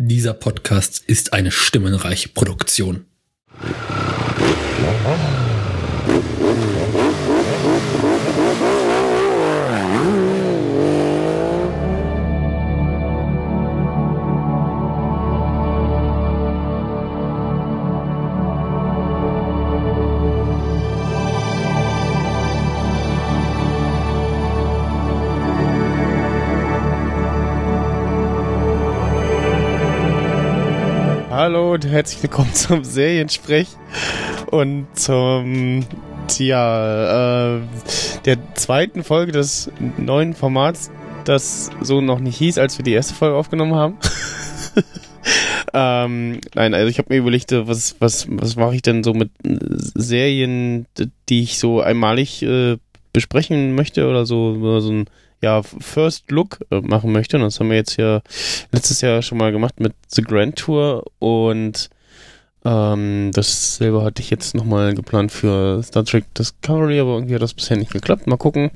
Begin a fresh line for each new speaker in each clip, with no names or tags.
Dieser Podcast ist eine stimmenreiche Produktion.
Hallo und herzlich willkommen zum Seriensprech und zum tja, äh, der zweiten Folge des neuen Formats, das so noch nicht hieß, als wir die erste Folge aufgenommen haben. ähm, nein, also ich habe mir überlegt, äh, was was was mache ich denn so mit äh, Serien, d- die ich so einmalig äh, besprechen möchte oder so oder so ein ja, First Look äh, machen möchte. Und das haben wir jetzt hier letztes Jahr schon mal gemacht mit The Grand Tour und ähm, dasselbe hatte ich jetzt nochmal geplant für Star Trek Discovery, aber irgendwie hat das bisher nicht geklappt. Mal gucken.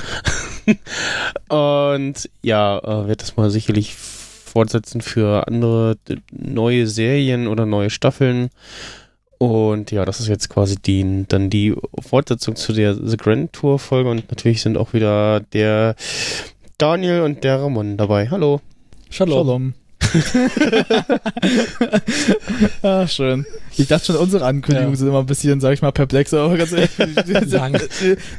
und ja, äh, werde das mal sicherlich fortsetzen für andere äh, neue Serien oder neue Staffeln. Und ja, das ist jetzt quasi die, dann die Fortsetzung zu der The Grand Tour Folge und natürlich sind auch wieder der Daniel und der Ramon dabei. Hallo.
Shalom. ah, schön. Ich dachte schon, unsere Ankündigungen
Ja.
sind immer ein bisschen, sag ich mal, perplex, aber ganz ehrlich,
Lang.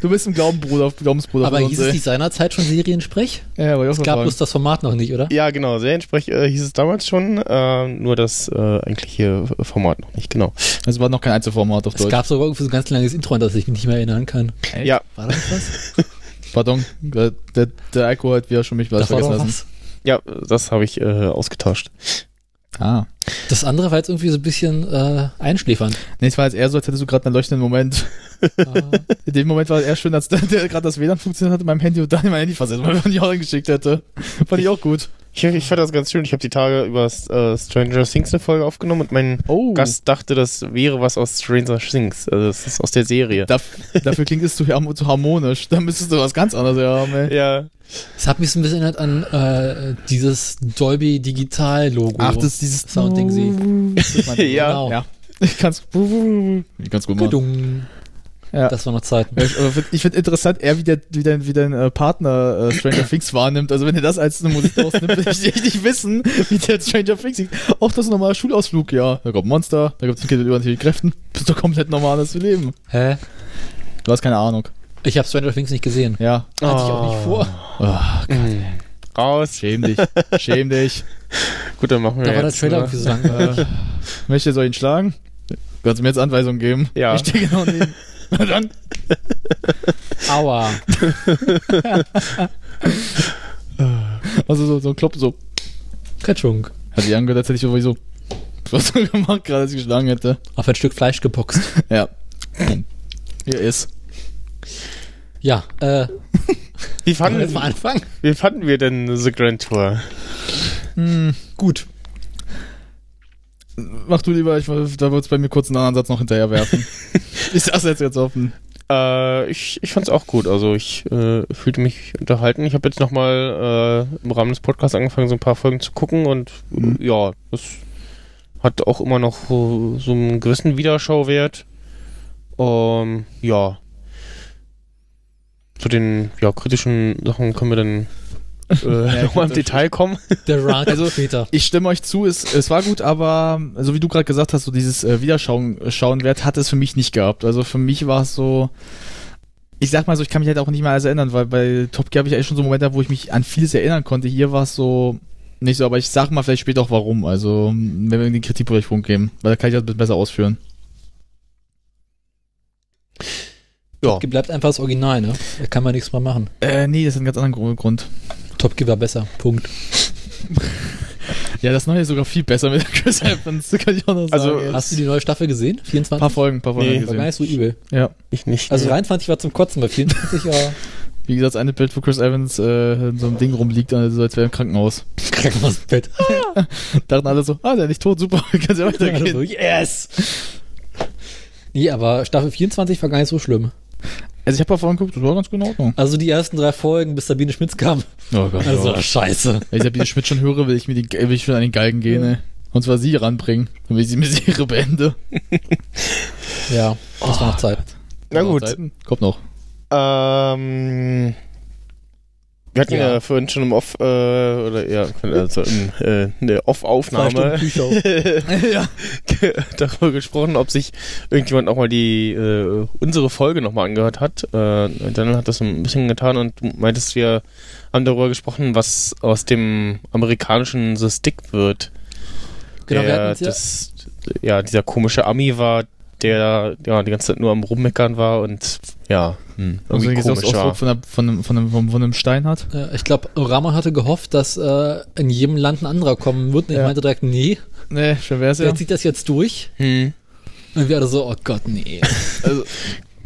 du bist ein Glaubenbruder, Glaubensbruder
Aber
von
hieß
uns,
es
ey.
nicht seinerzeit schon Seriensprech?
Ja, wollte ich
Es
auch
gab
mal
bloß
fragen.
das Format noch nicht, oder?
Ja, genau. Seriensprech äh, hieß es damals schon, äh, nur das äh, eigentliche Format noch nicht, genau.
Es war noch kein Einzelformat auf
Es
Deutsch.
gab sogar irgendwie so ein ganz langes Intro, an das ich mich nicht mehr erinnern kann.
Echt?
Ja,
War das was?
Pardon, der, der, der Alkohol hat wieder schon mich was
das war
vergessen
doch
lassen.
was.
ja, das habe ich äh, ausgetauscht.
Ah.
Das andere war jetzt irgendwie so ein bisschen äh, einschläfernd.
Nee, es war jetzt eher so, als hättest du gerade einen leuchtenden Moment.
Äh,
In dem Moment war es eher schön, als der, der gerade das WLAN funktioniert hatte, meinem Handy und dann in mein Handy versetzt, weil man die auch hingeschickt hätte. Fand ich auch gut.
Ich, ich fand das ganz schön. Ich habe die Tage über äh, Stranger Things eine Folge aufgenommen und mein
Oh.
Gast dachte, das wäre was aus Stranger Things. Also das ist aus der Serie.
Daf- dafür klingt es zu, harm- zu harmonisch. Da müsstest du was ganz anderes haben, ey.
ja.
Es hat mich so ein bisschen erinnert an äh, dieses Dolby Digital Logo.
Ach, das ist dieses
Soundding sie.
Das meinte ich.
Ja.
Genau.
Ja. Ich kann's, ich kann's gut machen.
Gedung.
Ja.
Das war noch Zeiten.
Ja, Ich äh, find- ich find interessant, er wie, der, wie dein, wie dein äh, Partner äh, Stranger Things wahrnimmt. Also wenn er das als eine Musik rausnimmt, will ich echt nicht wissen, wie der Stranger Things sieht. Auch das ist ein normaler Schulausflug, ja. Da kommt ein Monster, da gibt's ein Kind mit übernatürlichen Kräften. Das ist doch komplett normales Leben.
Hä?
Du hast keine Ahnung.
Ich habe Stranger Things nicht gesehen.
Ja.
Hatte ich auch
Oh.
nicht vor.
Ah,
Mhm. Raus.
schäm dich. Schäm dich.
Gut, dann machen wir
Da war der
jetzt.
Trailer
ne?
irgendwie so
äh.
langweilig.
Möchte soll ich ihn schlagen? Kannst du mir jetzt Anweisungen geben?
Ja.
Ich stehe genau neben. Na dann.
Äh, Aua.
Also so, so ein Klopp, so.
Katschung.
Hat sich angehört, als hätte ich sowieso was so gemacht, gerade als ich geschlagen hätte.
Auf ein Stück Fleisch geboxt.
Ja. Boom. Hier ist.
Ja, äh,
Wie
wollen wir jetzt
fanden,
mal anfangen?
wie fanden wir denn The Grand Tour?
Gut.
Mach du lieber, ich, da wird's bei mir kurz einen anderen Satz noch hinterher werfen. ich saß jetzt jetzt offen.
Äh, ich ich fand es auch gut. Also ich äh, fühlte mich unterhalten. Ich habe jetzt nochmal äh, im Rahmen des Podcasts angefangen, so ein paar Folgen zu gucken und äh,
Mhm.
ja, das hat auch immer noch so, so einen gewissen Wiederschauwert. Ähm, ja. Zu den ja, kritischen Sachen können wir dann äh,
Ja,
nochmal im
kritisch.
Detail kommen.
Der Rant also, später.
Ich stimme euch zu, es, es war gut, aber so wie du gerade gesagt hast, so dieses äh, Wiederschauenwert hat es für mich nicht gehabt. Also für mich war es so. Ich sag mal so, ich kann mich halt auch nicht mehr alles erinnern, weil bei Top Gear habe ich eigentlich schon so Momente, gehabt, wo ich mich an vieles erinnern konnte. Hier war es so nicht so, aber ich sag mal vielleicht später auch warum. Also, wenn wir den Kritikpunkt geben, weil da kann ich das ein bisschen besser ausführen.
Ja.
Bleibt einfach das Original, ne? Da kann man nichts mehr machen.
Äh, nee, das hat einen ganz anderen Gru- Grund.
Top Gear war besser. Punkt.
Ja, das neue ist sogar viel besser mit Chris Evans, das kann ich auch noch sagen.
Also,
Ey.
Hast du die neue Staffel gesehen?
ein paar
24?
Folgen, ein paar Folgen
Nee.
War gar
gesehen.
nicht so übel.
Ich nicht.
Also 23 war zum Kotzen, bei 24 war
Wie gesagt, das eine Bild, wo Chris Evans äh, in so einem Ding rumliegt, also als wäre er im Krankenhaus.
krank aus dem Bett.
Dachten alle so, ah, der ist nicht tot, super, kann ja weitergehen.
Also, yes! Nee, aber Staffel 24 war gar nicht so schlimm.
Also ich habe mal vorhin geguckt, das war ganz gut in Ordnung.
Also die ersten drei Folgen, bis Sabine Schmitz kam.
Oh Gott,
Also, scheiße.
Wenn ich Sabine Schmidt schon höre, will ich mir die, will ich schon an den Galgen gehen, ey. Und zwar sie ranbringen, damit ich sie Misere beende.
Ja, Oh, das war noch Zeit.
Na
Also,
gut.
Zeiten. Kommt noch.
Ähm, wir hatten ja,
Ja.
vorhin schon im Off, äh, oder ja, also im, äh, in der
Zwei Stunden
Off-Aufnahme
Bücher.
ja.
darüber gesprochen, ob sich irgendjemand auch mal die äh, unsere Folge nochmal angehört hat. Äh, dann hat das ein bisschen getan und du meintest, wir haben darüber gesprochen, was aus dem amerikanischen The Stick wird.
Genau, wir
der,
hatten's ja-
das, ja, dieser komische Ami war, der ja die ganze Zeit nur am Rummeckern war und ja, hm,
Also
irgendwie
den
komisch war.
Gesichtsausdruck von, einer, von, einem, von, einem, von, von einem Stein hat.
Ja, ich glaube, Rahman hatte gehofft, dass äh, in jedem Land ein anderer kommen wird. Und
Ja.
ich meinte direkt, nee,
Nee, schön wär's
der
ja.
zieht das jetzt durch.
Hm.
Und wir alle so, oh Gott, nee.
Also,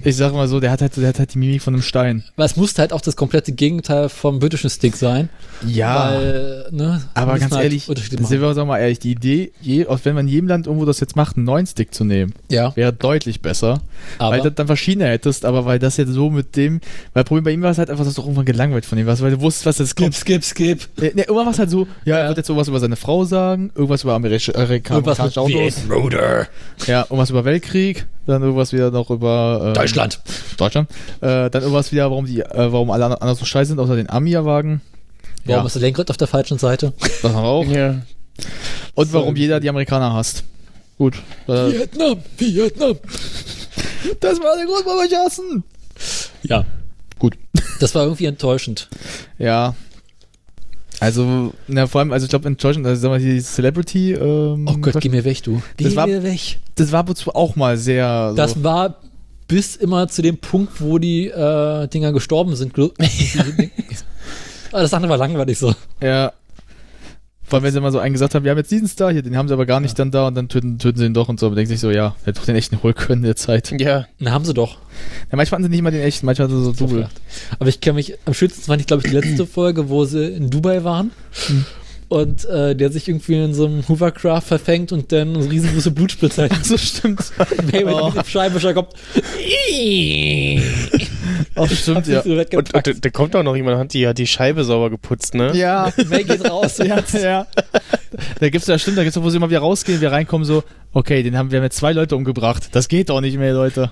Ich sag mal so, der hat halt, der hat halt die Mimik von einem Stein.
Weil es musste halt auch das komplette Gegenteil vom britischen Stick sein. Weil, ne,
aber
müssen
ganz
halt
ehrlich,
Unterschiede
sind
machen.
wir uns auch mal ehrlich, die Idee, je, auch wenn man in jedem Land irgendwo das jetzt macht, einen neuen Stick zu nehmen,
Ja,
wäre deutlich besser. weil
aber
du dann verschiedene hättest, aber weil das jetzt so mit dem, weil Problem bei ihm war es halt einfach, dass du irgendwann gelangweilt von ihm warst, weil du wusstest, was jetzt
skip,
kommt.
skip, skip.
Äh, Ne, irgendwann war es halt so, ja, er wird jetzt irgendwas über seine Frau sagen, irgendwas über amerikanische Amerika
Irgendwas mit
amerikanische Autos,
Roder.
ja, irgendwas über Weltkrieg, dann irgendwas wieder noch über äh,
Deutschland.
Deutschland, äh, dann irgendwas wieder, warum die, äh, warum alle an- anders so scheiße sind, außer den Amia-Wagen.
Warum
Ja.
ist der Lenkrad auf der falschen Seite?
Das haben wir auch.
Ja.
Und warum jeder die Amerikaner hasst. Gut. Äh,
Vietnam, Vietnam.
das war der Grund, warum wir euch hassen.
Ja.
Gut.
Das war irgendwie enttäuschend.
Ja. Also, na, vor allem, also ich glaube, in Deutschland, also sagen wir die Celebrity, ähm,
Oh Gott, geh mir weg, du. Geh
Das war-
mir weg.
das war wozu auch mal sehr. So.
Das war bis immer zu dem Punkt, wo die äh, Dinger gestorben sind. gl- Aber Ah, das andere war langweilig so.
ja. Vor allem, wenn sie mal so einen gesagt haben, wir haben jetzt diesen Star hier, den haben sie aber gar nicht dann da und dann töten, töten sie ihn doch und so. Man denkt sich so, ja, hätte doch den echten holen können in der Zeit.
Ja.
Na, haben sie doch.
Ja, manchmal hatten sie nicht mal den echten, manchmal hatten sie so Double.
Aber ich kann mich, am schönsten fand ich, glaube ich, die letzte Folge, wo sie in Dubai waren. Und äh, der sich irgendwie in so einem Hovercraft verfängt und dann so riesengroße Blutspritze hat.
So stimmt.
Wenn
Oh.
oh. mit dem Scheibenwischer kommt.
Auch stimmt, ja.
Und, und da- da kommt auch noch jemand, hat die, hat die Scheibe sauber geputzt, ne?
Ja.
May geht raus.
Ja, ja. Da gibt's ja stimmt, da gibt's doch, wo sie immer wieder rausgehen, wir reinkommen, so, okay, den haben wir haben jetzt zwei Leute umgebracht. Das geht doch nicht mehr, Leute.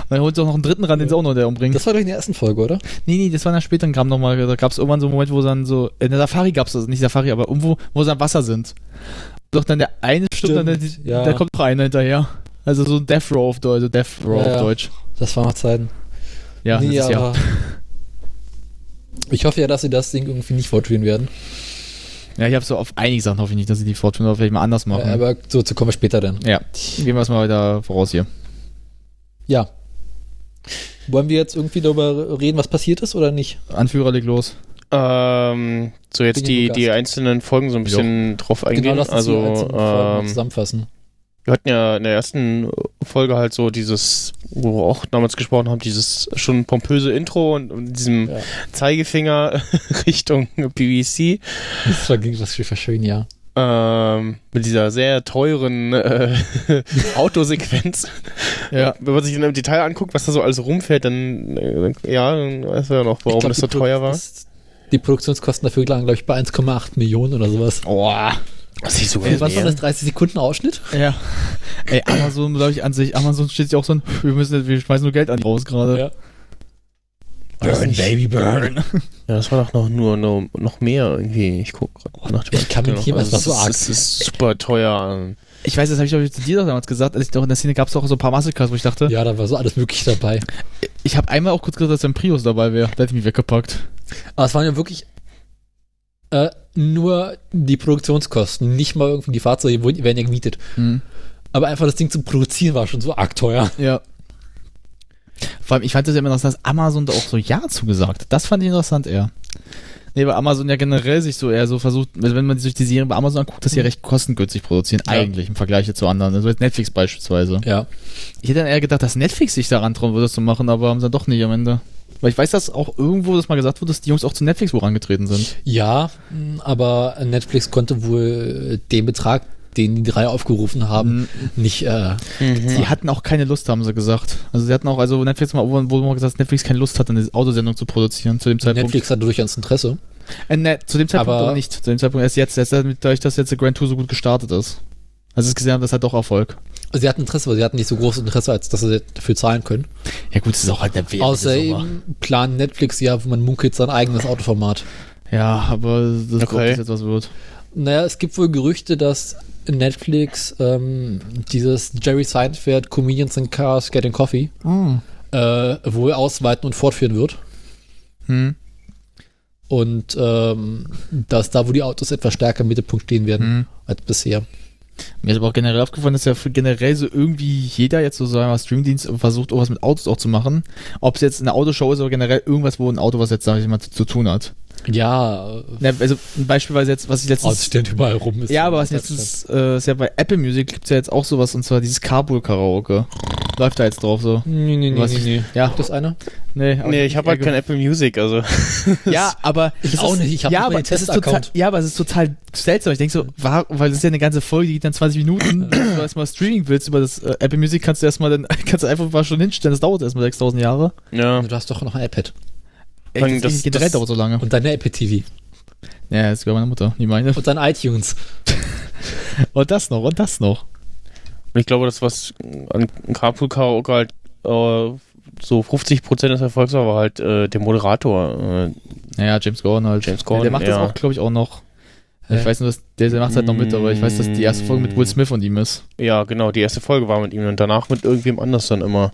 Und dann holt sie auch noch einen dritten ran, den sie auch noch der umbringt.
Das war doch in der ersten Folge, oder?
nee, nee, das war in der späteren Kram nochmal. Da gab's irgendwann so einen Moment, wo sie dann so, in der Safari gab's das, nicht Safari, aber irgendwo, wo sie am Wasser sind. Doch dann der eine stimmt, dann der,
Stimmt, ja.
da kommt noch einer hinterher. Also so ein Death Row auf Deutsch, also Death Row
Ja,
auf
ja.
Deutsch.
Das war noch Zeiten.
Ja,
Nee,
das ist ja.
aber Ich hoffe ja, dass sie das Ding irgendwie nicht fortführen werden.
Ja, ich habe so auf einige Sachen hoffe ich nicht, dass sie die Fortune oder vielleicht mal anders machen.
Äh, Aber so zu kommen wir später dann.
ja, gehen wir erstmal weiter voraus hier.
Ja. Wollen wir jetzt irgendwie darüber reden, was passiert ist oder nicht?
Anführer leg los.
Ähm, so jetzt
Bin
die,
genug
die einzelnen Folgen so ein bisschen drauf eingehen.
Genau, lass uns die
also,
einzelnen Folgen
ähm,
zusammenfassen.
wir hatten ja in der ersten Folge halt so dieses, wo wir auch damals gesprochen haben, dieses schon pompöse Intro und, und diesem
Ja.
Zeigefinger Richtung BBC.
Das war, ging das war schön, ja.
Ähm, mit dieser sehr teuren äh, Autosequenz.
Ja.
Wenn man sich dann im Detail anguckt, was da so alles rumfährt, dann, äh, ja, dann weiß man ja noch, warum
Ich glaub,
das so
die Produ-
teuer war.
das- Die Produktionskosten dafür lagen, glaube ich, bei 1,8 Millionen oder
Oh,
sowas.
Boah.
Das ist sogar
Was war das? 30 Sekunden Ausschnitt?
Ja. Ey, Amazon, glaube ich, an sich, Amazon steht sich auch so ein, wir müssen, jetzt- wir schmeißen nur Geld an die raus gerade.
Ja.
Burn, Baby, burn.
Ja, das war doch noch, nur, nur noch mehr irgendwie. Ich guck
Oh,
gerade nach dem
Ich kann mich nicht
Artikel noch.
mehr- das war so arg.
Genau. Das ist super teuer.
Ich weiß, das habe ich, glaube ich, zu dir doch damals gesagt, als ich doch in der Szene gab es auch so ein paar Masterclass, wo ich dachte,
Ja, da war so alles möglich dabei.
ich habe einmal auch kurz gesagt, dass ein Prius dabei wäre. Da hätte ich mich weggepackt.
Aber es waren ja wirklich äh, nur die Produktionskosten, nicht mal irgendwie die Fahrzeuge wurden- werden ja gemietet.
Mhm.
Aber einfach das Ding zu produzieren war schon so arg teuer.
Ja. Vor allem, ich fand das ja immer interessant, dass Amazon da auch so Ja zugesagt hat. Das fand ich interessant eher. Nee, weil Amazon ja generell sich so eher so versucht, also wenn man sich die Serien bei Amazon anguckt, dass sie ja recht kostengünstig produzieren,
Mhm. Ja.
eigentlich im Vergleich jetzt zu anderen. Also jetzt Netflix beispielsweise.
Ja.
Ich hätte dann eher gedacht, dass Netflix sich daran trauen würde, das zu machen, aber haben sie dann doch nicht am Ende. Weil ich weiß, dass auch irgendwo das mal gesagt wurde, dass die Jungs auch zu Netflix wohl angetreten sind.
Ja, mh, aber Netflix konnte wohl äh, den Betrag, den die drei aufgerufen
Mhm.
haben, nicht. Äh,
Die hatten auch keine Lust, haben sie gesagt. Also sie hatten auch, also Netflix mal, wurde mal gesagt, dass Netflix keine Lust hat, eine Autosendung zu produzieren zu dem Zeitpunkt.
Netflix hatte durchaus Interesse.
Äh, ne, zu dem Zeitpunkt
Aber-
aber nicht. Zu dem Zeitpunkt erst jetzt, erst damit- dadurch, dass jetzt der Grand Tour so gut gestartet ist. Also sie gesehen haben, das hat doch Erfolg.
Also Sie hatten Interesse, aber sie hatten nicht so großes Interesse, als dass sie dafür zahlen können.
Ja gut, es ist auch halt eine währende Summe.
Außerdem plant Netflix ja, wo man munkelt, sein eigenes Autoformat.
Ja, aber das
Okay.
okay. jetzt was wird.
Naja, es gibt wohl Gerüchte, dass Netflix ähm, dieses Jerry Seinfeld Comedians in Cars Getting Coffee äh, wohl ausweiten und fortführen wird.
Hm.
Und ähm, dass da, wo die Autos etwas stärker im Mittelpunkt stehen werden
Hm.
als bisher.
Mir ist aber auch generell aufgefallen, dass ja für generell so irgendwie jeder jetzt so sagen wir mal, Streamdienst versucht, irgendwas mit Autos auch zu machen. Ob es jetzt eine Autoshow ist oder generell irgendwas, wo ein Auto was jetzt, sag ich mal, zu, zu tun hat.
Ja, äh,
Ne, also beispielsweise jetzt, was ich
Autos
letztens...
stehen überall rum. Ist
ja, aber was
ist
letztens äh, ist ja bei Apple Music gibt's ja jetzt auch sowas und zwar dieses Carpool-Karaoke. Läuft da jetzt drauf so.
Nee, nee, nee,
was
nee,
ich-
nee.
Ja.
Gibt es eine?
Nee, aber
Nee, ich habe halt
ja,
kein Apple Music, also.
Ja, aber
Ich
das
auch
ist-
nicht. Ich hab
ja,
nicht mal
aber
den
es ist total,
Testaccount.
ja, aber es ist total seltsam. Ich denke so, war, weil es ist ja eine ganze Folge, die geht dann 20 Minuten. Wenn du erstmal Streaming willst über das äh, Apple Music, kannst du erstmal dann kannst du einfach mal schon hinstellen. Das dauert erstmal 6000 Jahre.
Ja.
Du hast doch noch ein iPad.
Dann
Echt,
das-
das, generell
das-
dauert so lange.
Und deine Apple TV.
Ja, das ist sogar meine Mutter, nie meine.
Und dein iTunes.
Und das noch, und das noch.
Und ich glaube, das, was an Carpool Karaoke halt äh, so 50% des Erfolgs war, war halt äh, der Moderator. Äh,
Naja, James Gordon halt.
James Corden,
ja, der macht
ja.
das auch, glaube ich, auch noch.
Hä?
Ich weiß nur, dass der, der macht halt noch mit, aber ich weiß, dass die erste Folge mit Will Smith und ihm ist.
ja, genau, die erste Folge war mit ihm und danach mit irgendwem anders dann immer.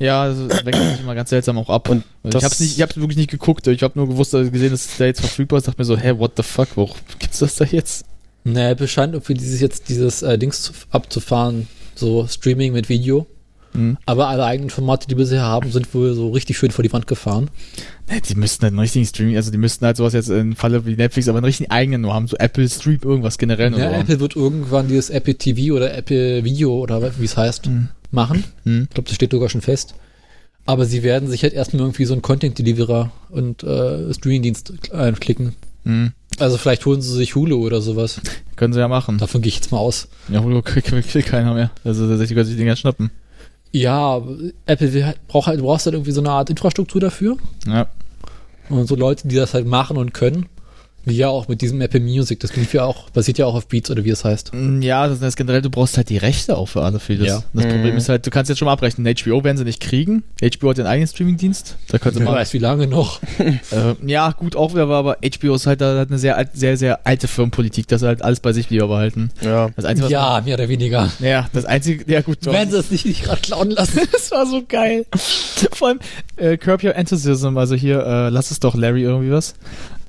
Ja, also, das wechselt sich immer ganz seltsam auch ab.
Und
Also
das-
ich hab's nicht, ich hab's wirklich nicht geguckt. Ich hab nur gewusst, also gesehen, dass der jetzt verfügbar ist. Dachte mir so, hä, what the fuck, warum gibt's das da jetzt?
Naja, Apple scheint irgendwie dieses jetzt dieses äh, Dings zu, abzufahren, so Streaming mit Video.
Mhm.
Aber alle eigenen Formate, die wir bisher haben, sind wohl so richtig schön vor die Wand gefahren.
Ne, die müssten halt einen richtigen Streaming, also die müssten halt sowas jetzt in Falle wie Netflix, aber einen richtigen eigenen nur haben, so Apple Stream irgendwas generell nur
Ja,
so haben.
Apple wird irgendwann dieses Apple TV oder Apple Video oder wie es heißt, machen.
Mhm.
Ich glaube, das steht sogar schon fest. Aber sie werden sich halt erstmal irgendwie so einen Content-Deliverer und äh, Streaming-Dienst einklicken.
Mhm.
Also vielleicht holen sie sich Hulu oder sowas.
Können sie ja machen.
Davon gehe ich jetzt mal aus.
Ja, Hulu will, will keiner mehr. Also tatsächlich können sich den ganz schnappen.
Ja, Apple will halt, braucht halt, du brauchst halt irgendwie so eine Art Infrastruktur dafür.
Ja.
Und so Leute, die das halt machen und können. Wie ja auch mit diesem Apple Music. Das lief ja auch, basiert ja auch auf Beats oder wie es heißt.
Mm, Ja, das heißt generell, du brauchst halt die Rechte auch für alle vieles.
Ja.
Das Problem ist halt, du kannst jetzt schon mal abrechnen. HBO werden sie nicht kriegen. HBO hat den eigenen Streamingdienst. Da könnte
Wer
man
weiß, wie lange noch.
Äh, ja, gut, auch wieder war, aber HBO ist halt da hat eine sehr, alt- sehr, sehr alte Firmenpolitik, dass sie halt alles bei sich lieber behalten.
Ja.
Das Einzige, was
Ja, mehr oder weniger.
ja, das Einzige, ja gut, doch.
Wenn sie es nicht, nicht gerade klauen lassen.
das war so geil. Vor allem, äh, Curb Your Enthusiasm, also hier, äh, lass es doch Larry irgendwie was.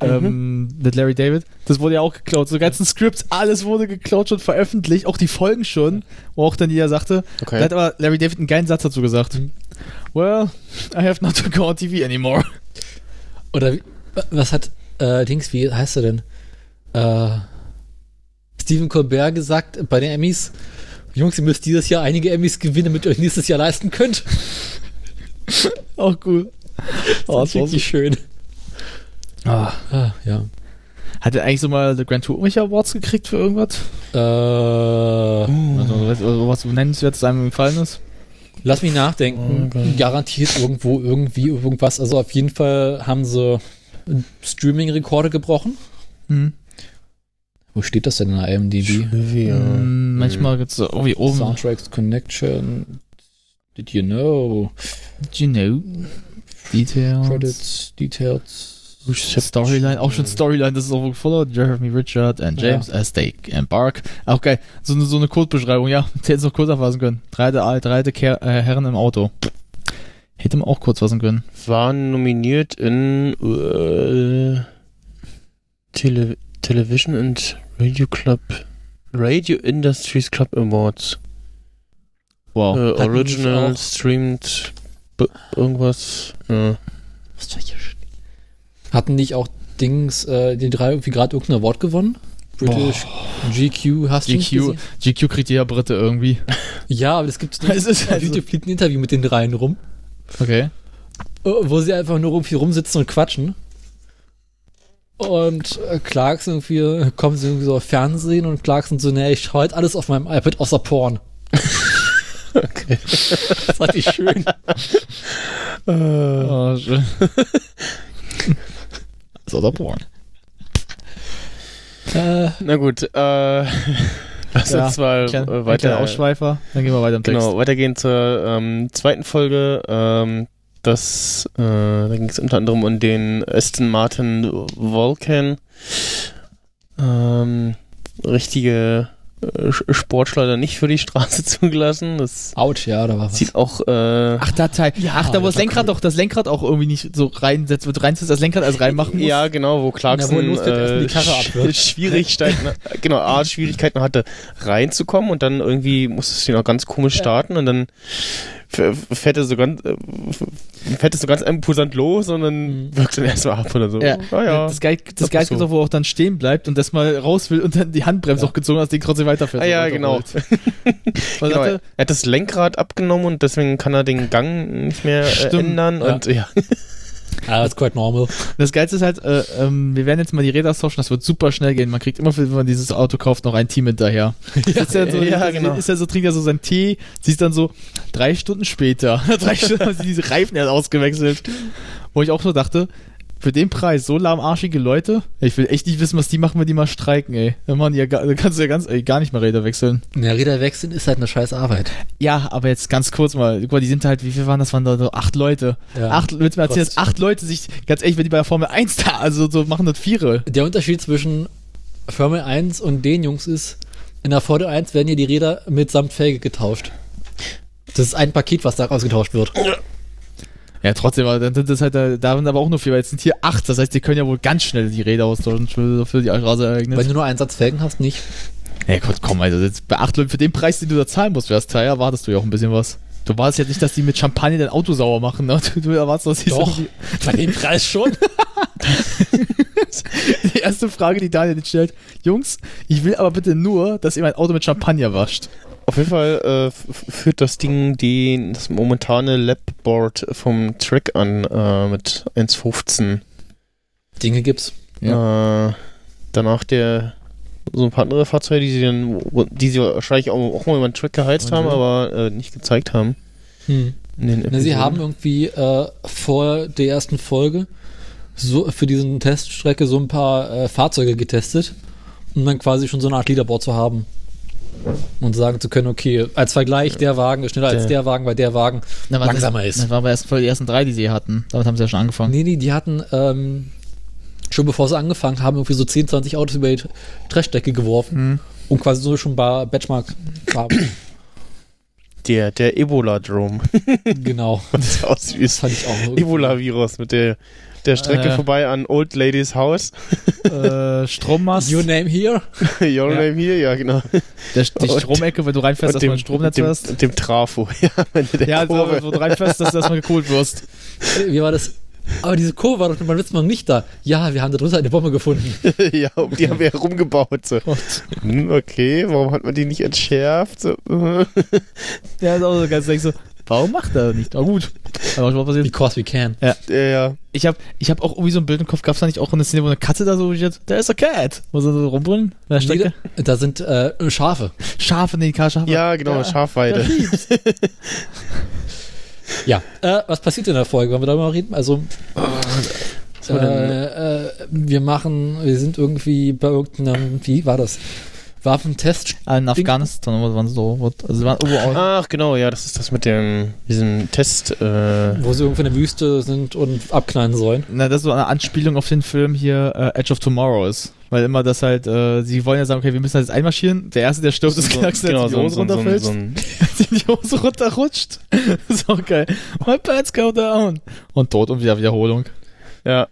Mhm.
Ähm, mit Larry David. Das wurde ja auch geklaut. So ganzen Scripts, alles wurde geklaut, schon veröffentlicht, auch die Folgen schon, wo auch dann jeder sagte.
Okay.
Da hat aber Larry David einen geilen Satz dazu gesagt.
Mhm.
Well, I have not to go on TV anymore.
Oder wie, was hat äh, Dings, wie heißt er denn? Äh, Stephen Colbert gesagt bei den Emmys. Jungs, ihr müsst dieses Jahr einige Emmys gewinnen, damit ihr euch nächstes Jahr leisten könnt.
Auch cool. Oh,
Das ist wirklich schön.
Ah.
Ah, ja.
Hat er eigentlich so mal The Grand Tour irgendwelche Awards gekriegt für irgendwas?
Äh,
Also, was, also was nennenswertes einem gefallen ist?
lass mich
Oh
nachdenken. Garantiert irgendwo, irgendwie, irgendwas. Also auf jeden Fall haben sie Streaming-Rekorde gebrochen.
Hm.
Wo steht das denn in der IMDb?
Ja.
Hm, manchmal gibt's so, oh, wie oben.
Soundtracks Connection. Did you know?
Do you know? Details.
Credits, Details.
Oh, Storyline, auch schon Storyline, das ist auch wohl gefolgt. Jeremy Richard and James as they embark. Auch geil. So, eine- so eine Kurzbeschreibung, ja. Hätte es noch kurz erfassen können. Drei der, drei der Ker äh, Herren im Auto. Hätte man auch kurz fassen können.
Waren nominiert in äh, Tele Television and Radio Club. Radio Industries Club Awards.
Wow.
Äh,
Hatten
original
wir auch.
streamed b- irgendwas. Ja.
Was soll ich hier stehen? Hatten nicht auch Dings, äh, die drei irgendwie gerade irgendein Award gewonnen? British GQ hast du nicht
GQ,
gesehen?
GQ kriegt jeder Britte irgendwie.
Ja, aber das gibt's
Es ist
Auf
also-
YouTube fliegt ein Interview mit den dreien rum.
Okay.
Äh, wo sie einfach nur irgendwie rumsitzen und quatschen. Und äh, Clarkson irgendwie, äh, kommen sie irgendwie so auf Fernsehen und Clarkson so, nee, ich schaue halt alles auf meinem iPad außer Porn. okay. Das fand ich schön.
Oh, schön. so der Porn.
Äh,
Na gut, äh, lass
Ja,
uns mal
Klein,
äh,
ein
weiter
kleiner Ausschweifer, dann gehen wir weiter im Text.
Genau, weitergehen zur ähm, zweiten Folge. Ähm, das, äh, da ging es unter anderem um den Aston Martin Vulcan. Ähm, richtige äh, Sch- Sportschleuder nicht für die Straße zugelassen. Das
ouch, ja, da war was.
sieht auch äh,
Ach, da Teil.
Ja,
Ach, da wo
das
das
war
Lenkrad
cool.
doch, das Lenkrad auch irgendwie nicht so reinsetzt, wird reinsetzt, das Lenkrad als reinmachen muss.
Ja, genau, wo Clarkson
Na, wo er losfährt, erst
äh,
mal die Karre
Sch-
abwirft.
Schwierigkeiten, genau, A, Schwierigkeiten hatte, reinzukommen und dann irgendwie musste es ihn auch ganz komisch starten und dann f- fährt er so ganz, äh, f- fährt es so ganz imposant los und dann
Mhm.
wirkt er erstmal ab oder so.
Ja.
Ah, ja.
Das Geil, das
Das
Geil
muss so.
ist doch, wo er auch dann stehen bleibt und das mal raus will und dann die Handbremse
Ja.
auch gezogen hat, das Ding trotzdem weiterfährt.
Ah,
und
ja,
weiterrollt. Weil
Genau, er
sagte,
hat das Lenkrad abgenommen und deswegen kann er den Gang nicht mehr äh,
Stimmt,
ändern
ja.
und ja.
Ah, that's quite normal.
Das Geilste ist halt, äh, ähm, wir werden jetzt mal die Räder tauschen, das wird super schnell gehen. Man kriegt immer, wenn man dieses Auto kauft, noch ein Team hinterher. ja, ist ja, so,
ja,
ist,
genau.
ist ja so, trinkt er so seinen Tee, siehst dann so, drei Stunden später, drei Stunden haben sie diese Reifen erst ausgewechselt. Wo ich auch so dachte, für den Preis, so lahmarschige Leute, ich will echt nicht wissen, was die machen, wenn die mal streiken, ey. Dann machen die ja, gar- dann kannst du ja ganz, ey, gar nicht mehr Räder wechseln.
Ja, Räder wechseln ist halt eine scheiß Arbeit.
Ja, aber jetzt ganz kurz mal, guck mal, die sind halt, wie viel waren das? Waren da so acht Leute.
Ja.
Acht, willst du mir erzählen, dass
Trotzdem.
acht Leute sich, ganz ehrlich, wenn die bei der Formel 1 da, also so machen das Viere.
Der Unterschied zwischen Formel 1 und den Jungs ist, in der Formel 1 werden hier die Räder mitsamt Felge getauscht. Das ist ein Paket, was da ausgetauscht wird.
Ja, trotzdem, aber dann sind das halt, da da sind aber auch nur vier, weil jetzt sind hier acht, das heißt, die können ja wohl ganz schnell die Räder austauschen für für die
Wenn
Rasereignis.
du nur einen Satz Felgen hast, nicht.
Ja, gut, komm, also jetzt bei acht Leuten, für den Preis, den du da zahlen musst für das Teil, erwartest du ja auch ein bisschen was. Du warst ja nicht, dass die mit Champagner dein Auto sauer machen, ne? Du, du erwartest, dass die so-
Doch, bei dem Preis schon.
Die erste Frage, die Daniel jetzt stellt, Jungs, ich will aber bitte nur, dass ihr mein Auto mit Champagner wascht.
Auf jeden Fall äh, f- f- führt das Ding die, das momentane Labboard vom Track an äh, mit 1,15.
Dinge gibt's.
Äh, danach der so ein paar andere Fahrzeuge, die sie dann, die sie wahrscheinlich auch, auch mal über den Track geheizt haben, aber äh, nicht gezeigt haben.
Hm.
In den
Na, sie
Episoden.
haben irgendwie äh, vor der ersten Folge so für diesen Teststrecke so ein paar äh, Fahrzeuge getestet, um dann quasi schon so eine Art Leaderboard zu haben. Und sagen zu können, okay, als Vergleich, der Wagen ist schneller als
Der-
der Wagen, weil der Wagen
Na, warte,
langsamer ist.
Das waren aber erst voll die ersten drei, die sie hier hatten. Damit haben sie ja schon angefangen.
Nee, nee, die hatten ähm, schon bevor sie angefangen haben, irgendwie so 10, 20 Autos über die Trashstrecke geworfen und quasi so schon ein paar Benchmark haben.
Der, der Ebola-Drome.
genau.
Das aus wie das
Das fand ich auch.
Ebola-Virus mit der, der Strecke
Äh.
vorbei an Old Ladies House.
äh, Strommast.
Your name here?
Your
Ja.
name here, ja, genau.
Der, die
Und-
Stromecke, wenn du reinfährst, dass du ein Stromnetz
dem,
hast.
dem Trafo, ja, am Ende der
Ja, also,
Kurve.
wenn du reinfährst, dass du erstmal gekohlt wirst.
Äh, Wie war das? Aber diese Kurve war doch beim letzten Mal nicht da. Ja, wir haben da drunter eine Bombe gefunden.
also.
ja, um die haben wir herumgebaut. So. Hm, okay, warum hat man die nicht entschärft? So. äh,
Ja, ist auch so ganz denk so, warum macht er nicht? Na gut. Aber auch schon mal passiert.
Because we can.
ja, ja.
Ich habe ich hab auch irgendwie so ein Bild im Kopf, gab es da nicht auch eine Szene, wo eine Katze da so jetzt, da ist a cat. Wo sie so rumbrüllen? Da steckt
Nee, da- da sind äh, Schafe.
Schafe, nee, keine Schafe.
ja, genau, Schafweide.
Ja. Äh, was passiert in der Folge? Wollen wir darüber reden? Also,
haben wir denn?
äh, äh, wir machen, wir sind irgendwie bei irgendeinem, wie war das? Waffentest.
Ah, In Afghanistan, wo waren sie so, wo- also sie waren irgendwo auch.
Ach genau, ja, das ist das mit dem diesem Test. Äh,
wo sie irgendwo in der Wüste sind und abknallen sollen.
Na, das ist so eine Anspielung auf den Film hier äh, Edge of Tomorrow ist. Weil immer das halt, äh, sie wollen ja sagen, okay, wir müssen halt jetzt einmarschieren. Der Erste, der stirbt, ist Knacksen,
genau,
die Hose runterfällt.
ein-
die Hose runterrutscht. ist auch geil. My pants go down. Und tot und wieder Wiederholung.
ja,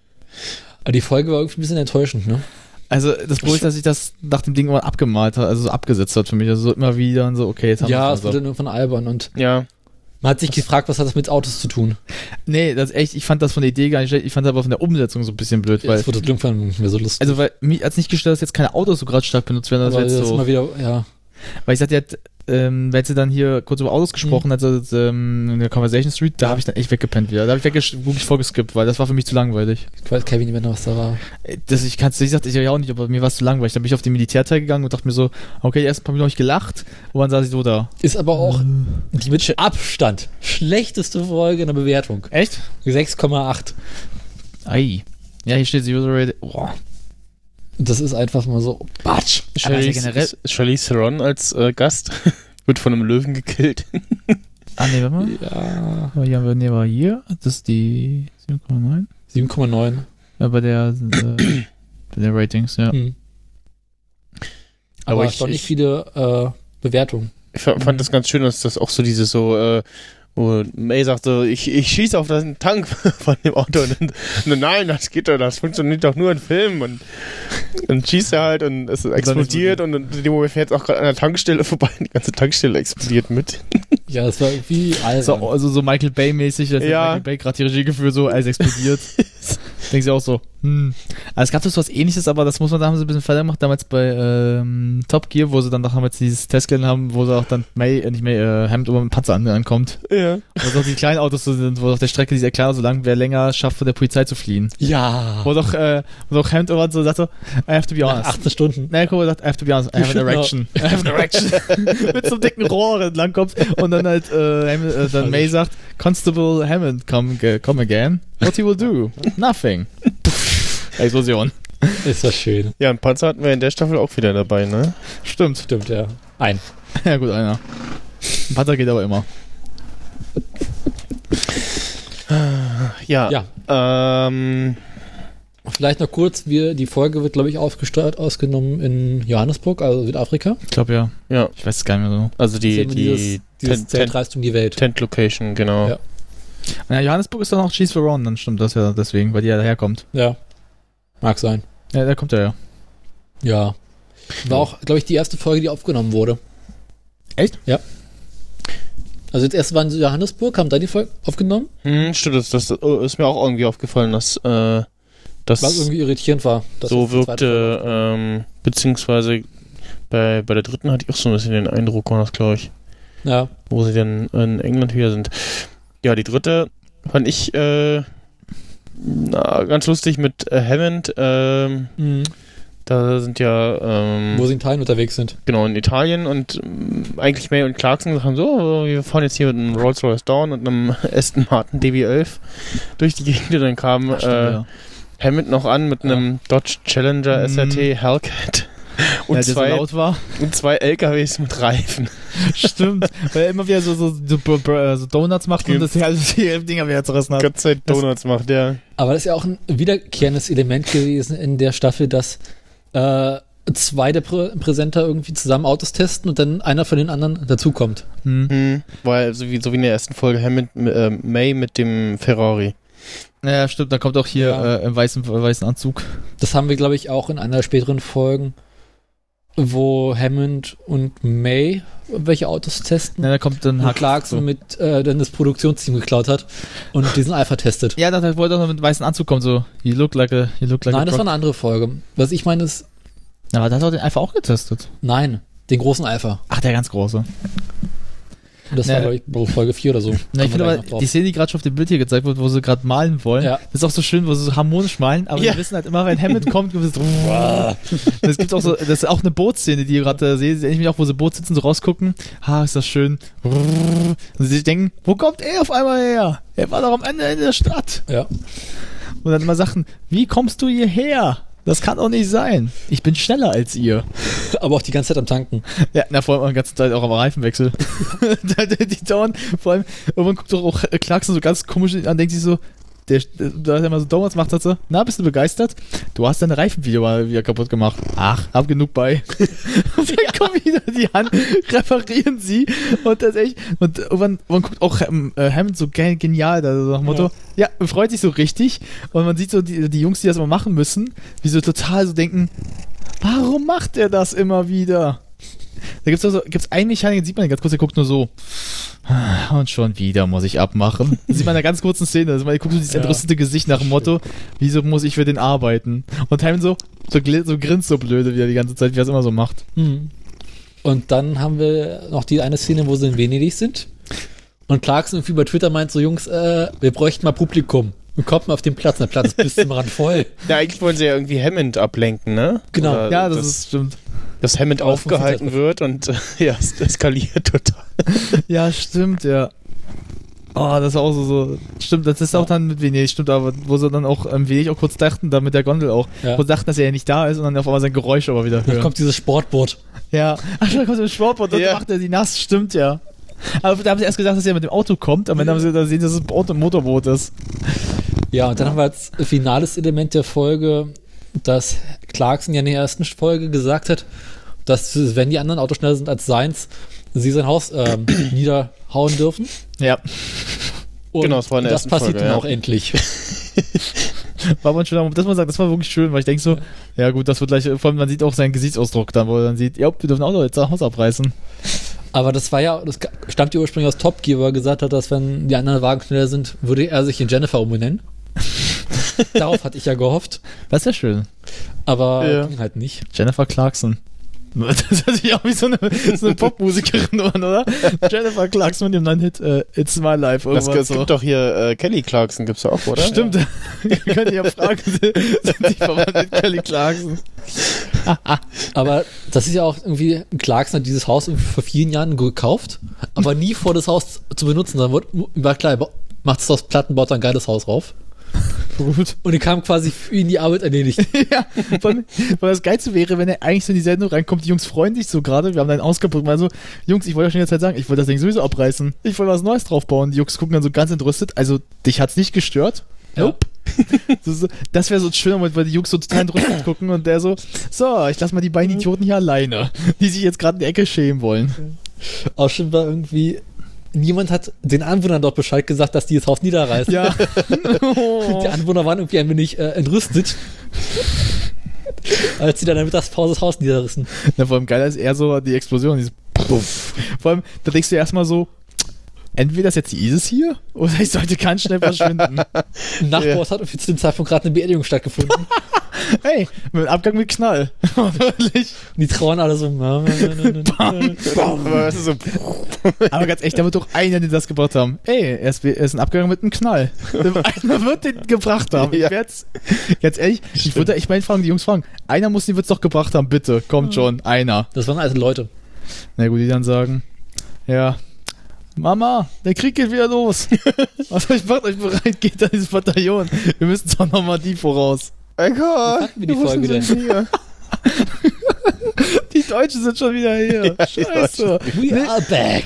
Aber die Folge war irgendwie ein bisschen enttäuschend, ne?
Also das Problem ist, dass ich das nach dem Ding immer abgemalt hat, also so abgesetzt hat für mich. Also so immer wieder und so, okay, jetzt haben also
ja,
wir
es wurde dann irgendwann albern und
ja.
man hat sich gefragt, was hat das mit Autos zu tun?
Nee, das ist echt, ich fand das von der Idee gar nicht schlecht, ich fand das aber von der Umsetzung so ein bisschen blöd, weil.
Es wurde irgendwann nicht mehr so lustig.
Also weil mich als nicht gestört, dass jetzt keine Autos so gerade stark benutzt werden, das
Aber
wäre jetzt
Also, das ist
so.
mal wieder, ja.
Weil ich sagte ja, ähm, wenn sie dann hier kurz über Autos gesprochen hat, also, ähm, in der Conversation Street, da habe ich dann echt weggepennt wieder. Da habe ich weggesch- wirklich vorgeskippt, weil das war für mich zu langweilig. Äh,
Ich weiß Kevin nicht mehr, noch, was da war.
Das, ich kann's, ich sagte ich ja auch nicht, aber mir war es zu langweilig. Dann bin ich auf den Militärteil gegangen und dachte mir so, okay, erst ein paar Minuten habe ich gelacht und dann saß ich so da.
Ist aber auch die mit Abstand schlechteste Folge in der Bewertung.
Echt?
6,8.
Oh. Ei. Ja, hier steht User Rate. Boah.
Das ist einfach mal so, Batsch.
Aber ist ja
Charlize,
generell-
Charlize Theron als äh, Gast wird von einem Löwen gekillt.
Ah, nee, warte mal.
Ja.
Aber hier haben wir, nee, war hier. Das ist die 7,9.
7,9.
Ja, bei der, äh, bei der Ratings, ja.
Hm.
Aber
Aber,
ich-
erstaunlich
ich-
viele äh, Bewertungen.
Ich fa- fand das ganz schön, dass das auch so dieses so, äh, wo May sagte, ich, ich schieße auf den Tank von dem Auto. Und dann, und dann, nein, das geht doch, das funktioniert doch nur in Filmen. Und dann schießt er halt und es explodiert und in dem Moment fährt es auch gerade an der Tankstelle vorbei. Die ganze Tankstelle explodiert mit.
Ja, das war irgendwie
So,
albern.
also so Michael Bay-mäßig, dass
Ja.
Michael Bay gerade die Regie geführt, so als explodiert. Denkst du auch so, hm. Also es gab das was ähnliches, aber das muss man, da haben sie ein bisschen Fehler gemacht, damals bei ähm, Top Gear, wo sie dann nachher jetzt dieses Testgeln haben, wo sie auch dann May, äh, nicht May, äh, Hemd über den Panzer an, ankommt.
Ja.
Wo so die kleinen Autos so sind, wo auf der Strecke dieser kleine, so lang, wer länger schafft, von der Polizei zu fliehen.
Ja.
Wo doch, äh, wo doch Hemd über so sagt so, I have to be
Nach
honest.
18 Stunden.
Na, guck mal, sagt, I have to be honest, I have an
Genau.
erection. I have an erection. Mit so einem dicken Rohr langkommst und dann halt, äh, Hammond, äh, dann May sagt, Constable Hammond, come, ge- come again. What he will do? Nothing. Explosion.
Ist das schön.
ja, und Panzer hatten wir in der Staffel auch wieder dabei, ne?
Stimmt.
Stimmt, ja. Ein.
Ja, gut, einer. Ein Panzer geht aber immer.
Ja.
Ja.
Ähm,
Vielleicht noch kurz, wir, die Folge wird, glaube ich, aufgesteuert, ausgenommen in Johannesburg, also Südafrika.
Ich glaube ja.
ja,
Ich weiß es gar nicht mehr so.
also die,
Sehen wir
die
dieses
Tent,
Zelt
Tent,
reist um die Welt.
Tent Location, genau.
Ja.
Na, Johannesburg ist dann auch Cheese for Ron, dann stimmt das ja deswegen, weil die ja daherkommt.
Ja. Mag sein.
Ja, da kommt er ja.
Ja. War auch, glaube ich, die erste Folge, die aufgenommen wurde.
Echt?
Ja. Also jetzt erst waren sie in Johannesburg, haben dann die Folge aufgenommen,
Hm, stimmt, das, das oh, ist mir auch irgendwie aufgefallen, dass äh, das
was irgendwie irritierend war. dass
so
jetzt die zweite
wirkte, ähm, beziehungsweise bei, bei der dritten hatte ich auch so ein bisschen den Eindruck, war das, glaube ich,
Folge- Ja.
wo sie dann in England wieder sind. Ja, die dritte fand ich äh, na, ganz lustig mit äh, Hammond. ähm,
Mhm.
da sind ja ähm,
Wo sie in Teilen unterwegs sind.
genau in Italien und ähm, eigentlich May und Clarkson gesagt haben so, wir fahren jetzt hier mit einem Rolls-Royce Dawn und einem Aston Martin DB11 durch die Gegend und dann kam
Stimmt,
äh,
ja.
Hammond noch an mit
Ja.
einem Dodge Challenger
Mhm.
SRT Hellcat und,
ja, der so
zwei,
laut war.
und zwei LKWs mit Reifen.
Stimmt. Weil er immer wieder so, so, so, br- br- so Donuts macht und das hier alles die Dinger wieder zerrissen hat.
Gott sei Dank Donuts macht der.
Aber das ist ja auch ein wiederkehrendes Element gewesen in der Staffel, dass äh, zwei der Prä Präsenter irgendwie zusammen Autos testen und dann einer von den anderen dazukommt.
Hm.
Hm. Weil so wie, so wie in der ersten Folge Hammond äh, May mit dem Ferrari.
Ja, stimmt, da kommt auch hier
Ja.
äh, im weißen, äh, weißen Anzug.
Das haben wir, glaube ich, auch in einer der späteren Folgen, wo Hammond und May welche Autos testen.
Ja, da kommt dann
und
Hack.
Clarkson mit äh, dann das Produktionsteam geklaut hat und diesen Alpha testet.
Ja, da wollte er noch mit weißen Anzug kommen, so, you look like a, you look like
nein,
a
das war eine andere Folge. Was ich meine ist,
Na, aber da hat er den einfach auch getestet.
nein, den großen Alpha.
Ach, der ganz große.
Und das
Nee.
war, glaube ich, bei Folge 4 oder so.
Na, ich
Kommen wir gleich
finde aber,
noch drauf.
die Szene, die gerade schon auf dem Bild hier gezeigt wird, wo sie gerade malen wollen,
Ja.
das ist auch so schön, wo sie so harmonisch malen, aber
Ja.
wir wissen halt immer, wenn Hammond kommt, gibt es so, das gibt auch so, das ist auch eine Bootszene, die ihr gerade äh, seht, sehe ich mich auch, wo sie im Boot sitzen, so rausgucken, ha, ist das schön, und sie sich denken, wo kommt er auf einmal her? Er war doch am Ende in der Stadt.
Ja.
Und dann immer Sachen, wie kommst du hierher? Das kann doch nicht sein. Ich bin schneller als ihr.
Aber auch die ganze Zeit am Tanken.
Ja, na, vor allem auch die ganze Zeit auch am Reifenwechsel. Da- die, die dauern, vor allem, irgendwann guckt doch auch äh, Clarkson so ganz komisch an, denkt sich so, der, da hat er mal so Donuts macht, hat so, na, bist du begeistert? Du hast deine Reifen wieder mal wieder kaputt gemacht. Ach, hab genug bei. und dann kommen wieder die an, reparieren sie und tatsächlich, und irgendwann, irgendwann guckt auch ähm, äh, Hammond so ge- genial, da so nach dem Motto, ja. freut sich so richtig und man sieht so die, die Jungs, die das immer machen müssen, wie so total so denken, warum macht er das immer wieder? Da gibt's also, gibt's einen Mechaniker, den sieht man den ganz kurz, der guckt nur so. "Ah, Und schon wieder muss ich abmachen. Das sieht man in einer ganz kurzen Szene. Also man guckt so dieses
Ja.
entrüstete Gesicht nach dem Motto, wieso muss ich für den arbeiten? Und Hammond so, so, gl- so grinst so blöde wieder die ganze Zeit, wie er es immer so macht.
Und dann haben wir noch die eine Szene, wo sie in Venedig sind. Und Clarkson irgendwie bei Twitter meint so, Jungs, äh, wir bräuchten mal Publikum. Und kommt mal auf den Platz. Der Platz ist bis zum Rand voll.
Ja, eigentlich wollen sie ja irgendwie Hammond ablenken, ne?
Genau.
Oder
ja, das,
dass-
ist stimmt.
Dass Hammond
Aber das funktioniert
aufgehalten wird und äh, ja, es eskaliert total.
Ja, stimmt, ja. Oh, das ist auch so, so. Stimmt, das ist auch dann mit Venedig, stimmt, aber wo sie dann auch im Venedig auch kurz dachten, da mit der Gondel auch,
Ja.
wo sie dachten, dass er ja nicht da ist und dann auf einmal sein Geräusch aber wieder
Dann
hören.
kommt dieses Sportboot.
Ja. Ach, da kommt der Sportboot, dann
Ja.
macht er die nass, stimmt ja. Aber da haben sie erst gedacht, dass er mit dem Auto kommt, am Ende haben sie dann gesehen, dass es ein Auto ein Motorboot ist.
Ja, und dann haben wir als finales Element der Folge, dass Clarkson ja in der ersten Folge gesagt hat, dass wenn die anderen Autos schneller sind als seins, sie sein Haus ähm, niederhauen dürfen.
Ja.
Und
Genau, das war in der ersten
passiert
Folge,
dann
ja.
auch endlich.
War aber ein schöner Moment, dass man sagt, das war wirklich schön, weil ich denke so, ja gut, das wird gleich, vor allem man sieht auch seinen Gesichtsausdruck dann, wo er dann sieht, ja, wir dürfen auch noch jetzt das Haus abreißen.
Aber das war ja, das stammt ja ursprünglich aus Top Gear, wo er gesagt hat, dass wenn die anderen Wagen schneller sind, würde er sich in Jennifer umbenennen. Darauf hatte ich ja gehofft,
Das ist ja schön.
aber
Ja.
ging halt nicht.
Jennifer Clarkson. Das ist natürlich auch wie so eine, so eine Popmusikerin, an, oder? Jennifer Clarkson mit dem neuen Hit äh, It's My Life.
Das,
irgendwas
das gibt doch hier äh, Kelly Clarkson, gibt's ja auch, oder?
Stimmt. Könnt ihr ja fragen, sind die verwandt mit Kelly Clarkson?
Aber das ist ja auch irgendwie, Clarkson hat dieses Haus irgendwie vor vielen Jahren gekauft, aber nie vor das Haus zu benutzen. Dann wurde, war klar, macht das Haus platt und baut dann ein geiles Haus rauf.
Gut.
Und die kam quasi für ihn die Arbeit erledigt.
Ja, weil, weil das Geilste wäre, wenn er eigentlich so in die Sendung reinkommt, die Jungs freuen sich so gerade, wir haben deinen ausgepackt, also, Jungs, ich wollte euch schon jetzt halt sagen, ich wollte das Ding sowieso abreißen, ich wollte was Neues draufbauen, die Jungs gucken dann so ganz entrüstet, also, dich hat's nicht gestört,
Nope.
Das, ist so- das wäre so ein schöner Moment, weil die Jungs so total entrüstet gucken und der so, so, ich lass mal die beiden Idioten hier alleine, die sich jetzt gerade in die Ecke schämen wollen.
Ja. Auch schon war irgendwie, niemand hat den Anwohnern dort Bescheid gesagt, dass die das Haus niederreißen.
Ja.
Die Anwohner waren irgendwie ein wenig äh, entrüstet. Als sie dann in der Mittagspause das Haus niederrissen.
Na, vor allem geiler ist eher so die Explosion, dieses Puff. Vor allem, da denkst du erstmal so, entweder ist jetzt die ISIS hier oder ich sollte ganz schnell verschwinden.
Ein Nachbar hat irgendwie zu dem Zeitpunkt gerade eine Beerdigung stattgefunden. Und
hey, mit Abgang mit Knall. Wirklich.
die trauern alle so. na, na, na, na, na.
Aber weißt du, so,
Aber ganz echt, da wird doch einer, den das gebracht haben. Ey, er ist, er ist ein Abgang mit einem Knall. einer wird den gebracht haben.
Ja.
Ich werd's, ganz ehrlich, ich würde echt mal fragen, die Jungs fragen, einer muss den wird's doch gebracht haben, bitte. Kommt schon, einer.
Das waren alte Leute.
Na gut, die dann sagen, ja, Mama, der Krieg geht wieder los. Was euch macht euch bereit, geht an dieses Bataillon. Wir müssen doch nochmal die voraus.
oh Gott,
hatten wir die Folge denn?
hier?
Die Deutschen sind schon wieder hier. Scheiße.
We are back.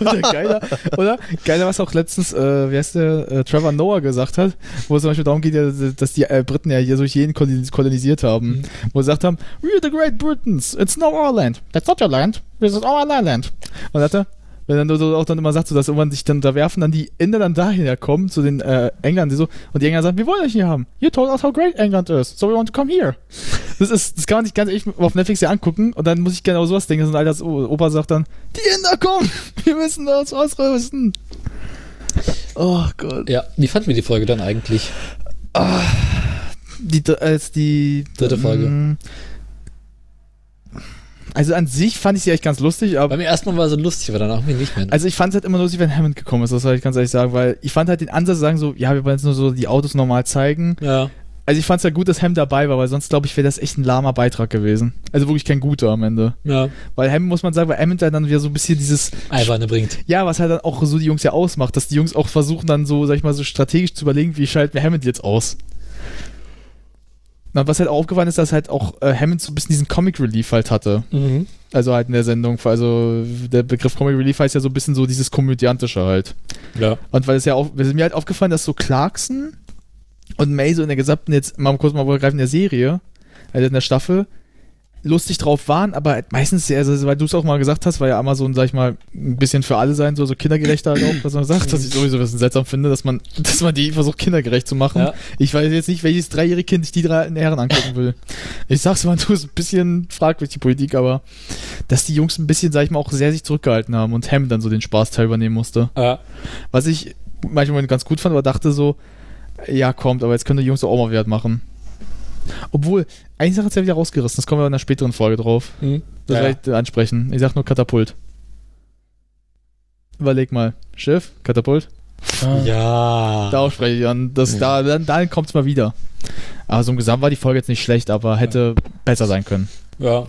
Oder geiler, oder? Geiler, was auch letztens, äh, wie heißt der, äh, Trevor Noah gesagt hat, wo es zum Beispiel darum geht, ja, dass die äh, Briten ja hier so jeden kolon- kolonisiert haben. Wo sie gesagt haben, we're the Great Britons, it's not our land, that's not your land, this is our land. Und dann hat er, wenn dann so auch dann immer sagt, so, dass irgendwann sich dann da werfen, dann die Inder dann daher kommen, zu den äh, Engländern, die so, und die Engländer sagen, wir wollen euch hier haben. You told us how great England is, so we want to come here. Das ist, das kann man sich ganz echt auf Netflix ja angucken und dann muss ich genau sowas denken. So ein alter O- Opa sagt dann, die Inder kommen, wir müssen uns ausrüsten. Oh Gott.
Ja, wie fanden wir die Folge dann eigentlich?
Die, dr- als die
Dritte Folge.
Mm. Also an sich fand ich sie echt ganz lustig, aber
Beim ersten Mal war sie lustig, aber dann auch mir nicht mehr.
Also ich fand es halt immer lustig, wenn Hammond gekommen ist, das soll ich ganz ehrlich sagen, weil ich fand halt den Ansatz sagen so, ja, wir wollen jetzt nur so die Autos normal zeigen.
ja.
Also ich fand es ja halt gut, dass Hammond dabei war, weil sonst glaube ich, wäre das echt ein lahmer Beitrag gewesen. Also wirklich kein guter am Ende.
ja.
Weil Hammond muss man sagen, weil Hammond halt dann wieder so ein bisschen dieses,
Alberne bringt.
ja, was halt dann auch so die Jungs ja ausmacht, dass die Jungs auch versuchen dann so, sag ich mal, so strategisch zu überlegen, wie schalten wir Hammond jetzt aus. Na, was halt auch aufgefallen ist, dass halt auch äh, Hammond so ein bisschen diesen Comic Relief halt hatte.
Mhm.
Also halt in der Sendung, also der Begriff Comic Relief heißt ja so ein bisschen so dieses Komödiantische halt.
Ja.
Und weil es ja auch, es ist mir halt aufgefallen, dass so Clarkson und May so in der gesamten, jetzt mal kurz mal übergreifend der Serie, also in der Staffel, lustig drauf waren, aber halt meistens, sehr- also, weil du es auch mal gesagt hast, weil ja Amazon, sag ich mal, ein bisschen für alle sein soll, so kindergerechter halt auch, was man sagt, dass ich sowieso ein bisschen seltsam finde, dass man, dass man die versucht, kindergerecht zu machen.
Ja.
Ich weiß jetzt nicht, welches dreijährige Kind ich die drei alten Herren angucken will. Ich sag's mal, du ist ein bisschen fragwürdig, die Politik, aber dass die Jungs ein bisschen, sag ich mal, auch sehr sich zurückgehalten haben und Ham dann so den Spaßteil übernehmen musste.
Ja.
Was ich manchmal ganz gut fand, aber dachte so, ja, kommt, aber jetzt können die Jungs doch auch mal Wert machen. Obwohl, eine Sache hat's ja wieder rausgerissen, das kommen wir in einer späteren Folge drauf.
Mhm.
Das
Ja.
werde ich ansprechen. Ich sag nur Katapult. Überleg mal. Schiff, Katapult.
ja.
Da auch spreche ich an. Das, da, dann, dann kommt's mal wieder. Also im Gesamt war die Folge jetzt nicht schlecht, aber hätte besser sein können.
Ja.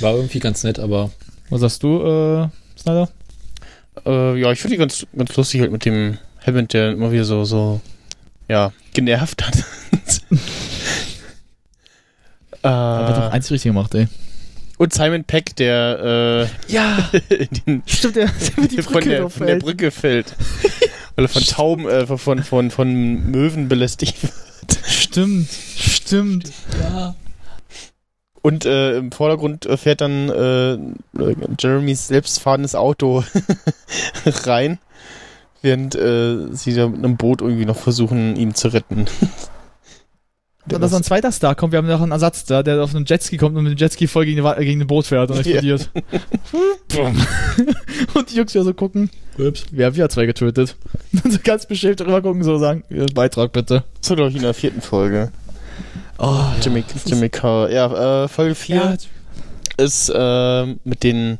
War irgendwie ganz nett, aber
Was sagst du, äh, Snyder?
Äh, ja, ich finde die ganz, ganz lustig halt mit dem Hammond, der immer wieder so, so, ja, genervt hat.
Aber hat doch
äh,
eins richtig gemacht, ey.
und Simon Peck, der
Ja,
äh, in den,
stimmt, der mit die
von, der, von der Brücke fällt. Weil er von Tauben, äh, von, von, von Möwen belästigt wird.
Stimmt, stimmt.
Ja.
Und äh, im Vordergrund äh, fährt dann äh, äh, Jeremys selbstfahrendes Auto rein, während äh, sie da mit einem Boot irgendwie noch versuchen, ihn zu retten.
Dann, dass noch ein zweiter Star kommt, wir haben noch einen Ersatz da, der auf einem Jetski kommt und mit dem Jetski voll gegen, die Wa- äh, gegen ein Boot fährt und
Ja.
explodiert. und die Jungs wieder so gucken,
Ups.
wir haben wieder zwei getötet. Dann so ganz beschämt drüber gucken, so sagen, "Ja, Beitrag bitte.
So, glaube ich, in der vierten Folge.
Oh,
Jimmy, Jimmy Carr. Ja, äh, Folge 4
ja,
ist äh, mit den,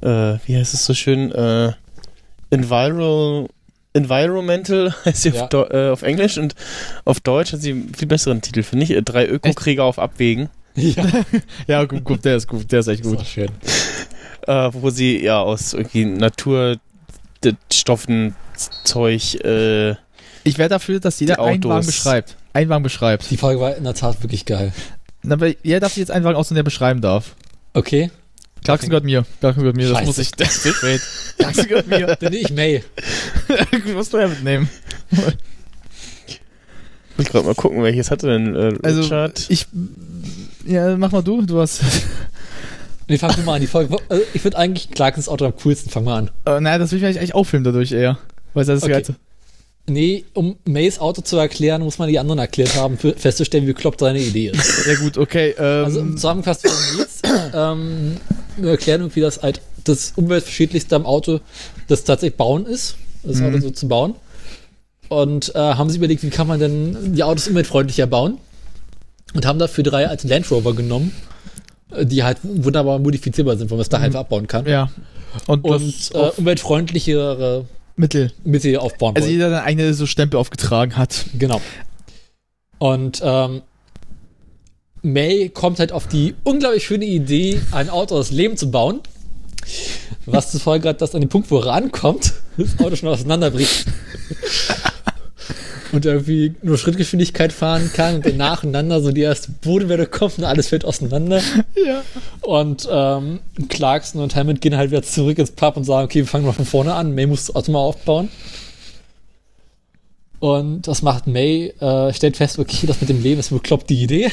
äh, wie heißt es so schön, äh, Enviral, Environmental heißt sie
Ja.
auf, Deu- äh, auf Englisch und auf Deutsch hat sie einen viel besseren Titel, finde ich. Äh, Drei Ökokrieger auf Abwägen.
Ja,
ja gut, gut, der ist gut, der ist echt
gut.
gut.
War schön.
äh, wo sie ja aus irgendwie Naturstoffen Zeug äh,
Ich wäre dafür, dass jeder
Die
einen
Autos.
Wagen beschreibt. Einen Wagen beschreibt.
Die Folge war in der Tat wirklich geil.
Na, Aber jeder darf sich jetzt einen Wagen aussuchen, der beschreiben darf.
Okay,
Clarkson gehört mir. Clarkson gehört mir, das
Scheiße.
muss ich. Das tut mir leid. Clarkson gehört mir.
dann nehme ich May.
musst du ja mitnehmen.
ich muss gerade mal gucken, welches hatte denn äh,
Also,
Richard?
Ich. Ja, mach mal du. Du hast.
Nee, fang du mal an. Die Folge, also ich finde eigentlich Clarkens Auto am coolsten. Fang mal an.
Äh, naja, das will ich mir eigentlich auffilmen dadurch eher. Weil das ist halt
Okay.
okay. geil.
Nee, um Mays Auto zu erklären, muss man die anderen erklärt haben, für festzustellen, wie kloppt seine Idee ist.
Ja, gut, okay. Ähm,
Also zusammengefasst von Nils, ähm, wir erklären irgendwie, dass halt das umweltschädlichste am Auto das tatsächlich bauen ist, das
Mhm.
Auto so zu bauen. Und äh, haben sie überlegt, wie kann man denn die Autos umweltfreundlicher bauen? Und haben dafür drei als Land Rover genommen, äh, die halt wunderbar modifizierbar sind, weil man es da halt abbauen kann.
Mhm. ja. Und,
Und
das
äh, umweltfreundlichere
Mittel.
Mittel aufbauen
Also
wollen.
jeder seine eigene so Stempel aufgetragen hat.
Genau. Und ähm, May kommt halt auf die unglaublich schöne Idee, ein Auto aus Lehm zu bauen. Was zur Folge hat, dass an dem Punkt, wo er ankommt, das Auto schon auseinanderbricht. Und irgendwie nur Schrittgeschwindigkeit fahren kann und dann nacheinander so die erste Bodenwelle kommt und alles fällt auseinander.
Ja.
Und ähm, Clarkson und Hammond gehen halt wieder zurück ins Pub und sagen, okay, wir fangen mal von vorne an. May muss das Auto mal aufbauen. Und was macht May? Äh, stellt fest, okay, das mit dem Leben ist eine bekloppte Idee.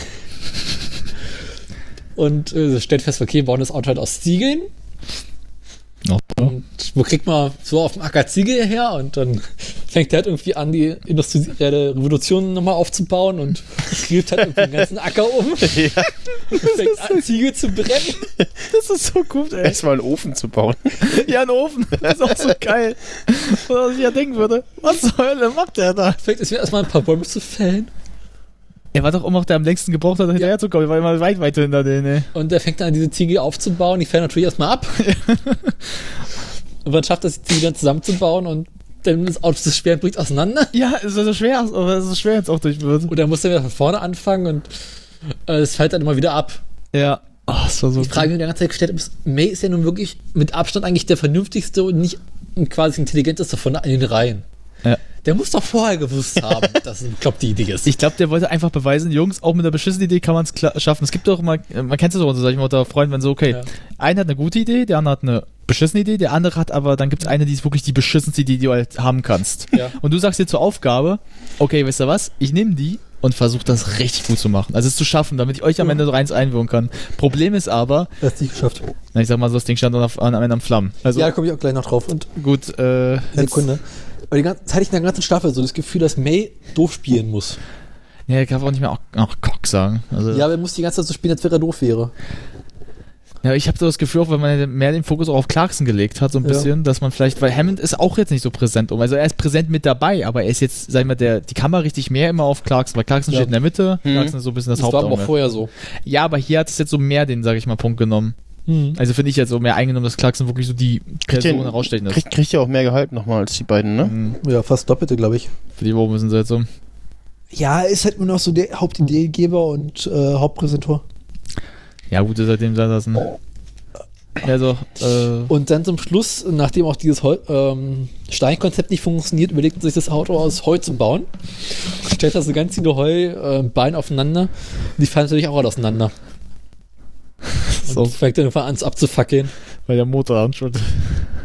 Und äh, sie stellt fest, okay, wir bauen das Auto halt aus Ziegeln. Und wo kriegt man so auf dem Acker Ziegel her? Und dann fängt er halt irgendwie an, die industrielle Revolution nochmal aufzubauen und gräbt halt irgendwie den ganzen Acker um.
Ja.
Und fängt an, Ziegel zu brennen.
Das ist so gut, ey.
Erstmal einen Ofen zu bauen.
Ja, ein Ofen. Das ist auch so geil. Was ich ja denken würde. Was zur Hölle macht der da?
Vielleicht ist mir erstmal ein paar Bäume zu fällen.
Er war doch immer auch der am längsten gebraucht hat, um hinterherzukommen. Er war immer weit, weit hinter denen, ey.
Und der fängt an, diese Ziegel aufzubauen. Die fällt natürlich erstmal ab. und dann schafft er es, die Ziegel dann zusammenzubauen und dann das Auto zu schwer und bricht auseinander.
Ja, es ist so schwer, aber es ist so schwer, wenn es auch durch wird.
Und dann muss er wieder von vorne anfangen und äh, es fällt dann immer wieder ab.
Ja. Oh, es war so
Die Frage, die
gut.
mir die ganze Zeit gestellt habe, ist, May ist ja nun wirklich mit Abstand eigentlich der vernünftigste und nicht und quasi intelligenteste von allen Reihen.
Ja.
Der muss doch vorher gewusst haben, dass es eine bekloppte Idee ist.
Ich glaube, der wollte einfach beweisen, Jungs, auch mit einer beschissenen Idee kann man es schaffen. Es gibt doch mal, äh, man kennt es auch unter, sag ich mal, unter Freunden, wenn so, okay,
Ja.
einer hat eine gute Idee, der andere hat eine beschissene Idee, der andere hat aber, dann gibt es eine, die ist wirklich die beschissenste Idee, die du halt haben kannst.
Ja.
Und du sagst dir zur Aufgabe, okay, wisst ihr was, ich nehme die und versuche das richtig gut zu machen. Also es zu schaffen, damit ich euch am Ende so eins einwirken kann. Problem ist aber,
Das ist nicht geschafft.
na, ich sag mal so, das Ding stand dann auf, am Ende am Flammen. Also
Ja, da komme ich auch gleich noch drauf. Und
gut, äh,
Sekunde. Aber die ganze, das hatte ich in der ganzen Staffel so das Gefühl, dass May doof spielen muss.
Ja, ich darf auch nicht mehr auch, auch Cock sagen. Also,
Ja,
ja.
aber er muss die ganze Zeit so spielen, als wäre er doof wäre.
ich habe so das Gefühl, auch wenn man mehr den Fokus auch auf Clarkson gelegt hat, so ein
Ja.
bisschen, dass man vielleicht, weil Hammond ist auch jetzt nicht so präsent um. Also er ist präsent mit dabei, aber er ist jetzt, sag ich mal, der, die Kamera richtig mehr immer auf Clarkson, weil Clarkson
Ja.
steht in der Mitte, Clarkson ist so ein bisschen das,
Das war aber auch
Hauptauge.
vorher Mhm. so.
Ja, aber hier hat es jetzt so mehr den, sag ich mal, Punkt genommen.
Mhm.
Also finde ich jetzt so mehr eingenommen, dass Clarkson wirklich so die Person herausstechend ist.
kriegt, kriegt ja auch mehr Gehalt nochmal als die beiden, ne?
Mhm.
Ja, fast doppelte, glaube ich.
Für die Woche müssen sie jetzt so.
Ja, ist halt nur noch so der Hauptideengeber und äh, Hauptpräsentor.
Ja, gut, seitdem sein lassen. halt Also, äh,
Und dann zum Schluss, nachdem auch dieses Hol ähm, Steinkonzept nicht funktioniert, überlegt man sich das Auto aus Heu zu bauen. Stellt da so ganz viele Heu, äh, Beine aufeinander. Die fallen natürlich auch alle auseinander.
So.
Und fängt dann irgendwann an, es abzufackeln.
weil der Motor an schon.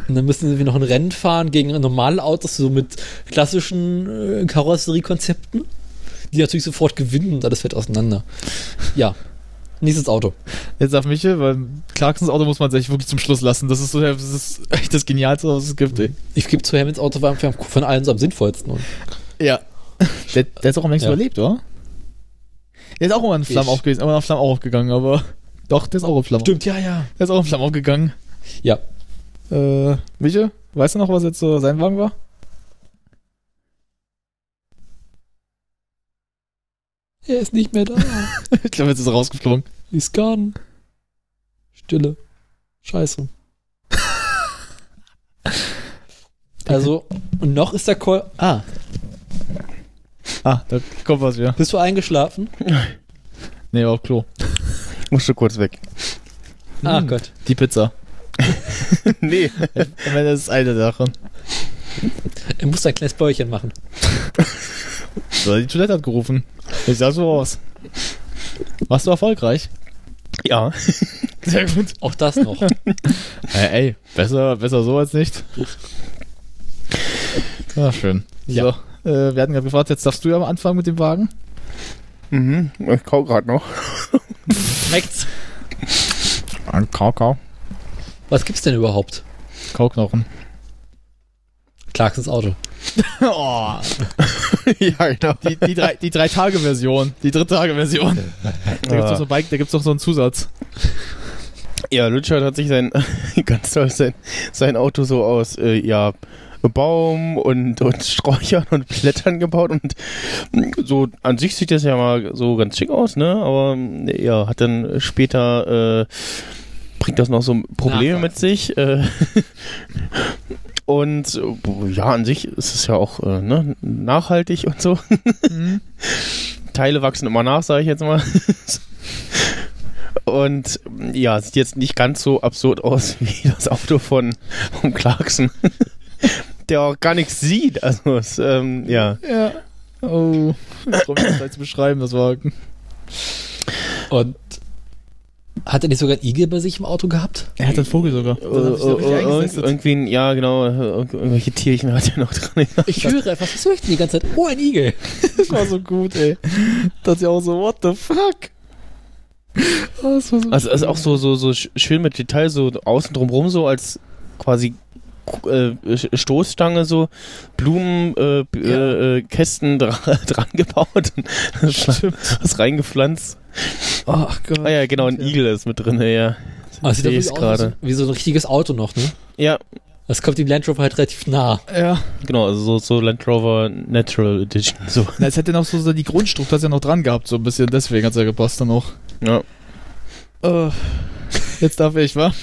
Und dann müssen wir noch ein Rennen fahren gegen normale Autos, so mit klassischen äh, Karosseriekonzepten, die natürlich sofort gewinnen und alles fällt auseinander. Ja. Nächstes Auto.
Jetzt auf Michel, weil Clarksons Auto muss man sich wirklich zum Schluss lassen. Das ist so, das ist echt das Genialste, was es gibt, ey.
Ich gebe zu, Hammonds Auto war am- von allen so am sinnvollsten. Und
Ja. Der, der ist auch am längsten
Ja.
überlebt, oder? Der ist auch immer in Flammen
Ich-
aufgegangen, immer in Flammen auch aufgegangen, aber doch, der ist auch in Flammen.
Stimmt, ja, ja.
Der ist auch in Flammen aufgegangen.
Ja.
Äh, Michel, weißt du noch, was jetzt so sein Wagen war?
Er ist nicht mehr da.
ich glaube, jetzt ist er rausgeflogen.
Ist gone. Stille. Scheiße. also, und noch ist der Call. Ah,
Ah, da kommt was wieder.
bist du eingeschlafen?
Nee, war auf Klo.
Musste kurz weg.
Ah
Hm.
Gott.
Die Pizza.
nee.
Ich meine, das ist eine Sache.
Er muss ein kleines Bäuchchen machen.
So, die Toilette hat gerufen. Ich sah so aus. Warst du erfolgreich?
Ja.
Sehr gut.
Auch das noch.
Äh, Ey, ey besser, besser so als nicht. Ah, schön.
Ja.
So, äh, wir hatten gerade gefragt, jetzt darfst du ja am Anfang mit dem Wagen.
Mhm. Ich kau gerade noch.
Schmeckt's.
Kau, kau.
Was gibt's denn überhaupt?
Kauknochen.
Clarksons Auto.
Oh,
ja, genau.
die, die, drei, die drei Tage Version, die dritte Tage Version. Da gibt's doch so ein Bike, da gibt's doch so einen Zusatz.
Ja, Lutschert hat sich sein, ganz toll, sein, sein Auto so aus, äh, ja, Baum und, und Sträuchern und Blättern gebaut und so an sich sieht das ja mal so ganz schick aus, ne? Aber ja, hat dann später, äh, bringt das noch so Probleme
Nachwachsen.
mit sich. Äh, und äh, ja, an sich ist es ja auch äh, ne, nachhaltig und so. Teile wachsen immer nach, sage ich jetzt mal. Und ja, sieht jetzt nicht ganz so absurd aus wie das Auto von, von Clarkson, der auch gar nichts sieht. Also, es, ähm, ja.
Ja. Oh, ich freue mich das gleich zu beschreiben, das Wagen.
Und hat er nicht sogar einen Igel bei sich im Auto gehabt?
Er hat einen Vogel sogar.
Äh, äh,
oh,
irgend- irgendwie, ein- ja, genau, irg- irgendwelche Tierchen hat er noch drin.
Ich höre einfach, was höre ich denn die ganze Zeit? Oh, ein Igel.
Das war so gut, ey. Das ist ja auch so, what the fuck? Oh, das war so
Also, ist auch so, so, so sch- schön mit Detail, so außen drumrum, so als quasi äh, Stoßstange, so Blumen, äh, b- äh, äh, Kästen dra dran gebaut, was reingepflanzt.
Ach oh, Gott.
Ah ja, genau, ein Igel ist mit drin, ja.
Ah, sieht doch
Sehe ich's
wirklich aus
gerade.
wie so ein richtiges Auto noch, ne?
Ja,
Das kommt dem Land Rover halt relativ nah.
Ja.
genau, also so, so Land Rover Natural Edition, so.
Na, es hätte noch so, so die Grundstruktur hat's ja noch dran gehabt, so ein bisschen. Deswegen hat's ja gepasst dann auch.
Ja.
Äh, jetzt darf ich, wa?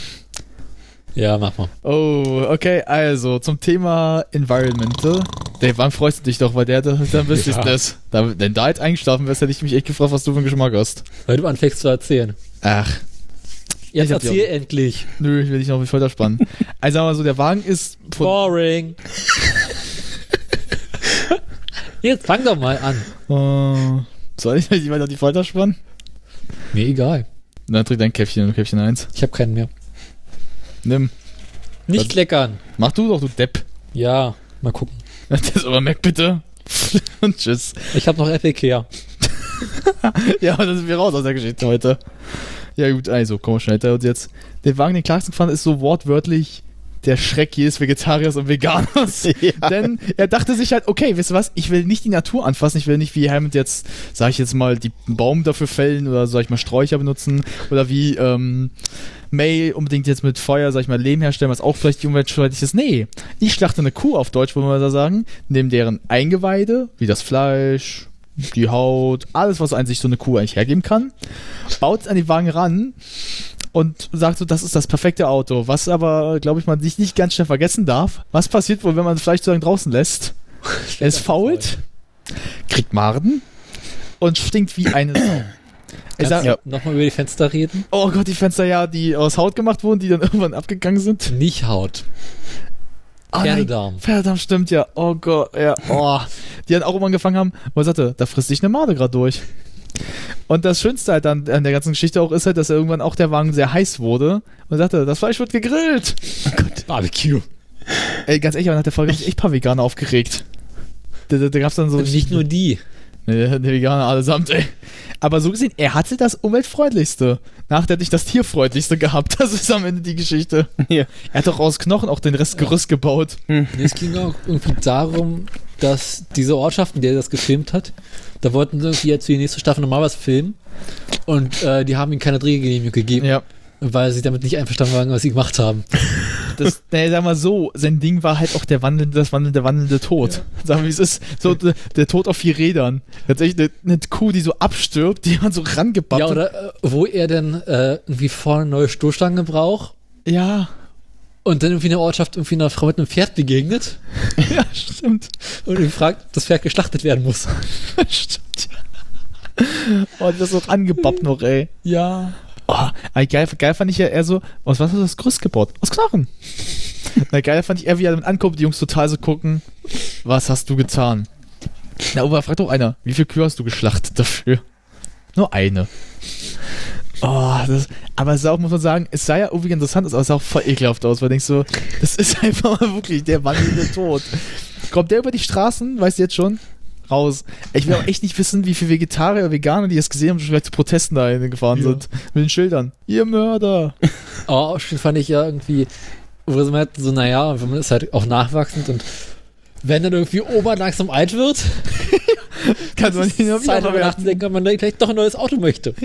Ja, mach mal.
Oh, okay, also zum Thema Environmental. Dave, wann freust du dich doch, weil der hätte, dann wüsste
Ja.
ich das. Da, wenn da jetzt eingeschlafen wärst, hätte ich mich echt gefragt, was du für einen Geschmack hast.
Weil du anfängst zu erzählen.
Ach,
Jetzt
Ich hab die
erzähl
auch-
endlich.
nö, ich will dich noch auf die Folter spannen. Also sagen wir mal so, der Wagen ist von,
Boring. Jetzt fang doch mal an.
äh, soll ich dich weiter auf die Folter spannen?
Mir egal.
Dann trink dein Käffchen, Käffchen eins.
Ich habe keinen mehr.
Nimm.
Nicht
Was?
kleckern.
Mach du doch, du Depp.
Ja, mal gucken.
Das aber Mac bitte. Und tschüss.
Ich habe noch Epic Care.
Ja, und dann sind wir raus aus der Geschichte heute. Ja gut, also, komm schnell hinter uns jetzt. Der Wagen, den Clarkson gefahren ist so wortwörtlich der Schreck jedes Vegetariers und Veganers. Denn er dachte sich halt, okay, wisst ihr was, ich will nicht die Natur anfassen, ich will nicht wie Hammond jetzt, sag ich jetzt mal, die einen Baum dafür fällen oder sag ich mal Sträucher benutzen oder wie ähm, May unbedingt jetzt mit Feuer, sag ich mal, Lehm herstellen, was auch vielleicht die umweltschädlich ist. Nee, ich schlachte eine Kuh auf Deutsch, wollen wir da sagen, nehme deren Eingeweide, wie das Fleisch, die Haut, alles, was eigentlich so eine Kuh eigentlich hergeben kann, baut an den Wagen ran und sagt so, das ist das perfekte Auto. Was aber, glaube ich, man sich nicht ganz schnell vergessen darf. Was passiert wohl, wenn man das Fleisch zu lange draußen lässt? Es fault, kriegt Marden und stinkt wie eine Sau. Ich
Kannst
sag,
du nochmal über die Fenster reden?
Oh Gott, die Fenster ja, die aus Haut gemacht wurden, die dann irgendwann abgegangen sind.
Nicht Haut.
Ah, nein.
Pferdedarm.
Verdammt, stimmt ja. Oh Gott, ja. Oh. Die dann auch immer angefangen haben, wo er sagte, da frisst sich eine Made gerade durch. Und das Schönste halt an, an der ganzen Geschichte auch ist halt, dass irgendwann auch der Wagen sehr heiß wurde und sagte, das Fleisch wird gegrillt.
Barbecue.
Ey, ganz ehrlich, aber nach der Folge haben sich echt paar Veganer aufgeregt. Da, da, da gab's dann so.
Nicht nur die.
Nee, die Veganer allesamt, ey. Aber so gesehen, er hatte das umweltfreundlichste. Nachher hätte ich das tierfreundlichste gehabt. Das ist am Ende die Geschichte.
Ja.
Er hat doch aus Knochen auch den Rest Gerüst gebaut.
Nee, es ging auch irgendwie darum, dass diese Ortschaften, der das gefilmt hat, da wollten sie irgendwie jetzt für die nächste Staffel nochmal was filmen. Und äh, die haben ihm keine Drehgenehmigung gegeben,
Ja.
weil sie damit nicht einverstanden waren, was sie gemacht haben.
Das, naja, sag mal so, sein Ding war halt auch der wandelnde, das wandelnde, wandelnde Tod. Sagen wir, wie es ist. So, der, der Tod auf vier Rädern. Tatsächlich eine, eine Kuh, die so abstirbt, die man so rangebappt.
Ja, oder äh, wo er dann äh, irgendwie vorne eine neue Stoßstange braucht
Ja,
und dann irgendwie in der Ortschaft irgendwie einer Frau mit einem Pferd begegnet
ja, stimmt.
und ihn fragt, ob das Pferd geschlachtet werden muss.
stimmt. ja. Oh, das ist auch angebappt noch, ey.
Ja.
Oh, aber geil, geil fand ich ja eher so, aus was hast du das Gerüst gebaut? Aus Knochen. Na geil fand ich eher, wie er damit ankommt, die Jungs total so gucken, was hast du getan? Na, aber fragt doch einer, wie viel Kühe hast du geschlachtet dafür? Nur eine. Oh, das, aber es sah auch, muss man sagen, es sah ja irgendwie interessant aus, aber es sah auch voll ekelhaft aus, weil du denkst so, das ist einfach mal wirklich der wandelnde Tod. Kommt der über die Straßen, weißt du jetzt schon? Raus. Ich will auch echt nicht wissen, wie viele Vegetarier, Veganer, die das gesehen haben, schon gleich zu Protesten da gefahren
Ja.
sind. Mit den Schildern. Ihr Mörder.
Aber auch Ah, schön fand ich ja irgendwie, wo man halt so, naja, wenn man ist halt auch nachwachsend und wenn dann irgendwie Oma langsam alt wird,
Kannst du nicht mehr
Zeit darüber nachzudenken, ob man da vielleicht doch ein neues Auto möchte.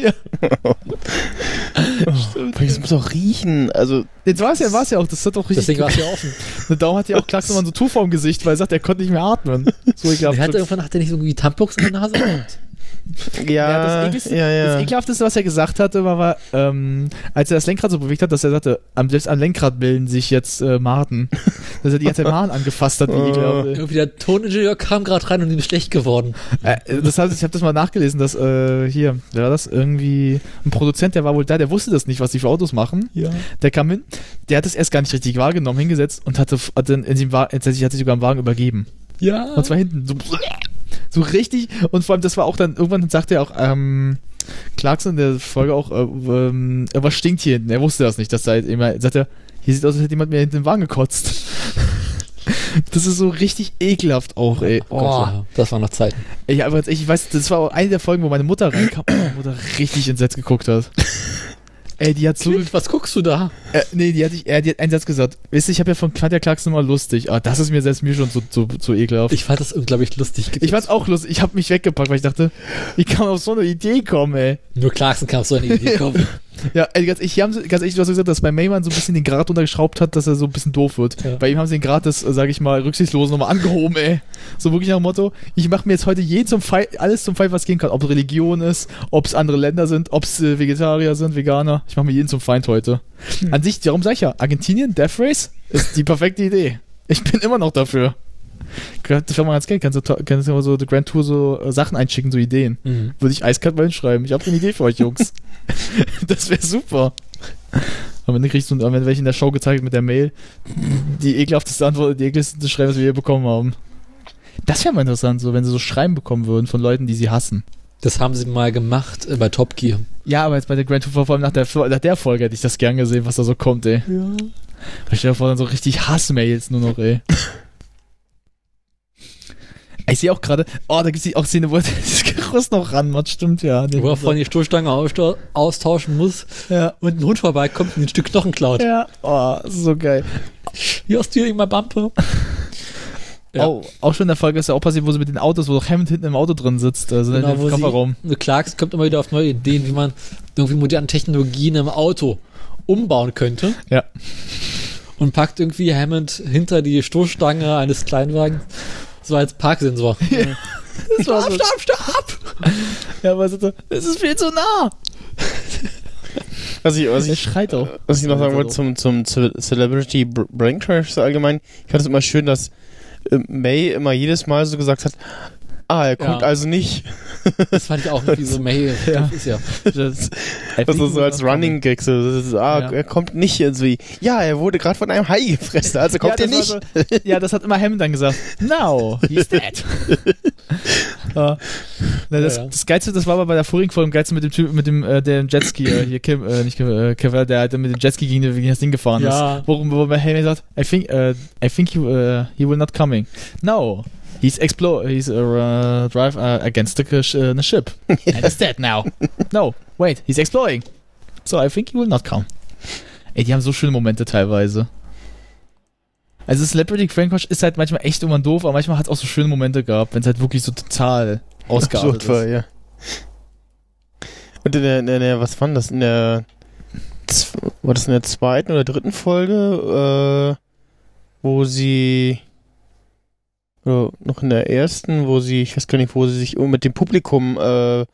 Das muss auch riechen. Also,
Jetzt war es ja, war es ja auch, das hat auch richtig.
Deswegen war es ja offen.
Der Daumen hat ja auch Klaxon so Tuch vorm Gesicht, weil er sagt, er konnte nicht mehr atmen. So ekelhaft.
Er hat irgendwann hat er nicht so irgendwie Tampons in der Nase gehabt.
Ja,
ja,
das Ekelste-
ja,
Das
ja.
ekelhafteste, was er gesagt hatte, war, war ähm, als er das Lenkrad so bewegt hat, dass er sagte, am, selbst am Lenkrad bilden sich jetzt äh, Maden. Dass er die ganze Zeit Maden angefasst hat, wie ich glaube.
Irgendwie der Toningenieur kam gerade rein und ihm ist schlecht geworden.
Äh, das hab, ich habe das mal nachgelesen, dass äh, hier, wer war das? Irgendwie ein Produzent, der war wohl da, der wusste das nicht, was die für Autos machen.
Ja.
Der kam hin, der hat es erst gar nicht richtig wahrgenommen, hingesetzt und hatte, f- hat dann in dem Wagen, tatsächlich hat sich sogar im Wagen übergeben.
Ja.
Und zwar hinten. So, so richtig. Und vor allem, das war auch dann, irgendwann sagte er auch, ähm, Clarkson in der Folge auch, äh, ähm, was stinkt hier hinten? Er wusste das nicht, dass da halt immer, sagt er, hier sieht aus, als hätte jemand mir hinten im Wagen gekotzt. Das ist so richtig ekelhaft auch, ey.
oh, Gott, ja. das waren noch Zeiten.
Ich, aber jetzt, ich weiß, das war auch eine der Folgen, wo meine Mutter reinkam und meine Mutter richtig entsetzt geguckt hat. Ey, die hat so.
Kind, was guckst du da?
Äh, nee, die hat, ich, äh, die hat einen Satz gesagt. Wisst ihr, ich habe ja von Katja Clarkson immer lustig. Ah, das ist mir selbst mir schon so, so, so ekelhaft.
Ich fand das unglaublich lustig.
Ich fand's auch lustig. Ich hab mich weggepackt, weil ich dachte, wie kann man auf so eine Idee kommen, ey?
Nur Clarkson kam auf so eine Idee kommen.
Ja, ey, ganz ehrlich, hier haben sie, ganz ehrlich, du hast gesagt, dass bei Mayman so ein bisschen den Grad untergeschraubt hat, dass er so ein bisschen doof wird.
Ja.
Bei ihm haben sie den Grad des, äh, sag ich mal, Rücksichtslosen nochmal angehoben, ey. So wirklich nach dem Motto, ich mache mir jetzt heute jeden zum Fall, alles zum Feind, was gehen kann. Ob es Religion ist, ob es andere Länder sind, ob es äh, Vegetarier sind, Veganer. Ich mache mir jeden zum Feind heute. An sich, darum sag ich ja, Argentinien, Death Race ist die perfekte Idee. Ich bin immer noch dafür. Das wäre mal ganz geil. Kannst du, to- kannst du immer so die Grand Tour so äh, Sachen einschicken, so Ideen
Mhm.
würde ich eiskalt mal hinschreiben. Ich habe eine Idee für euch, Jungs. das wäre super. Am Ende kriegst du, am Ende werde ich in der Show gezeigt mit der Mail, die ekelhafteste Antwort, die ekelhafteste Schreiben, was wir hier bekommen haben. Das wäre mal interessant, so, wenn sie so Schreiben bekommen würden von Leuten, die sie hassen.
Das haben sie mal gemacht äh, bei Top Gear.
Ja, aber jetzt bei der Grand Tour, vor allem nach der, nach der Folge hätte ich das gern gesehen, was da so kommt, ey.
Ja.
Ich stelle mir vor, dann so richtig Hassmails nur noch, ey. Ich sehe auch gerade, oh, da gibt es auch Szene, wo er das Gerüst noch ranmacht, stimmt ja.
Wo er vorhin die Stoßstange aussta- austauschen muss
ja.
und ein Hund vorbeikommt und ein Stück Knochen klaut.
Ja, oh, so geil.
Hier hast du hier immer Bumpe. Ja.
Oh, auch schon in der Folge ist ja auch passiert, wo sie mit den Autos, wo doch Hammond hinten im Auto drin sitzt, also
Genau,
in
wo
dem
sie-
Kofferraum.
Und Clarks kommt immer wieder auf neue Ideen, wie man irgendwie moderne Technologien im Auto umbauen könnte.
Ja.
Und packt irgendwie Hammond hinter die Stoßstange eines Kleinwagens, so als Parksensor.
Stopp, stopp, stopp! ja, aber so, das ist viel zu nah!
Was ich, was
Er
ich,
schreit auch.
was ich noch sagen
Also
wollte
doch.
zum, zum Ce- Celebrity Br- Brain Trash so allgemein, ich fand es immer schön, dass äh, May immer jedes Mal so gesagt hat, Ah, er guckt
Ja.
also nicht.
Das fand ich auch irgendwie so, hey,
Ja.
ja. ist ja.
Das, das ist so als Running Gag. So. Das ist, ah,
Ja.
er kommt nicht irgendwie. Ja, er wurde gerade von einem Hai gefressen, also kommt er
das war
nicht.
So, ja, das hat immer Hammond dann gesagt. Now, he's dead. ja. Na, das,
Ja, ja.
das Geilste, das war aber bei der vorigen Folge, am geilsten mit dem Typ, mit dem, äh, der im Jetski, äh, hier Kim, äh, nicht Kim, äh, Kevlar, der halt mit dem Jetski gegen, gegen das Ding gefahren
Ja.
ist. Worum, worum Hammond sagt, I think, äh, I think he, äh, he will not coming. No. He's explode, he's uh, drive uh, against the, sh- uh, the ship. And he's dead now. No, wait, he's exploring. So I think he will not come. Ey, die haben so schöne Momente teilweise. Also Celebrity Frankwatch ist halt manchmal echt immer doof, aber manchmal hat es auch so schöne Momente gehabt, wenn es halt wirklich so total ausgeartet
Absurd war,
ist.
ja. Und in der, in der- in der, was war denn das? In der, zw- war das in der zweiten oder dritten Folge, äh, wo sie, oder noch in der ersten, wo sie, ich weiß gar nicht, wo sie sich um, mit dem Publikum, äh, äh,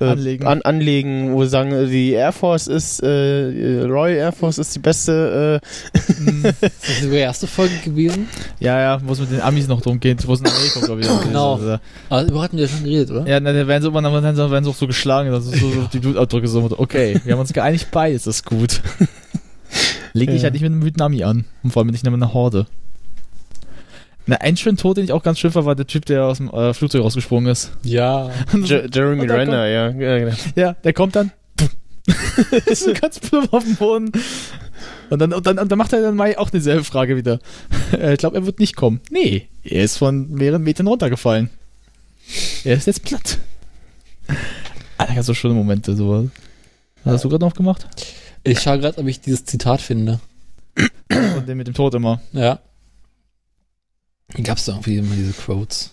Anlegen.
An, anlegen, wo sie sagen, äh, die Air Force ist, äh, Royal Air Force ist die beste, äh,
Mm,
Ist das sogar die erste Folge gewesen?
ja, ja, wo es mit den Amis noch drum geht, wo es in Amerika, glaube ich, auch
Genau.
ist. Also,
Aber darüber hatten wir schon geredet, oder?
Ja, na, da werden sie immer dann werden sie auch so geschlagen, also so, so die Blutabdrücke so. Okay, wir haben uns geeinigt, beides ist gut. Leg dich
Ja.
halt nicht mit einem wütenden Ami an. Und vor allem nicht mit einer Horde. Na, ein schönen Tod, den ich auch ganz schön fand, war der Typ, der aus dem äh, Flugzeug rausgesprungen ist.
Ja.
Je Jeremy
Und da
Renner, ja. ja genau.
Ja, der kommt dann. ist so ganz plump auf dem Boden. Und dann, und dann, und dann macht er dann Mai auch dieselbe Frage wieder. Äh, Ich glaube, er wird nicht kommen. Nee, er ist von mehreren Metern runtergefallen. Er ist jetzt platt. Alter, ganz so schöne Momente, sowas. Hast du gerade noch gemacht?
Ich schaue gerade, ob ich dieses Zitat finde.
Und den mit dem Tod immer.
Ja. Gab's da irgendwie immer diese Quotes?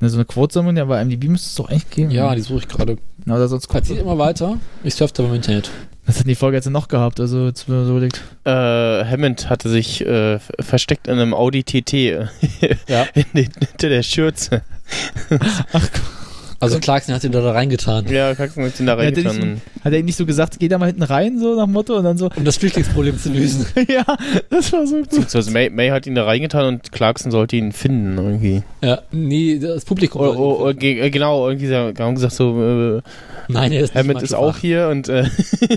Ne, so eine Quote-Sammlung, ja, bei MDB müsste es doch echt geben.
Ja, die suche ich gerade.
Na, oder sonst
Es geht
Quote.
immer weiter. Ich surfe da im Internet.
Was hat denn die Folge jetzt noch gehabt? Also, jetzt wenn man so überlegt.
Äh, Hammond hatte sich äh, f- versteckt in einem Audi TT äh,
Ja.
in den, hinter der Schürze.
Also Clarkson hat ihn da, da reingetan.
Ja, Kaxen hat ihn da
Ja, den
reingetan. und-
Hat er ihm nicht so gesagt, geh da mal hinten rein, so nach dem Motto, und dann so,
Um das Flüchtlingsproblem zu lösen.
ja, das war so gut.
Beziehungsweise May, May hat ihn da reingetan und Clarkson sollte ihn finden irgendwie.
Ja, nee, das Publikum.
Oder, oder, oder, ge- äh, genau, irgendwie so- haben gesagt so, äh,
Nein, er ist
Hammond ist auch hier und äh,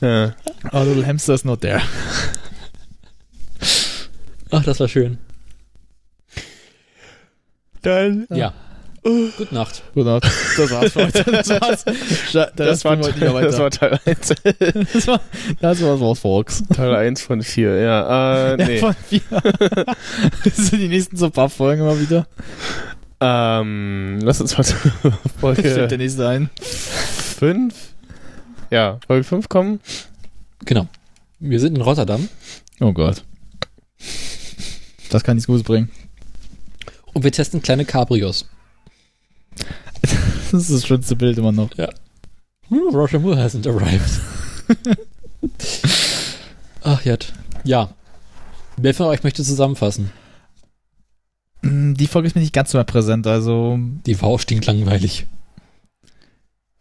ja.
Our little hamster is not there.
Ach, das war schön.
Dann,
Ja. Gute Nacht.
Gute Nacht. Genau, Das war's für heute. Das war's. Da,
das, war, das war Teil 1,
das war, das war's, war's Fox.
Teil 1 von 4, ja. Äh, nee.
Ja, von vier. das sind die nächsten so paar Folgen immer wieder.
ähm, lass uns mal zur
Stellt
Folge
der nächste ein.
5. Ja, Folge 5 kommen.
Genau. Wir sind in Rotterdam
Oh Gott. Das kann nichts Gutes bringen.
und wir testen kleine Cabrios.
Das ist das schönste Bild immer noch.
Hm, Roger Moore hasn't arrived. Ach, Jad. Ja. Wer von euch möchte zusammenfassen?
Mm, Die Folge ist mir nicht ganz so mehr präsent, also.
Die war auch stinklangweilig.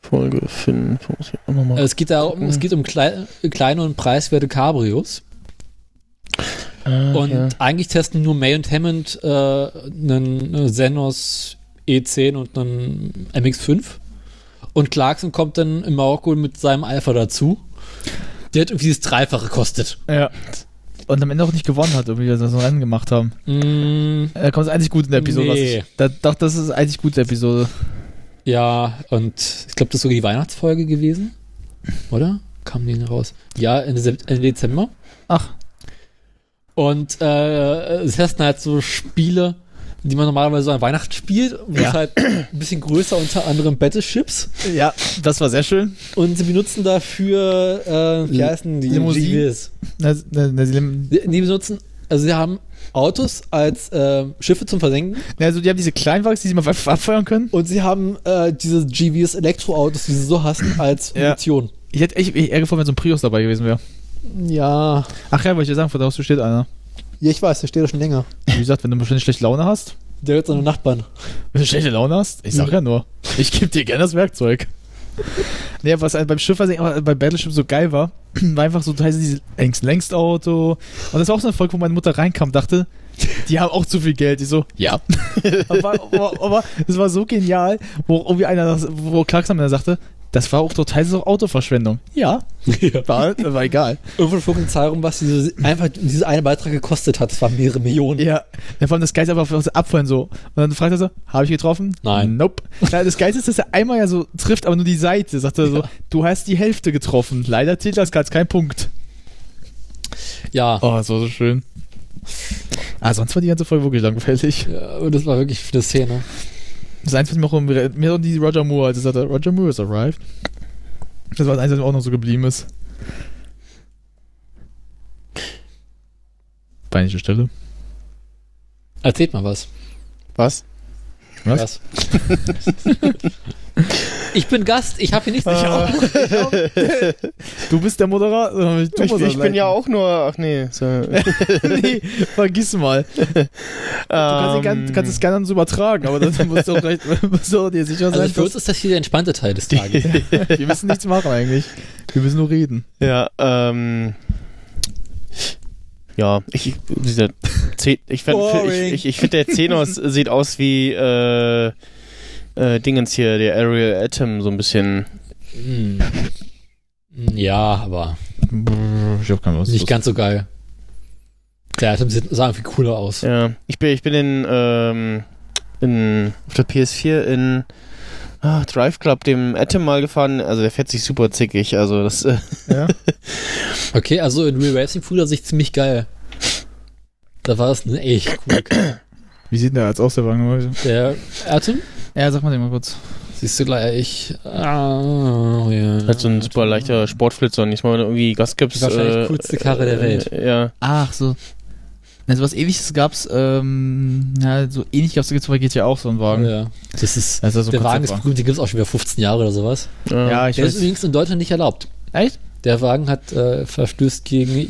Folge 5. Muss ich auch noch mal-
Es geht, darum, es geht um klei kleine und preiswerte Cabrios.
Ah,
Und
ja.
eigentlich testen nur May und Hammond äh, einen äh, Zenos E10 und einen MX5. Und Clarkson kommt dann in Marokko mit seinem Alpha dazu. Der hat irgendwie das Dreifache kostet.
Ja. Und am Ende auch nicht gewonnen hat, irgendwie, dass wir so ein Rennen gemacht haben. Äh,
Mm,
Da kommt es eigentlich gut in der Episode. was
Nee.
ich, da, doch, das ist eigentlich gut, die Episode.
ja, und ich glaube, das ist sogar die Weihnachtsfolge gewesen. Oder? Kam die denn raus? Ja, Ende, Sep- Ende Dezember.
Ach.
Und äh, es testen halt so Spiele, die man normalerweise so an Weihnachten spielt. Und das
Ja.
ist halt ein bisschen größer, unter anderem Battleships.
Ja, das war sehr schön.
Und sie benutzen dafür, äh, wie
L-
heißen die?
Limousinen?
GVs.
Na, na, na, sie nehmen-
Die, die benutzen, also sie haben Autos als äh, Schiffe zum Versenken
Na, also die haben diese Kleinwachs, die sie mal ab- abfeuern können.
und sie haben äh, diese GVs Elektroautos, die sie so hassen, als
Ja.
Munition.
Ich hätte echt eher gefallen, wenn so ein Prius dabei gewesen wäre.
Ja.
Ach ja, wollte ich dir sagen, vor der Haustür steht einer.
ja, ich weiß, der steht da schon länger.
Wie gesagt, wenn du bestimmt schlechte Laune hast, Hm.
Der hört seine Nachbarn.
wenn du schlechte Laune hast, ich sag
Mhm.
ja nur, ich gebe dir gerne das Werkzeug. Nee, was halt beim Schiff, was ich- aber bei Battleship so geil war, war einfach so teilweise dieses längst längst Auto. Und das war auch so eine Folge, wo meine Mutter reinkam, dachte, die haben auch zu viel Geld. Ich so, ja. aber, aber, aber das war so genial, wo irgendwie einer, wo Clarkson am Ende sagte, das war auch total so Autoverschwendung. Ja,
Ja.
war, war egal.
Irgendwo flog eine Zahl rum, was diese, einfach diese eine Beitrag gekostet hat. Das waren mehrere Millionen.
Ja, ja vor allem das Geilste aber auf das Abfallen so. Und dann fragt er so, habe ich getroffen?
Nein.
Nope. Ja, das Geilste ist, dass er einmal ja so trifft, aber nur die Seite. Sagt er so,
Ja.
du hast die Hälfte getroffen. Leider zählt das ganz kein Punkt.
Ja.
Oh, das war so schön. Ah, sonst war die ganze Folge wirklich langweilig.
ja. Und das war wirklich eine Szene.
Das Einzige, was mir auch mehr die Roger Moore, als er sagte, Roger Moore is arrived. Das war das Einzige, was mir auch noch so geblieben ist. Peinliche Stelle.
Erzählt mal was.
Was?
Was?
ich bin Gast, ich habe hier nichts. Ich
Ah.
auch.
Du bist der Moderator. äh, du
Ich,
musst das
ich bin
leiten.
ja auch nur. Ach nee. So, ähm,
nee, vergiss mal. Du kannst, den
Ähm,
gan- kannst es gerne an uns übertragen, aber dann musst du auch, recht, musst du auch dir sicher sein.
Also für
dass-
uns ist das hier der entspannte Teil des Tages.
wir müssen nichts machen eigentlich. Wir müssen nur reden.
Ja, ähm. Ja, ich, dieser Zeh- ich, fand,
Boring.
ich, ich, ich finde, der Zenos sieht aus wie äh, äh, Dingens hier, der Ariel Atom, so ein bisschen.
Hm. ja, aber
Ich hab keine Lust.
nicht ganz so geil. Der Atom sieht- sah irgendwie cooler aus.
Ja, ich bin, ich bin in, ähm, in, auf der PS4 in ah, Drive Club, dem Atom mal gefahren. Also der fährt sich super zickig. Also das, äh,
Ja?
Okay, also in Real Racing fühlt er sich ziemlich geil. Da war es eine echt coole Karte.
Wie sieht denn der jetzt aus, der Wagen?
Der Atom?
Ja, sag mal den mal kurz.
Siehst du gleich. Ah, ja.
halt so ein super leichter Sportflitzer. Und jetzt mal wenn du irgendwie Gas gibst.
Wahrscheinlich
äh,
coolste Karre der Welt.
Äh, ja.
Ach so. Also was ähnliches gab's, ähm, ja, so ähnlich gab's jetzt bei GTA auch so einen Wagen.
ja. Das ist.
Also so ein
der Wagen ist
Konzeptwagen.
berühmt, den gibt es auch schon wieder 15 Jahre oder sowas.
Ja, ich
der ist
weiß.
übrigens in Deutschland nicht erlaubt.
Echt?
Der Wagen hat äh, verstößt gegen E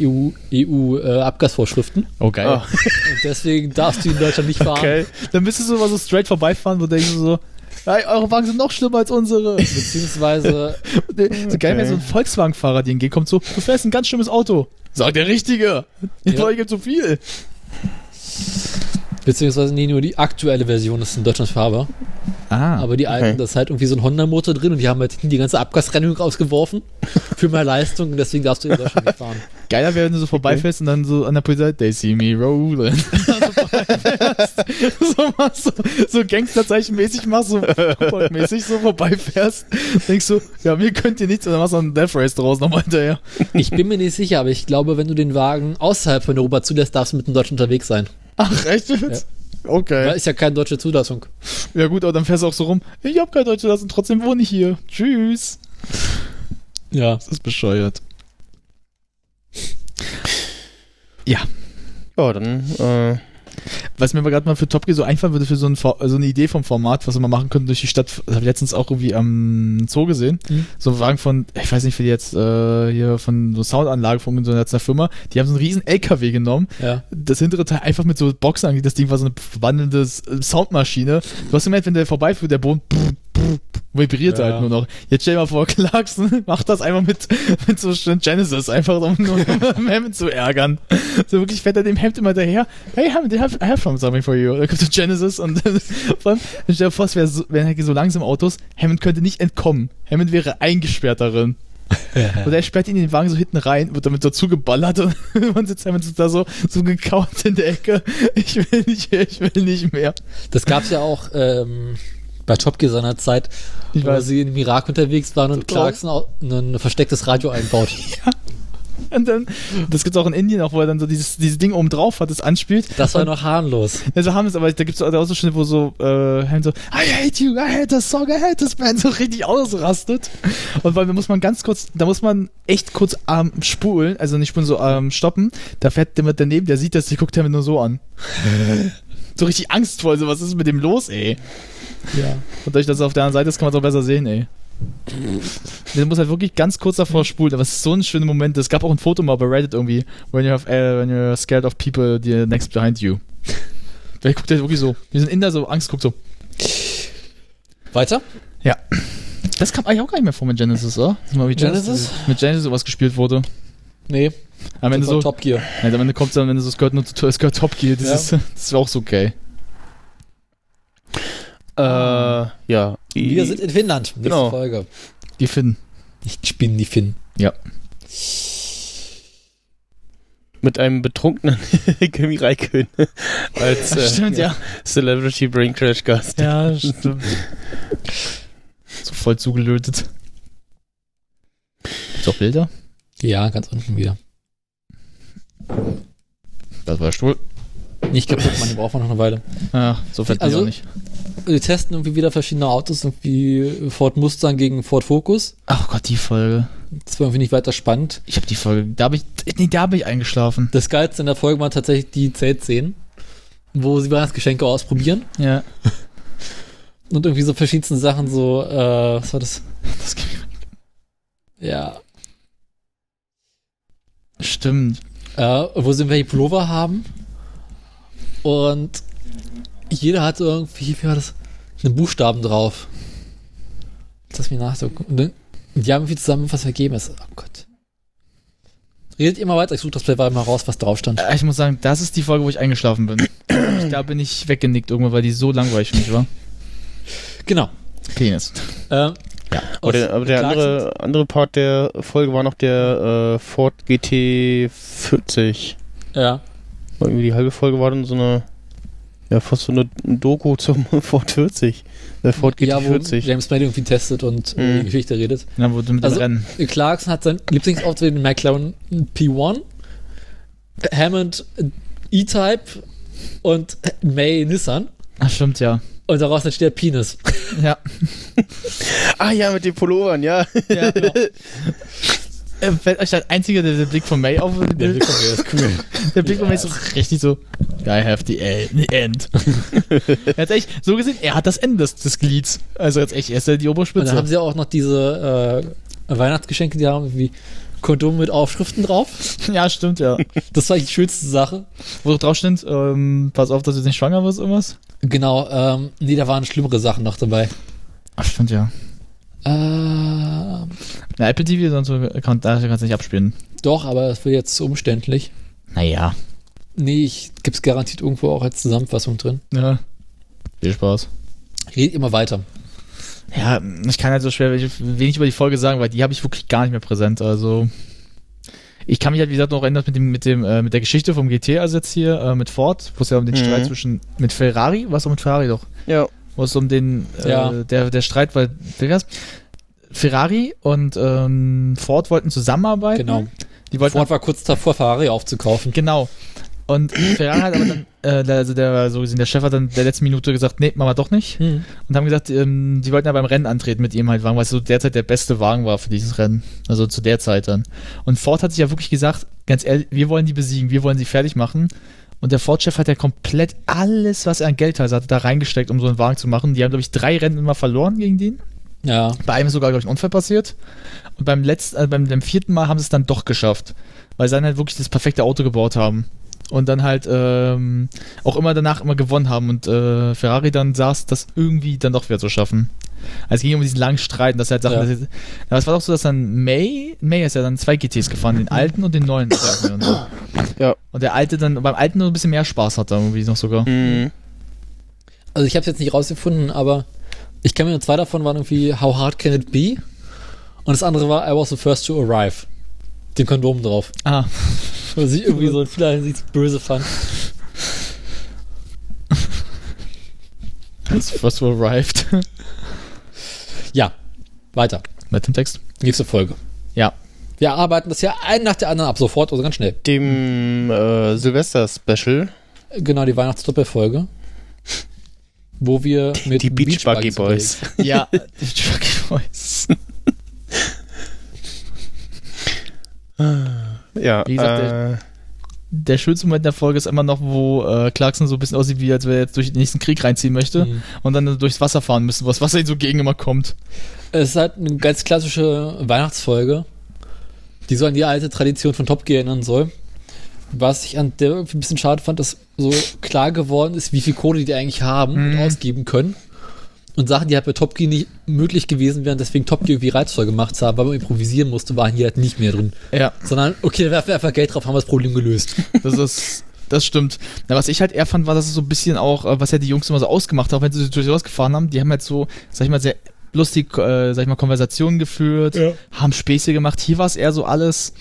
EU-Abgasvorschriften. EU, äh,
Oh geil.
Ah,
Abgasvorschriften. und deswegen darfst du in Deutschland nicht fahren.
okay.
Dann müsstest du mal so straight vorbeifahren, wo denkst du so, hey, eure Wagen sind noch schlimmer als unsere.
Beziehungsweise
Nee, So geil wäre so ein Volkswagen-Fahrer, dir entgegenkommt, so, du fährst ein ganz schlimmes Auto. Sag der Richtige. Ich
Ja.
ja. gibt zu viel.
Beziehungsweise nee, nur die aktuelle Version ist in Deutschland fahrbar.
Ah.
Aber die alten,
okay.
da ist halt irgendwie so ein Honda-Motor drin und die haben halt hinten die ganze Abgasrennung rausgeworfen für mehr Leistung und deswegen darfst du in Deutschland nicht fahren.
Geiler wäre, wenn du so vorbeifährst und dann so an der Polizei, they see me rolling. so, machst, so, so Gangsterzeichenmäßig machst, so mäßig so vorbeifährst. Denkst du, ja, mir könnt ihr nichts, und dann machst du einen Death Race draus nochmal hinterher.
Ich bin mir nicht sicher, aber ich glaube, wenn du den Wagen außerhalb von Europa zulässt, darfst du mit dem Deutschen unterwegs sein.
Ach, echt jetzt?
Da
Okay.
ist ja keine deutsche Zulassung.
Ja gut, aber dann fährst du auch so rum, ich hab kein Deutsch lassen, trotzdem wohne ich hier. Tschüss.
Ja.
Das ist bescheuert.
Ja, dann. Äh,
Was mir aber gerade mal für Top Gear so einfallen würde, für so, ein, For- so eine Idee vom Format, was wir mal machen könnten durch die Stadt, das habe ich letztens auch irgendwie am Zoo gesehen,
Mhm.
so ein Wagen von, ich weiß nicht, wie die jetzt äh, hier von so Soundanlage von so einer letzten Firma, die haben so einen riesen LKW genommen,
Ja.
das hintere Teil einfach mit so Boxen angeht, das Ding war so eine wandelnde S- äh, Soundmaschine. Du hast gemerkt, wenn der vorbeiführt, der Boden brr, brr, vibriert
Ja.
halt nur noch. Jetzt stell dir mal vor, Clarkson macht das einfach mit, mit so schön Genesis, einfach um nur Hammond zu ärgern. So wirklich fährt er dem Hemd immer daher. Hey Hammond, I have, I have something for you. Da kommt so Genesis und vor allem, stell dir vor, es wäre so, wären halt so langsam Autos, Hammond könnte nicht entkommen. Hammond wäre eingesperrt darin. Und er sperrt ihn in den Wagen so hinten rein, wird damit so zugeballert und man sitzt einfach so da so, so gekaut in der Ecke. Ich will nicht mehr, ich will nicht mehr.
Das gab's ja auch ähm, bei Top Gear seiner Zeit,
Ich
wo
weiß.
sie im Irak unterwegs waren und
Total.
Clarkson auch ein verstecktes Radio einbaut.
Und dann, das gibt's auch in Indien auch, wo er dann so dieses, dieses Ding oben drauf hat, das anspielt.
Das war noch harmlos.
Ja, so haben es, aber da gibt's auch auch so Schnitte, wo so, äh, Hammond so, I hate you, I hate this song, I hate this band, so richtig ausrastet. Und weil da muss man ganz kurz, da muss man echt kurz ähm, spulen, also nicht spulen, so ähm, stoppen. Da fährt jemand daneben, der sieht das, der guckt Hammond nur so an. so richtig angstvoll, so was ist mit dem los, ey?
Ja.
Und dadurch, dass er auf der anderen Seite ist, kann man es auch besser sehen, ey. Der muss halt wirklich ganz kurz davor spulen, aber es ist so ein schöner Moment. Es gab auch ein Foto mal bei Reddit irgendwie. When, you have, äh, when you're scared of people, the next behind you. Der guckt halt wirklich so. Wir sind Inder so, Angst guckt so.
Weiter?
Das kam eigentlich auch gar nicht mehr vor mit Genesis, oder? Das ist mal wie
Genesis?
Mit Genesis sowas gespielt wurde.
Nee.
Am Ende so,
von Top Gear.
nein, am Ende kommt dann, wenn so, es gehört nur zu, es gehört Top Gear, das,
Ja.
ist, das ist auch so geil.
Äh, ja.
Ähm, Wir sind in Finnland. Nächste
Genau.
Folge.
Die Finn.
Ich bin die Finn.
mit einem betrunkenen Kimi Räikkönen als äh,
ja.
Celebrity Brain Crash Gast.
Ja, stimmt. so voll zugelötet. Gibt's auch Bilder?
Ja, ganz unten wieder.
Das war Stuhl.
Nicht kaputt, man, den braucht man noch eine Weile.
Ah, so fett also,
Also-
auch nicht.
Wir testen irgendwie wieder verschiedene Autos, irgendwie Ford Mustang gegen Ford Focus.
Ach oh Gott, die Folge.
Das war irgendwie nicht weiter spannend.
Ich habe die Folge, da habe ich, nee, da bin ich eingeschlafen.
Das Geilste in der Folge waren tatsächlich die Zeltszenen, wo sie Weihnachtsgeschenke ausprobieren
Ja.
und irgendwie so verschiedensten Sachen so, äh, was war das?
Das ging-
Ja.
Stimmt.
Äh, wo sie irgendwelche Pullover haben und jeder hat irgendwie, wie war das? Einen Buchstaben drauf. Lass mich nachdenken. Und dann, und die haben irgendwie zusammen was vergeben ist. Oh Gott. Redet immer weiter, ich suche das Play mal raus, was drauf stand.
Äh, Ich muss sagen, das ist die Folge, wo ich eingeschlafen bin. Ich, da bin ich weggenickt irgendwann, weil die so langweilig für mich war.
Genau.
Penis.
Ähm,
Oder, aber der
Clarkson-
andere, andere Part der Folge war noch der äh, Ford GT 40.
Ja.
War irgendwie die halbe Folge war dann so eine, ja, fast so eine Doku zum Ford 40. Der Ford GT
ja, wo
40.
James May irgendwie testet und äh,
Mhm.
die Geschichte redet.
Na, wo du mit
Also-
dem Rennen.
Clarkson hat sein Lieblingsauto den McLaren P1, Hammond äh, E-Type und May Nissan.
Ach, stimmt, ja.
Und daraus entsteht der Penis.
Ja.
Ah ja, mit den Pullovern, ja.
ja Äh, fällt euch das einzige, der, der Blick von May auf dem
Der
Bild.
ist cool.
Der Blick von May ist so richtig so, I have the e- the end. er hat echt, so gesehen, er hat das Ende des, des Glieds. Also jetzt echt, er ist ja die
Und dann haben
Oberspitze.
sie auch noch diese äh, Weihnachtsgeschenke, die haben irgendwie Kondome mit Aufschriften drauf.
Ja, stimmt, ja.
Das war eigentlich die schönste Sache.
Wo drauf steht, ähm, pass auf, dass du jetzt nicht schwanger wirst, irgendwas.
Genau, ähm, nee, da waren schlimmere Sachen noch dabei.
Ach, stimmt, ja.
Ähm,
Na, Apple TV, sonst äh, kann, da kannst du nicht abspielen.
doch, aber das wird jetzt zu umständlich.
Naja.
Nee, ich gibt's garantiert irgendwo auch als Zusammenfassung drin.
Ja. Viel Spaß.
Red immer weiter.
Ja, ich kann halt so schwer wenig über die Folge sagen, weil die habe ich wirklich gar nicht mehr präsent. Also ich kann mich halt wie gesagt noch erinnern mit dem mit dem äh, mit der Geschichte vom GT also jetzt hier äh, mit Ford, wo es ja um den
Mhm.
Streit zwischen mit Ferrari, was auch mit Ferrari doch,
Ja,
wo es um den äh,
Ja.
der der Streit weil wie war's? Ferrari und ähm, Ford wollten zusammenarbeiten.
Genau.
Die wollten
Ford war kurz davor, Ferrari aufzukaufen.
Genau. Und Ferrari hat aber dann, äh, also der, so gesehen, der Chef hat dann der letzten Minute gesagt, nee, machen wir doch nicht.
Hm.
Und haben gesagt, ähm, die wollten ja beim Rennen antreten mit ihm halt Wagen, weil es so derzeit der beste Wagen war für dieses Rennen. Also zu der Zeit dann. Und Ford hat sich ja wirklich gesagt, ganz ehrlich, wir wollen die besiegen, wir wollen sie fertig machen. Und der Ford-Chef hat ja komplett alles, was er an Geld hatte, da reingesteckt, um so einen Wagen zu machen. Die haben, glaube ich, drei Rennen immer verloren gegen den.
Ja.
Bei einem ist sogar, glaube ich, ein Unfall passiert. Und beim letzten, äh, beim, beim vierten Mal haben sie es dann doch geschafft. Weil sie dann halt wirklich das perfekte Auto gebaut haben. Und dann halt ähm, auch immer danach immer gewonnen haben. Und äh, Ferrari dann saß, das irgendwie dann doch wieder zu schaffen. Also es ging um diesen langen Streit. und Dass er halt Sachen,
Ja.
dass jetzt, aber es war doch so, dass dann May, May ist ja dann zwei GTs gefahren, den alten und den neuen. Und, so.
Ja.
und der alte dann, beim alten nur ein bisschen mehr Spaß hatte irgendwie noch sogar.
mhm.
Also ich habe es jetzt nicht rausgefunden, aber ich kann mir nur zwei davon waren irgendwie How Hard Can It Be? Und das andere war I Was the First to Arrive. Den Kondom drauf.
Ah,
Was ich irgendwie so in vieler Hinsicht böse fand.
was so arrived.
Ja. Weiter.
Mit dem Text.
Nächste Folge.
Ja.
Wir arbeiten das ja ein nach der anderen ab, sofort, also ganz schnell.
Dem äh, Silvester-Special.
Genau, die Weihnachtsdoppelfolge. Wo wir mit
Die Beach Buggy
Beachbuggies
Boys.
Ja, die Truck Boys.
Ja,
Wie gesagt, der-
äh,
der schönste Moment der Folge ist immer noch, wo äh, Clarkson so ein bisschen aussieht, wie als wäre er jetzt durch den nächsten Krieg reinziehen möchte
Mhm.
und dann durchs Wasser fahren müssen, wo das Wasser ihm so gegen immer kommt.
Es ist halt eine ganz klassische Weihnachtsfolge, die so an die alte Tradition von Top Gear erinnern soll. Was ich an der irgendwie ein bisschen schade fand, dass so klar geworden ist, wie viel Kohle die eigentlich haben und
Mhm.
ausgeben können. Und Sachen, die halt bei Top Gear nicht möglich gewesen wären, deswegen Top Gear irgendwie reizvoll gemacht haben, weil man improvisieren musste, waren hier halt nicht mehr drin.
Ja,
Sondern, okay, dann werfen wir einfach Geld drauf, haben wir das Problem gelöst.
das ist. Das stimmt. Na, was ich halt eher fand, war, dass es so ein bisschen auch, äh, was ja die Jungs immer so ausgemacht haben, wenn sie durch rausgefahren haben, die haben halt so, sag ich mal, sehr lustig, äh, sag ich mal, Konversationen geführt, haben Späße gemacht. Hier war es eher so alles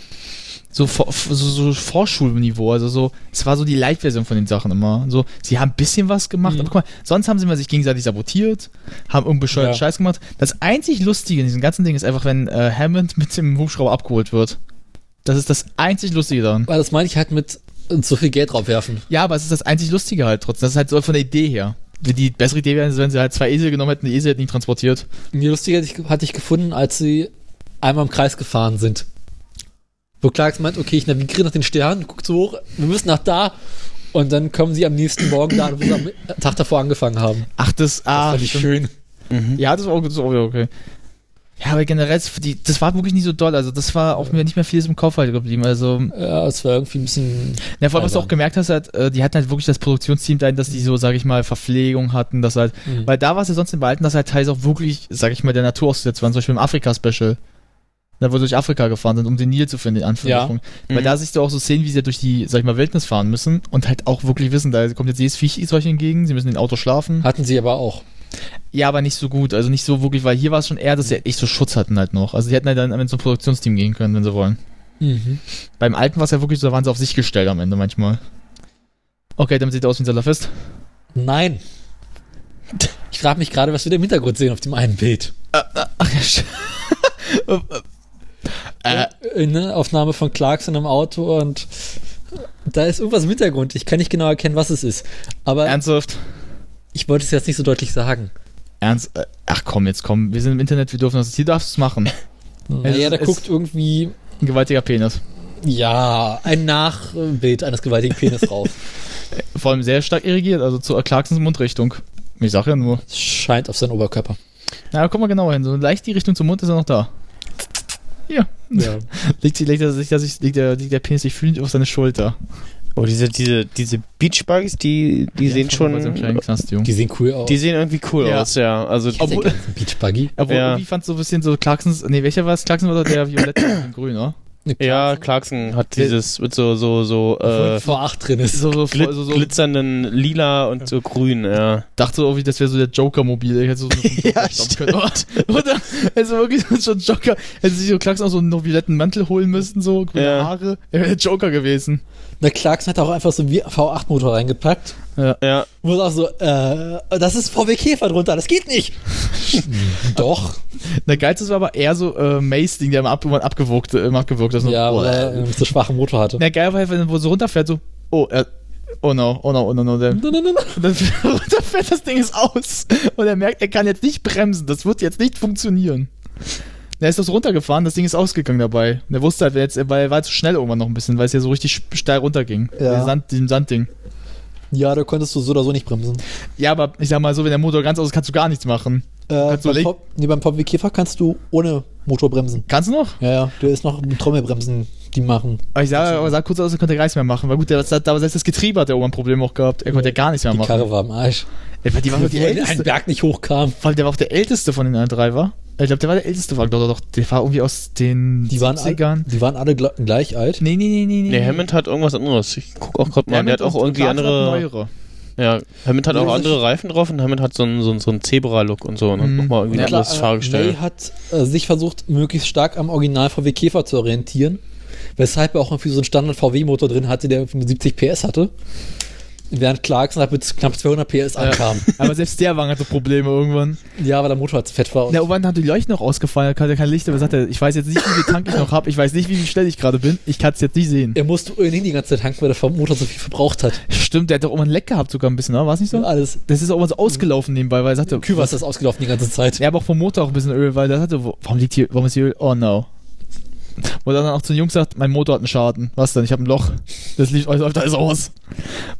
so, vor- f- so, so Vorschulniveau, also so, es war so die Light-Version von den Sachen immer. So, sie haben ein bisschen was gemacht,
Mhm.
aber guck mal, sonst haben sie mal sich gegenseitig sabotiert, haben irgendeinen bescheuerten
Ja.
Scheiß gemacht. Das einzig Lustige in diesem ganzen Ding ist einfach, wenn äh, Hammond mit dem Hubschrauber abgeholt wird. Das ist das einzig Lustige daran.
Weil das meine ich halt mit äh, so viel Geld draufwerfen.
Ja, aber es ist das einzig Lustige halt trotzdem. Das ist halt so von der Idee her. Wenn die bessere Idee wäre, wenn sie halt zwei Esel genommen hätten, die Esel hätten ihn transportiert.
Mir lustiger hatte ich- hatte ich gefunden, als sie einmal im Kreis gefahren sind. Wo Clarks meint, okay, ich navigiere nach den Sternen, guck so hoch, wir müssen nach da. Und dann kommen sie am nächsten Morgen da, wo sie am Tag davor angefangen haben.
Ach, das, ah,
fand ich schön.
Ja, das war auch, das war auch okay. Ja, aber generell, das- die, das war wirklich nicht so doll. Also, das war auch mir nicht mehr vieles im Kopf halt geblieben. Also,
Ja, es war irgendwie ein bisschen.
na, vor allem, was du
Also.
auch gemerkt hast, halt, äh, die hatten halt wirklich das Produktionsteam dahin, dass die so, sag ich mal, Verpflegung hatten, dass halt,
Mhm.
weil da war es ja sonst im Behalten, dass halt teils auch wirklich, sag ich mal, der Natur ausgesetzt waren, zum Beispiel im Afrika-Special. Da, wo sie durch Afrika gefahren sind, um den Nil zu finden, in Anführungszeichen. Weil
Mhm.
da siehst du auch so Szenen, wie sie durch die, sag ich mal, Wildnis fahren müssen und halt auch wirklich wissen, da kommt jetzt jedes Viech euch entgegen, sie müssen in Auto schlafen.
Hatten sie aber auch.
Ja, aber nicht so gut. Also nicht so wirklich, weil hier war es schon eher, dass sie halt echt so Schutz hatten halt noch. Also die hätten halt dann am Ende zum Produktionsteam gehen können, wenn sie wollen.
Mhm.
Beim alten war es ja wirklich so, da waren sie auf sich gestellt am Ende manchmal. Okay, damit sieht er aus wie ein Salafist.
Nein. Ich frage mich gerade, was wir da im Hintergrund sehen auf dem einen Bild.
Ach ja, sch- Äh.
Äh, ne? Aufnahme von Clarks in einem Auto und da ist irgendwas im Hintergrund. Ich kann nicht genau erkennen, was es ist. Aber
Ernsthaft?
ich wollte es jetzt nicht so deutlich sagen.
Ernst? Äh, Ach komm, jetzt komm. Wir sind im Internet, wir dürfen das. Hier darfst du es machen.
Naja, da
es-
guckt irgendwie,
Ein gewaltiger Penis.
ja, ein Nachbild eines gewaltigen Penis drauf.
Vor allem sehr stark irrigiert, also zu Clarksons Mundrichtung. Ich sag ja nur.
Es Scheint auf seinen Oberkörper.
Na, guck mal genauer hin. So leicht die Richtung zum Mund ist er noch da. Hier.
Ja.
Liegt, sie- liegt, er sich, dass ich, liegt, der, liegt der Penis sich fühlend auf seine Schulter.
Oh, diese, diese, diese Beachbuggies, die, die sehen
Bei seinem kleinen
schon.
Knast, Junge.
Die sehen cool aus.
Die sehen irgendwie cool
Ja.
aus, ja. Also
Obwohl-
Beach Buggy.
Obwohl,
Ja.
irgendwie fand so ein bisschen so Clarksons, nee, welcher war es? Clarkson war doch der violette mit dem Grün, oder?
Ja, Clarkson hat dieses mit so, so, so, äh,
vor acht drin ist.
So, so,
glit
so, so,
glitzernden Lila und so grün, ja.
dachte so irgendwie, das wäre so der Joker-Mobil. Ich hätte so ja, können. Oder? Also wirklich so ein Joker. Hätte sich so Clarkson auch so einen violetten Mantel holen müssen, so grüne
Ja.
Haare. Er wäre der Joker gewesen.
Na, Clarkson hat auch einfach so einen V8-Motor reingepackt.
Ja,
Wo es auch so, äh, das ist VW Käfer drunter, das geht nicht. Doch.
Der geilste war aber eher so äh, Mace-Ding, der immer, ab, immer abgewürgt, immer abgewürgt ist.
Ja,
Boah.
weil er einen so schwachen Motor hatte.
Na, geil war halt, wenn er wo so runterfährt, so, oh, er, oh no, oh no, oh no, oh no, der,
Nein, nein, nein, nein.
Und dann fährt er runter, fährt das Ding ist aus. Und er merkt, er kann jetzt nicht bremsen. Das wird jetzt nicht funktionieren. Er ist das runtergefahren, das Ding ist ausgegangen dabei. Und er wusste halt, wenn jetzt, weil er war zu schnell irgendwann noch ein bisschen, weil es ja so richtig steil runterging.
Ja.
Diesem Sand, diesem Sandding.
Ja, da konntest du so oder so nicht bremsen.
Ja, aber ich sag mal so, wenn der Motor ganz aus ist, kannst du gar nichts machen.
Äh,
Kannst du
beim,
leg-
Pop, nee, beim VW Käfer kannst du ohne Motor bremsen.
Kannst du noch?
Ja, ja, du ist noch mit Trommelbremsen, die machen.
Aber ich sah, aber sah kurz aus, er konnte gar nichts mehr machen. Weil gut, der, da, selbst das Getriebe hat er irgendwann ein Problem auch gehabt. Er konnte ja gar nichts mehr
Die
machen.
Karre war am Arsch.
Ey, Die war doch die
Wo er einen
älteste.
Berg nicht hochkam.
Vor allem, der war auch der älteste von den allen drei, war? Ich glaube, der war der älteste, war doch, doch, der war irgendwie aus den
Die waren, alle,
70ern.
die waren alle gl- gleich alt.
Nee, nee, nee, nee, nee.
nee, Hammond hat irgendwas anderes. Ich guck auch gerade mal, der hat auch irgendwie andere.
Neuere.
Ja, Hammond hat
Ja,
auch
das
andere Reifen drauf und Hammond hat so einen, so einen, so einen Zebra-Look und so und
Mhm.
mhm. nochmal irgendwie ein
Ja,
Klar,
anderes
äh,
Fahrgestell.
May hat äh, sich versucht, möglichst stark am Original VW Käfer zu orientieren, weshalb er auch irgendwie so einen Standard VW Motor drin hatte, der irgendwie nur 70 PS hatte, während Clarkson halt mit knapp 200 PS ankam.
Aber selbst der Wagen hatte Probleme irgendwann.
Ja, weil der Motor halt zu fett war.
Na, irgendwann hat die Leuchte noch ausgefallen, er hatte kein Licht, aber sagt er, ich weiß jetzt nicht, wie viel Tank ich noch habe, ich weiß nicht, wie viel schnell ich gerade bin, ich kann es jetzt nicht sehen.
er musste ohnehin die ganze Zeit tanken, weil der vom Motor so viel verbraucht hat.
Stimmt, der hat doch irgendwann ein Leck gehabt sogar ein bisschen, ne? war es nicht so?
Alles
Das ist auch irgendwann so ausgelaufen nebenbei, weil er sagte,
Kühlwasser ist ausgelaufen die ganze Zeit.
Ja, aber auch vom Motor auch ein bisschen Öl, weil der sagte, wo- warum liegt hier, warum ist hier Öl? Oh no. Wo er dann auch zu den Jungs sagt, mein Motor hat einen Schaden. Was denn? Ich habe ein Loch. Das Licht läuft alles aus.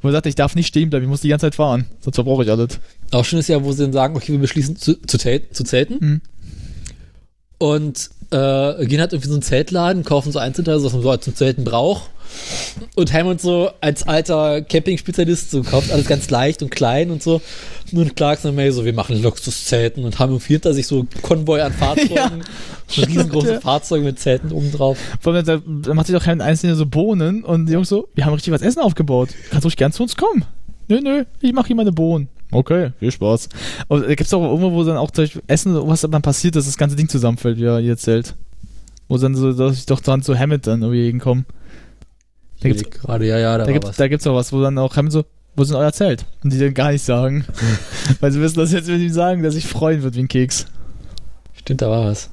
Wo er sagt, ich darf nicht stehen bleiben, ich muss die ganze Zeit fahren. Sonst verbrauche ich alles.
Auch schön ist ja, wo sie dann sagen, okay, wir beschließen zu, zu, tel- zu zelten.
Mhm.
Und äh, gehen halt irgendwie so einen Zeltladen, kaufen so Einzelteile, was man so halt zum Zelten braucht. Und Hammond so als alter Camping-Spezialist so kauft alles ganz leicht und klein und so. Und Clarkson und May so, wir machen Luxuszelten und haben irgendwie hinter sich so einen Konvoi an Fahrzeugen.
Ja,
so riesengroße
stimmt, ja.
Fahrzeuge mit Zelten oben drauf.
Vor allem, da, da macht sich doch kein einzelner so Bohnen und die Jungs so, wir haben richtig was Essen aufgebaut. Kannst ruhig gern zu uns kommen. Nö, nö, ich mache hier meine Bohnen. Okay, viel Spaß. Und äh, gibt's auch irgendwo, wo dann auch zum Beispiel Essen, was dann passiert, dass das ganze Ding zusammenfällt, wie er ihr erzählt. Wo dann so, dass ich doch dann zu Hammett dann irgendwie hinkommen. Da gibt's,
gerade, ja, ja, da,
da
war
gibt's,
was.
da gibt's auch was, wo dann auch Hammett so, wo sind euer Zelt? Und die dann gar nicht sagen. Weil sie wissen, dass jetzt, wenn sie ihm sagen, dass ich freuen wird wie ein Keks.
Stimmt, da war was.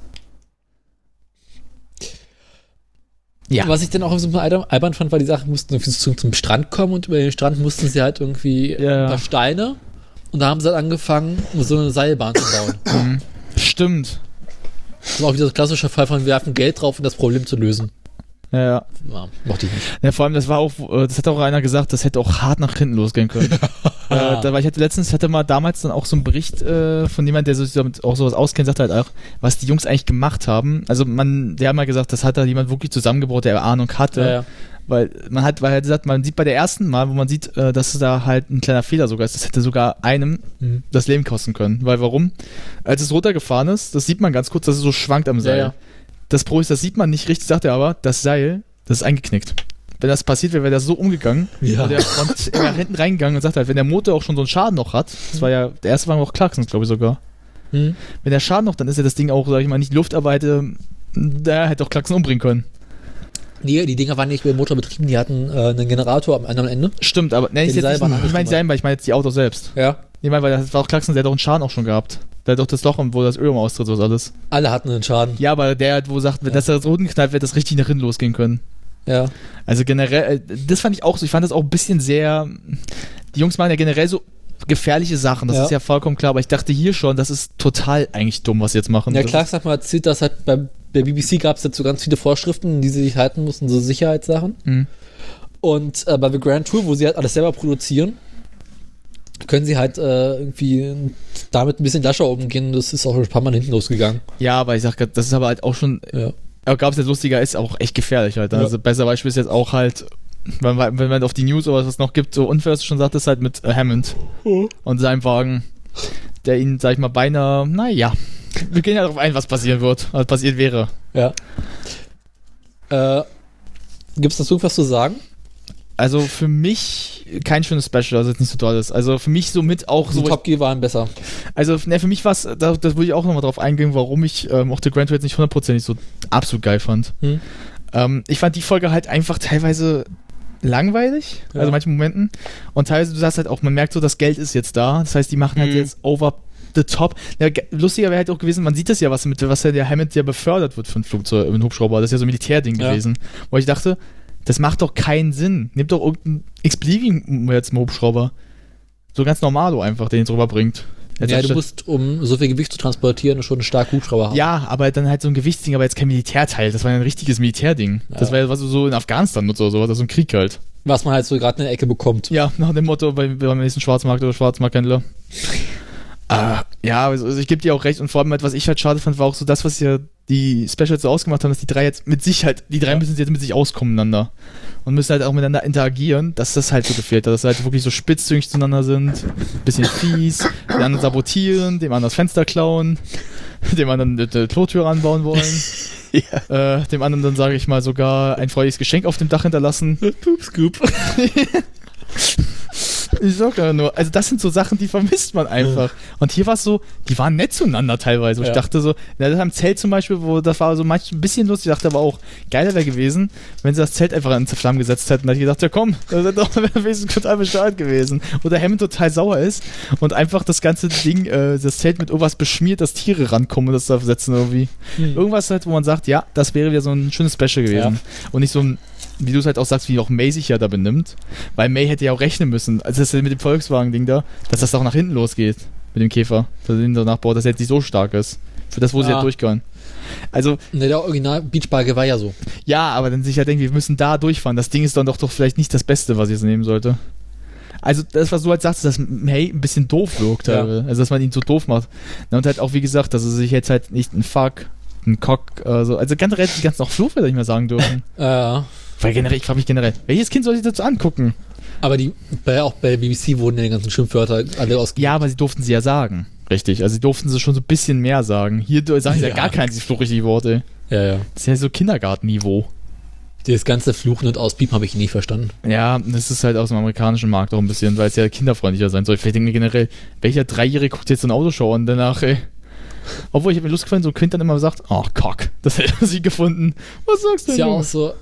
Ja.
Was ich dann auch so ein bisschen albern- albern fand, war, die Sachen mussten irgendwie zum, zum Strand kommen und über den Strand mussten sie halt irgendwie
Ja.
ein paar Steine und da haben sie halt angefangen, so eine Seilbahn zu bauen.
Stimmt.
Das war auch wieder so ein klassischer Fall von, wir werfen Geld drauf, um das Problem zu lösen.
Ja, ja.
Ja, mochte ich nicht.
Ja, vor allem, das war auch, äh, das hat auch einer gesagt, das hätte auch hart nach hinten losgehen können. äh, da, weil ich hatte letztens, hatte mal damals dann auch so einen Bericht äh, von jemand, der sich damit auch sowas auskennt, sagte halt auch, was die Jungs eigentlich gemacht haben. Also man, der hat mal gesagt, das hat da jemand wirklich zusammengebaut, der Ahnung hatte.
Ja, ja.
Weil man hat, weil er gesagt, man sieht bei der ersten Mal, wo man sieht, äh, dass da halt ein kleiner Fehler sogar ist, das hätte sogar einem
Mhm.
das Leben kosten können. Weil warum? Als es runtergefahren ist, das sieht man ganz kurz, dass es so schwankt am Seil.
ja.
Das Pro ist, das sieht man nicht richtig, sagt er aber, das Seil, das ist eingeknickt. Wenn das passiert wäre, wäre das so umgegangen.
Ja.
Und er ist immer hinten reingegangen und sagt halt, wenn der Motor auch schon so einen Schaden noch hat, das war ja, der erste Wagen war auch Clarksons, glaube ich sogar.
Hm.
Wenn der Schaden noch, dann ist ja das Ding auch, sag ich mal, nicht Luftarbeit, ähm, da hätte auch Clarkson umbringen können.
Nee, die Dinger waren nicht mit dem Motor betrieben, die hatten äh, einen Generator am anderen Ende.
Stimmt, aber ne,
die
ich, jetzt nicht,
Seilbahn hat
ich meine
nicht
die Seilbahn, ich meine jetzt die Autos selbst.
Ja.
Ich meine, weil das war auch Clarkson, der hat auch einen Schaden auch schon gehabt. Der hat doch das Loch, wo das Öl austritt, sowas alles.
Alle hatten einen Schaden.
Ja, aber der hat, wo sagt, wenn das da unten knallt, wird das richtig nach hinten losgehen können.
Ja.
Also generell, äh, das fand ich auch so, ich fand das auch ein bisschen sehr, die Jungs machen ja generell so gefährliche Sachen, das
Ja.
ist ja vollkommen klar, aber ich dachte hier schon, das ist total eigentlich dumm, was sie jetzt machen.
Ja,
Das
Clarks hat mal erzählt, dass halt bei der BBC gab es dazu ganz viele Vorschriften, die sie sich halten mussten, so Sicherheitssachen.
Mhm.
Und äh, bei The Grand Tour, wo sie halt alles selber produzieren, können sie halt äh, irgendwie damit ein bisschen lascher umgehen. Das ist auch ein paar Mal hinten losgegangen.
Ist, ja, aber ich sag grad, das ist aber halt auch schon,
Ja.
aber gab es jetzt lustiger, ist auch echt gefährlich halt. Also besser Beispiel ist jetzt auch halt, wenn, man- wenn man auf die News oder was es noch gibt, so unfair, was du schon sagtest, halt mit äh, Hammond
Mhm.
und seinem Wagen, der ihn, sag ich mal, beinahe, naja, wir gehen ja darauf ein, was passieren wird, was passiert wäre.
ja. Äh, Gibt es dazu irgendwas zu sagen?
Also für mich kein schönes Special, also jetzt nicht so toll ist. Also für mich somit auch
Die
so.
Top Gear waren besser.
also ne, für mich war es, da, das würde ich auch nochmal drauf eingehen, warum ich ähm, auch The Grand Tour jetzt nicht hundertprozentig so absolut geil fand.
Hm.
Ähm, ich fand die Folge halt einfach teilweise langweilig,
Ja.
also in manchen Momenten. Und teilweise, du sagst halt auch, man merkt so, das Geld ist jetzt da. Das heißt, die machen halt
Hm.
Mhm.
jetzt over the top. Ja, ge- lustiger wäre halt auch gewesen, man sieht das ja, was mit was ja der Hammett ja befördert wird von Flugzeug, äh, mit Hubschrauber. Das ist ja so ein Militärding
Ja.
gewesen. Wo ich dachte, das macht doch keinen Sinn. Nimm doch irgendeinen X-Believing jetzt einen Hubschrauber. So ganz normalo einfach, den jetzt rüberbringt. Jetzt
Ja, du
anstatt-
musst, um so viel Gewicht zu transportieren, schon einen starken Hubschrauber haben.
ja, aber dann halt so ein Gewichtsding, aber jetzt kein Militärteil. Das war ein richtiges Militärding. Das
Ja.
war ja was du so in Afghanistan nutzt oder sowas, also ein Krieg halt.
Was man halt so gerade in der Ecke bekommt.
Ja, nach dem Motto bei, beim nächsten Schwarzmarkt oder Schwarzmarkthändler. Ah, ja, also also ich gebe dir auch recht und vor allem halt, was ich halt schade fand, war auch so das, was ja die Specials so ausgemacht haben, dass die drei jetzt mit sich halt, die drei müssen jetzt mit sich auskommen miteinander und müssen halt auch miteinander interagieren, dass das halt so gefehlt hat, dass sie halt wirklich so spitzzüngig zueinander sind, bisschen fies, den anderen sabotieren, dem anderen das Fenster klauen, dem anderen eine, eine Klotür anbauen wollen, äh, dem anderen dann sage ich mal sogar ein freudiges Geschenk auf dem Dach hinterlassen.
Poop Scoop.
Ich sag ja nur, also das sind so Sachen, die vermisst man einfach. Und hier war es so, die waren nett zueinander teilweise. Und Ich
Ja.
dachte so, na, das am Zelt zum Beispiel, wo das war so manch ein bisschen lustig, ich dachte aber auch, geiler wäre gewesen, wenn sie das Zelt einfach in Flammen gesetzt hätten. Da hätte ich gedacht, ja komm, das wäre doch wär wenigstens total bescheuert gewesen. Oder Hammond total sauer ist und einfach das ganze Ding, äh, das Zelt mit irgendwas beschmiert, dass Tiere rankommen und das da setzen irgendwie.
Mhm.
Irgendwas halt, wo man sagt, ja, das wäre wieder so ein schönes Special gewesen. Und nicht so ein, wie du es halt auch sagst, wie auch May sich ja da benimmt. Weil May hätte ja auch rechnen müssen, also das mit dem Volkswagen-Ding da, dass das auch nach hinten losgeht mit dem Käfer, dass er ihn so nachbaut, dass er jetzt nicht so stark ist. Für das, wo sie
Ja.
halt durchgehen. Also,
Ne, der Original Beachbarge war ja so.
ja, aber dann sich halt denken, wir müssen da durchfahren. Das Ding ist dann doch, doch vielleicht nicht das Beste, was ich jetzt nehmen sollte. Also, das, was du halt sagst, dass May ein bisschen doof wirkt.
Ja.
teilweise. Also, dass man ihn so doof macht. Na, Und halt auch, wie gesagt, dass er sich jetzt halt nicht ein Fuck Captain Cock, äh, so. also generell die ganzen auch Fluchwörter nicht mehr sagen dürfen.
Ja.
Weil generell, ich frage mich generell, welches Kind soll sich dazu angucken?
aber die, bei, auch bei der BBC wurden ja die ganzen Schimpfwörter alle ausgegeben.
Ja, aber sie durften sie ja sagen. Richtig, also sie durften sie schon so ein bisschen mehr sagen. Hier du- sagen sie ja,
Ja.
gar kein einziges fluchrichtige Worte.
Ja, ja.
Das ist ja so Kindergartenniveau.
Das ganze Fluchen und Auspiepen habe ich nie verstanden.
Ja, das ist halt aus dem amerikanischen Markt auch ein bisschen, weil es ja kinderfreundlicher sein soll. Vielleicht denke ich mir generell, welcher Dreijährige guckt jetzt so eine Autoshow und danach, ey. Obwohl, ich habe mir Lust gefallen, so ein Kind dann immer sagt, oh, Cock, das hätte er sie gefunden. Was sagst du
Ist ja
Junge?
auch so.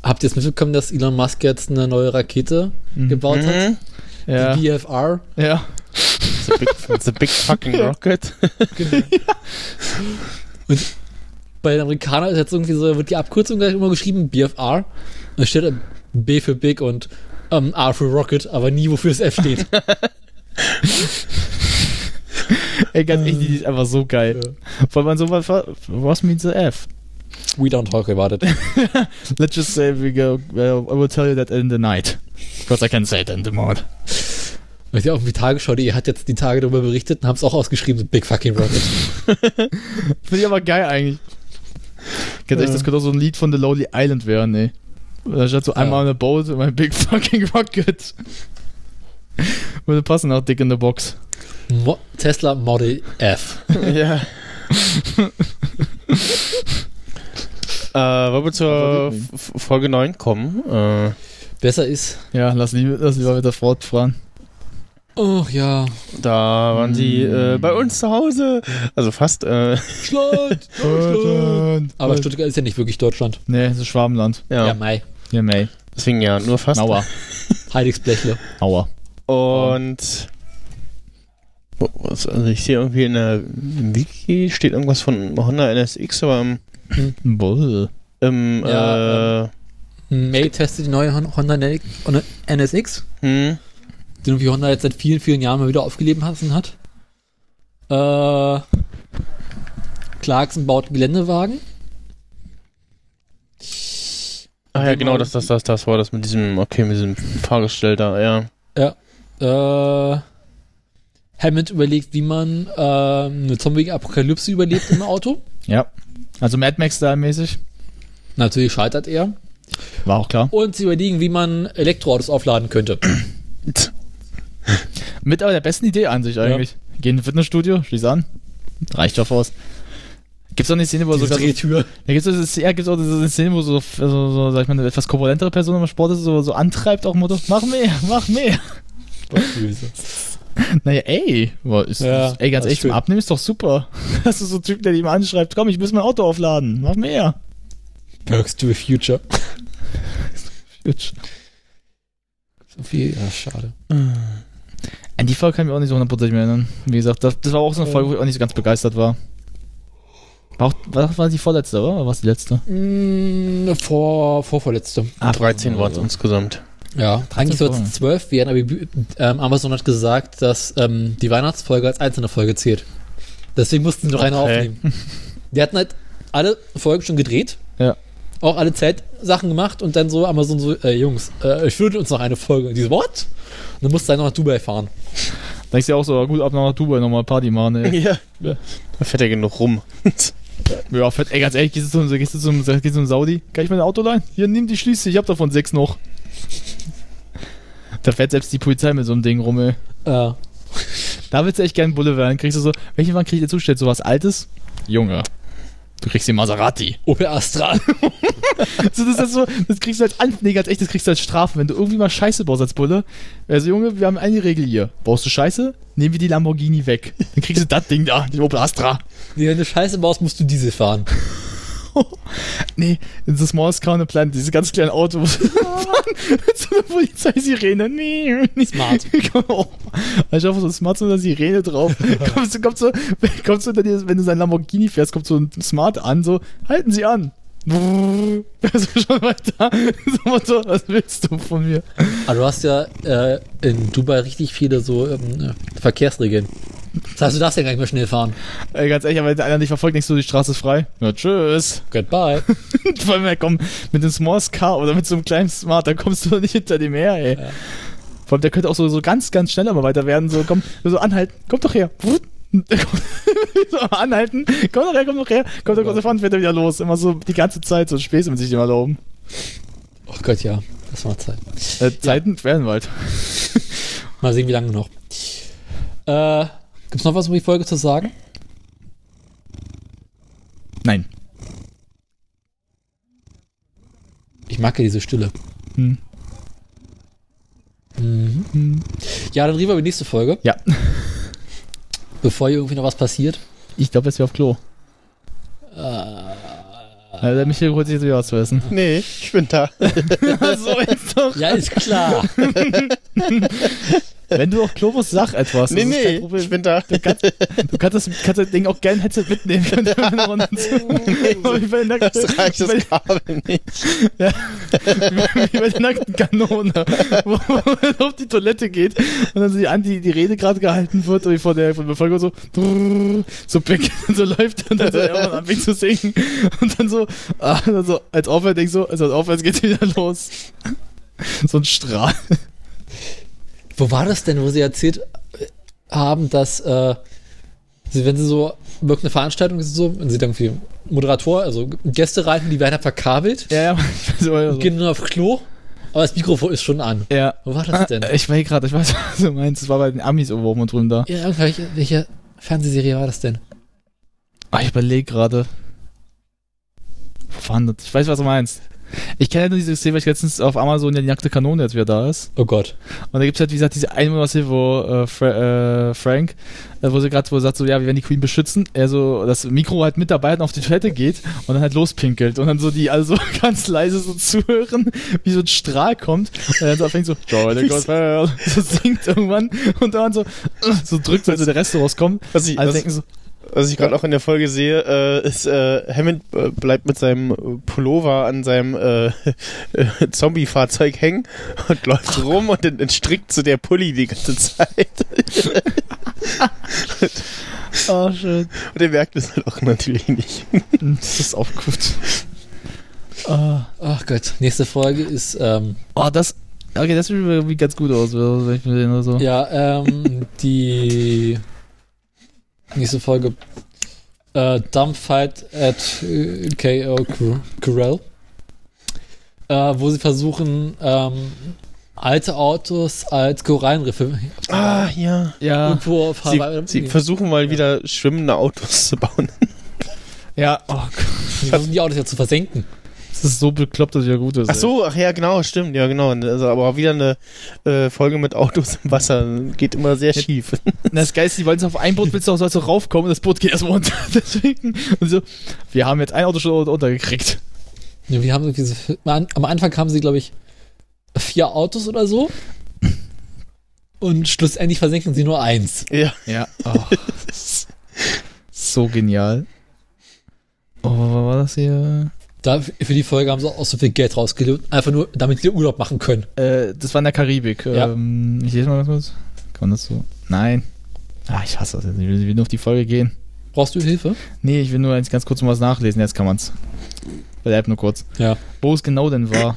Habt ihr jetzt mitbekommen, dass Elon Musk jetzt eine neue Rakete gebaut hat?
Ja,
Die BFR.
ja.
It's a Mhm. big, it's a big fucking rocket.
Bei den Amerikanern ist jetzt irgendwie so, wird die Abkürzung gleich immer geschrieben, BFR. Da steht äh, B für Big und ähm, R für Rocket, aber nie wofür das F steht.
Ey, ganz ehrlich, die ist einfach so geil. Vor allem an sowas, war- was means the F?
We don't talk about it.
Let's just say we go, well, I will tell you that in the night. Because I can say it in the morning.
Weil ja auch die Tagesschau.de hat jetzt die Tage darüber berichtet und haben es auch ausgeschrieben, so Big fucking Rocket.
Finde ich aber geil eigentlich. Ganz
Äh.
ehrlich, das könnte auch so ein Lied von The Lonely Island werden, ey. Da statt so einmal in a boat und mein big fucking rocket. Würde passen nach Dick in the Box.
Mo Tesla Model F.
ja. äh, wollen wir zur
Favoriten.
F- Folge 9 kommen? Äh,
Besser ist.
Ja, lass lieber, lass lieber mit der Fraud fahren.
Oh ja.
da waren sie äh, bei uns zu Hause. Also fast. Äh,
Schland, Deutschland. Aber Stuttgart ist ja nicht wirklich Deutschland.
Nee, das ist Schwabenland.
ja.
Ja, Mai.
Ja, May.
Deswegen ja, nur fast.
Aua.
Heiligsblechle.
Aua.
Und Wo- was, also ich sehe irgendwie in der im Wiki steht irgendwas von Honda NSX, aber im,
Bull.
im
Ja,
äh,
May Hm, testet die neue Hon- Honda NX NSX,
hm,
die irgendwie Honda jetzt seit vielen, vielen Jahren mal wieder aufgelebt lassen hat. Äh, Clarkson baut einen Geländewagen.
Ach ja, genau, das, das, das, das war das mit diesem, okay, mit diesem Fahrgestell da, ja.
Äh, Hammond überlegt, wie man äh, eine Zombie-Apokalypse überlebt im Auto.
Ja. Also Mad Max-Style-mäßig.
Natürlich scheitert er.
War auch klar.
Und sie überlegen, wie man Elektroautos aufladen könnte.
Mit aber der besten Idee an sich eigentlich. Geh in ein Fitnessstudio, schließ an. Reicht doch aus. Gibt's doch eine Szene, wo er so Also
also
gerade so
Drehtür.
Da gibt es ja, gibt's auch diese Szene, wo so, so, so, sag ich mal, eine etwas korpulentere Person im Sport ist, so, so antreibt auch im Motto, mach mehr, mach mehr. Naja, ey, boah, ist,
Ja,
ist, ey, ganz
das
ehrlich,
ist
zum
schön.
Abnehmen ist doch super. Hast du so einen Typen, der dich mal anschreibt, komm, ich muss mein Auto aufladen, mach mehr.
Perks to the Future.
Gut.
So viel, ja, schade.
An die Folge kann ich mich auch nicht so hundertprozentig mehr erinnern. Wie gesagt, das, das war auch so eine Folge, wo ich auch nicht so ganz begeistert war. War, auch, war, war die vorletzte, oder? Oder war es die letzte?
Mm, vor, vorvorletzte.
Ah,
13 waren es
also.
insgesamt.
Ja, eigentlich sollte
Folgen.
es zwölf werden, aber die- ähm, Amazon hat gesagt, dass ähm, die Weihnachtsfolge als einzelne Folge zählt. Deswegen mussten sie noch eine
Okay.
aufnehmen. Die hatten halt alle Folgen schon gedreht.
Ja.
Auch alle Zeitsachen gemacht und dann so Amazon so, äh, Jungs, äh, ich würde uns noch eine Folge. Und die so, what? Und dann musst du dann noch nach Dubai fahren.
Denkst du ja auch so, gut, ab nach Dubai nochmal Party machen, ey.
Ja. Da fährt er genug rum.
Ja, fett. Ey, ganz ehrlich, gehst du zum, gehst du zum, gehst du zum Saudi? Kann ich mein Auto leihen? Hier, nimm die Schließe, ich hab davon sechs noch. Da fährt selbst die Polizei mit so einem Ding rum, ey.
Äh,
Da willst du echt gern Bulle werden. Kriegst du so, welchen Wagen kriegst du zustellt? So was Altes? Junge. Du kriegst den Maserati.
Opel Astra.
So, das, ist so, das kriegst du als An nee, ganz echt, das kriegst du als Strafe. Wenn du irgendwie mal Scheiße baust als Bulle, also Junge, wir haben eine Regel hier. Baust du Scheiße, nehmen wir die Lamborghini weg. Dann kriegst du das Ding da, den Opel Astra.
Nee, Wenn du Scheiße baust, musst du Diesel fahren.
Nee, it's the smallest car on the planet. Diese ganz kleinen Autos. mit so einer Polizeisirene. Nee, nee.
Smart.
oh. Ich hoffe, so ein Smart mit einer Sirene drauf. kommst du, kommst du, kommst du unter dir, wenn du sein Lamborghini fährst, kommt so ein Smart an, so, halten Sie an. Wärst du schon weiter? So, Motto, was willst du von mir?
Aber Ah, du hast ja äh, in Dubai richtig viele so ähm, äh, Verkehrsregeln. Das heißt, du darfst ja gar nicht mehr schnell fahren.
Ey, ganz ehrlich, aber wenn der einer dich verfolgt, denkst du, die Straße ist frei. Na, tschüss.
Goodbye.
Vor allem, ja, komm, mit dem Smallest Car oder mit so einem kleinen Smart, da kommst du doch nicht hinter dem her, ey. Vor allem, der könnte auch so, so ganz, ganz schnell aber weiter werden. So, komm, so anhalten, komm doch her. so am anhalten. Komm doch her, komm doch her. Kommt der große Frontfährt wieder los. Immer so die ganze Zeit so Späße mit sich immer erlauben.
Oh Gott, ja. Das war Zeit.
Äh, Zeiten werden weit.
Mal sehen, wie lange noch. Äh, gibt's noch was über die Folge zu sagen?
Nein.
Ich mag ja diese Stille.
Hm.
Mhm. Ja, dann reden wir über die nächste Folge,
Ja.
bevor hier irgendwie noch was passiert.
Ich glaube, jetzt wäre auf Klo.
Ah.
Äh, der Michael holt sich jetzt wieder was zu essen.
Nee, ich bin da.
so, jetzt doch.
Ja, ist klar.
Wenn du auf Klo musst, sag etwas.
Nee,
Das ist kein
nee,
Problem.
ich bin da.
Du kannst das, kannst das Ding auch gerne Headset mitnehmen. Wenn du eine Runde zu- wie bei der nackten-
Das reicht
wie bei-
das Kabel nicht.
wie bei der nackten Kanone, wo man auf die Toilette geht und dann so die, an die, die Rede gerade gehalten wird und von der, von der Bevölkerung so drrrr, so pick, so läuft und dann so irgendwann anfängt zu singen und dann so, ah, dann so als Aufwärts denkt so, also als Aufwärts geht wieder los. So ein Strahl.
Wo war das denn, wo sie erzählt äh, haben, dass äh, sie, wenn sie so irgendeine Veranstaltung ist, so, wenn sie dann irgendwie Moderator, also Gäste reiten, die werden dann verkabelt,
Ja, also. ja, ich weiß immer so.
gehen nur auf Klo, aber das Mikrofon ist schon an.
Ja.
Wo war das denn?
Ah, Ich weiß gerade, ich weiß, was du meinst. Das war bei den Amis irgendwo oben und drüben da.
Ja, irgendwelche, welche Fernsehserie war das denn?
Ah, ich überlege gerade. Wo waren das? Ich weiß, was du meinst. Ich kenne ja nur diese Szene, weil ich letztens auf Amazon ja die nackte Kanone jetzt wieder da ist.
Oh Gott.
Und da gibt's halt, wie gesagt, diese eine Szene, wo äh, Fra äh, Frank, äh, wo sie gerade wo sagt, so, ja, wir werden die Queen beschützen. Er so das Mikro halt mit dabei hat und auf die Toilette geht und dann halt lospinkelt. Und dann so die also ganz leise so zuhören, wie so ein Strahl kommt. Und dann so anfängt so, Joy the God Hell. So singt irgendwann. Und dann so, äh, so drückt, also der Rest so rauskommt.
Was ich,
Alle
was,
denken so,
was ich gerade auch in der Folge sehe, äh, ist, äh, Hammond äh, bleibt mit seinem äh, Pullover an seinem äh, äh, Zombie-Fahrzeug hängen und läuft rum und dann strickt zu der Pulli die ganze Zeit.
oh shit.
Und er merkt es halt auch natürlich nicht.
Das ist auch gut. Ah.
Ach Gott. Nächste Folge ist, ähm,
Oh, das. Okay, das sieht irgendwie ganz gut aus, wenn ich mir den oder so.
ja, ähm, die nächste Folge äh, Dumpfight at äh, K.O. Cur- Curel, äh, wo sie versuchen, ähm, alte Autos als Korallenriffe
Ah, ja.
Ja.
irgendwo auf
Sie,
Hawaii.
sie
nee,
versuchen mal wieder schwimmende Autos zu bauen.
Ja. Oh Gott,
sie versuchen die Autos ja zu versenken.
das ist so bekloppt, dass ich ja gut ist.
Ach
ey.
so, ach ja, genau, stimmt, ja, genau. Also, aber wieder eine äh, Folge mit Autos im Wasser. Geht immer sehr schief.
Na, das Geil ist, die wollen es auf ein Boot, willst du auch sollst du raufkommen und das Boot geht erstmal unter. Deswegen. Und so, wir haben jetzt ein Auto schon unter- untergekriegt.
Ja, wir haben irgendwie so, am Anfang haben sie, glaube ich, vier Autos oder so. Und schlussendlich versenken sie nur eins.
Ja.
Ja. Oh. so genial. Oh, was war das hier?
Da, für die Folge haben sie auch so viel Geld rausgelegt, einfach nur, damit sie Urlaub machen können.
Äh, das war in der Karibik.
Ja.
Ähm, ich lese mal ganz kurz. Kann man das so? Nein. Ah, ich hasse das jetzt. Ich will ich will nur auf die Folge gehen.
Brauchst du Hilfe?
Nee, ich will nur eins ganz kurz mal was nachlesen. Jetzt kann man's. Bleibt nur kurz.
Ja.
Wo es genau denn war.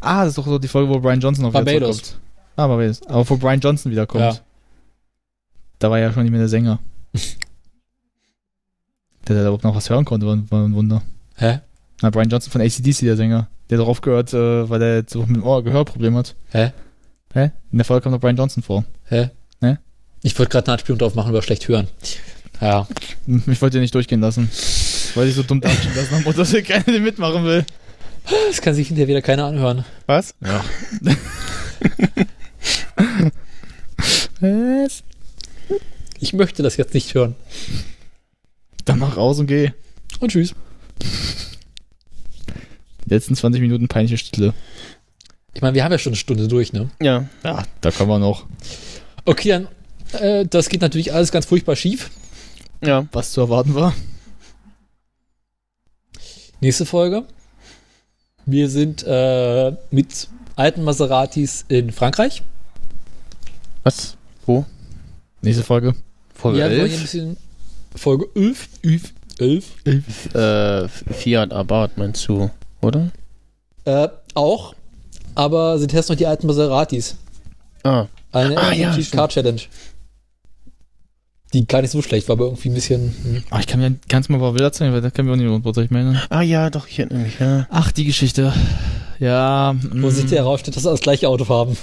ah, das ist doch so die Folge, wo Brian Johnson noch wieder
Barbados.
zurückkommt. Ah, Barbados. Aber wo Brian Johnson wiederkommt.
Ja.
Da war ja schon nicht mehr der Sänger. der da überhaupt noch was hören konnte, war ein, war ein Wunder.
Hä?
Na, Brian Johnson von ACDC, der Sänger. Der hat doch aufgehört, äh, weil er jetzt so mit dem Ohr Gehörproblem hat.
Hä?
Hä? In der Folge kommt noch Brian Johnson vor.
Hä?
Ne?
Ich wollte gerade eine Anspielung drauf machen über schlecht hören. Ja.
Hm, Ich wollte nicht durchgehen lassen. Weil ich so dumm dachten lassen habe und dass ich keine mitmachen will.
Das kann sich hinterher wieder keiner anhören.
Was?
Was?
Ich möchte das jetzt nicht hören.
Dann mach raus und geh.
Und tschüss.
Die letzten 20 Minuten peinliche Stille.
Ich meine, wir haben ja schon eine Stunde durch, ne?
Ja.
Ja, Ah, da können wir noch.
Okay, dann, äh, das geht natürlich alles ganz furchtbar schief.
Ja.
Was zu erwarten war.
Nächste Folge. Wir sind äh, mit alten Maseratis in Frankreich.
Was?
Nächste Folge.
Folge
ja, wir wollen hier ein
11?
bisschen Folge 11, 11, 11.
Äh, Fiat Abarth meinst du, oder?
Äh, auch, aber sie testen noch die alten Maseratis.
Ah,
Eine
Ah, ja,
MotoGP
stimmt.
Car Challenge. Die gar nicht so schlecht war, aber irgendwie ein bisschen. hm.
Aber Ah, ich kann mir ganz mal ein paar Bilder zeigen, weil da können wir auch nicht runter, ich meine.
ah ja, doch, ich erinnere mich. Ja.
Ach, die Geschichte. Ja.
Wo
Mhm.
mm,
sich der herausstellt, dass sie das gleiche Auto haben.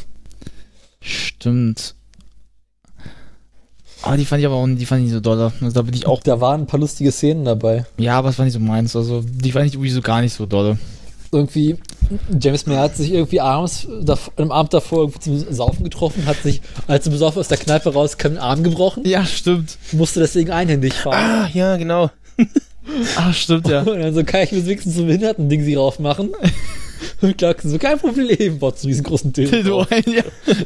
Stimmt. Aber die fand ich aber auch, die fand ich nicht so dolle. Also da bin ich auch.
Da waren ein paar lustige Szenen dabei.
Ja, aber es war nicht so meins. Also die fand ich irgendwie so gar nicht so dolle.
Irgendwie, James May hat sich irgendwie abends, dav- am Abend davor irgendwie zum Saufen getroffen, hat sich, als er besoffen aus der Kneipe rauskam, den Arm gebrochen,
Ja, stimmt.
musste deswegen einhändig fahren.
Ah, ja, genau.
Ah, stimmt, ja.
Und dann so, kann ich mir wenigstens zum Behinderten-Ding sie raufmachen? Und Clarkson so, kein Problem, boah, zu diesem großen
Dildo
Dildo.
ein, ja.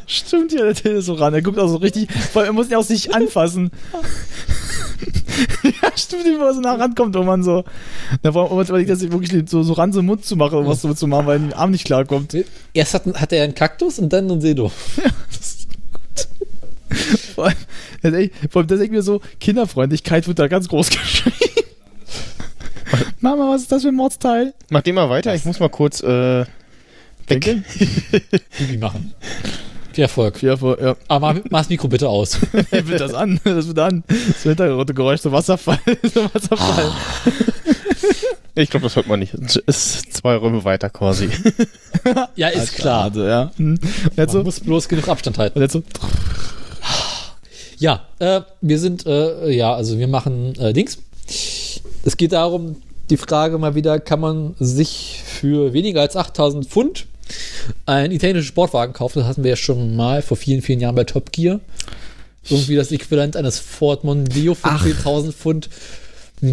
Stimmt ja, der Dildo so ran. Er guckt auch so richtig, vor allem, er muss ihn auch sich anfassen. ja, stimmt, wie er so nah rankommt, wenn man so. Da vor allem, wenn man überlegt, dass ich wirklich so, so ran so im Mund zu machen, um was so zu machen, weil der Arm nicht klarkommt.
Erst hat, hat er einen Kaktus und dann einen Dildo.
Vor allem, das ist echt- vor allem, das ist echt mir so, Kinderfreundlichkeit wird da ganz groß geschrieben. Mama, was ist das für ein Mordsteil?
Mach den mal weiter, ich muss mal kurz äh, weg.
Pipi machen. Viel Erfolg.
Ja, vor, ja.
Aber mach, mach das Mikro bitte aus.
Hey, wird das an? Das wird an. Das Hintergrundgeräusch, so Wasserfall, so Wasserfall.
Ich glaube, das hört man nicht. Es ist zwei Räume weiter quasi.
Ja, ist klar.
Also, ja. Hm. Und jetzt so,
Man
und
muss bloß genug Abstand halten.
jetzt so,
Ja, äh, wir sind, äh, ja, also wir machen äh, Dings. Es geht darum, die Frage mal wieder, kann man sich für weniger als 8000 Pfund einen italienischen Sportwagen kaufen? Das hatten wir ja schon mal vor vielen, vielen Jahren bei Top Gear. Irgendwie das Äquivalent eines Ford Mondeo von 10.000 Pfund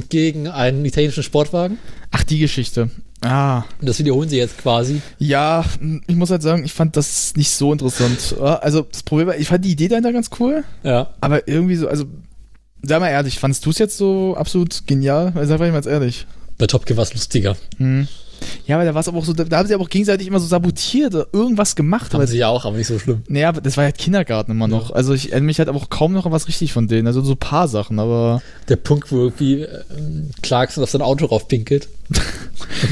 gegen einen italienischen Sportwagen.
Ach, die Geschichte. Ah.
Und das wiederholen sie jetzt quasi.
Ja, hm, ich muss halt sagen, ich fand das nicht so interessant. Ja, Also, das Problem war, ich fand die Idee dahinter ganz cool,
Ja.
aber irgendwie so, also, sei mal ehrlich, fandst du es jetzt so absolut genial? Also, Sag mal ganz ehrlich.
Bei Top Gear war es lustiger.
Hm. Ja, aber da war es aber auch so, da, da haben sie aber auch gegenseitig immer so sabotiert oder irgendwas gemacht.
Haben
Aber,
sie ja auch, aber nicht so schlimm.
naja, aber das war halt Kindergarten immer noch. Also, ich erinnere mich halt aber auch kaum noch an was richtig von denen. Also, so ein paar Sachen, aber.
Der Punkt, wo irgendwie äh, Clarkson auf sein Auto raufpinkelt,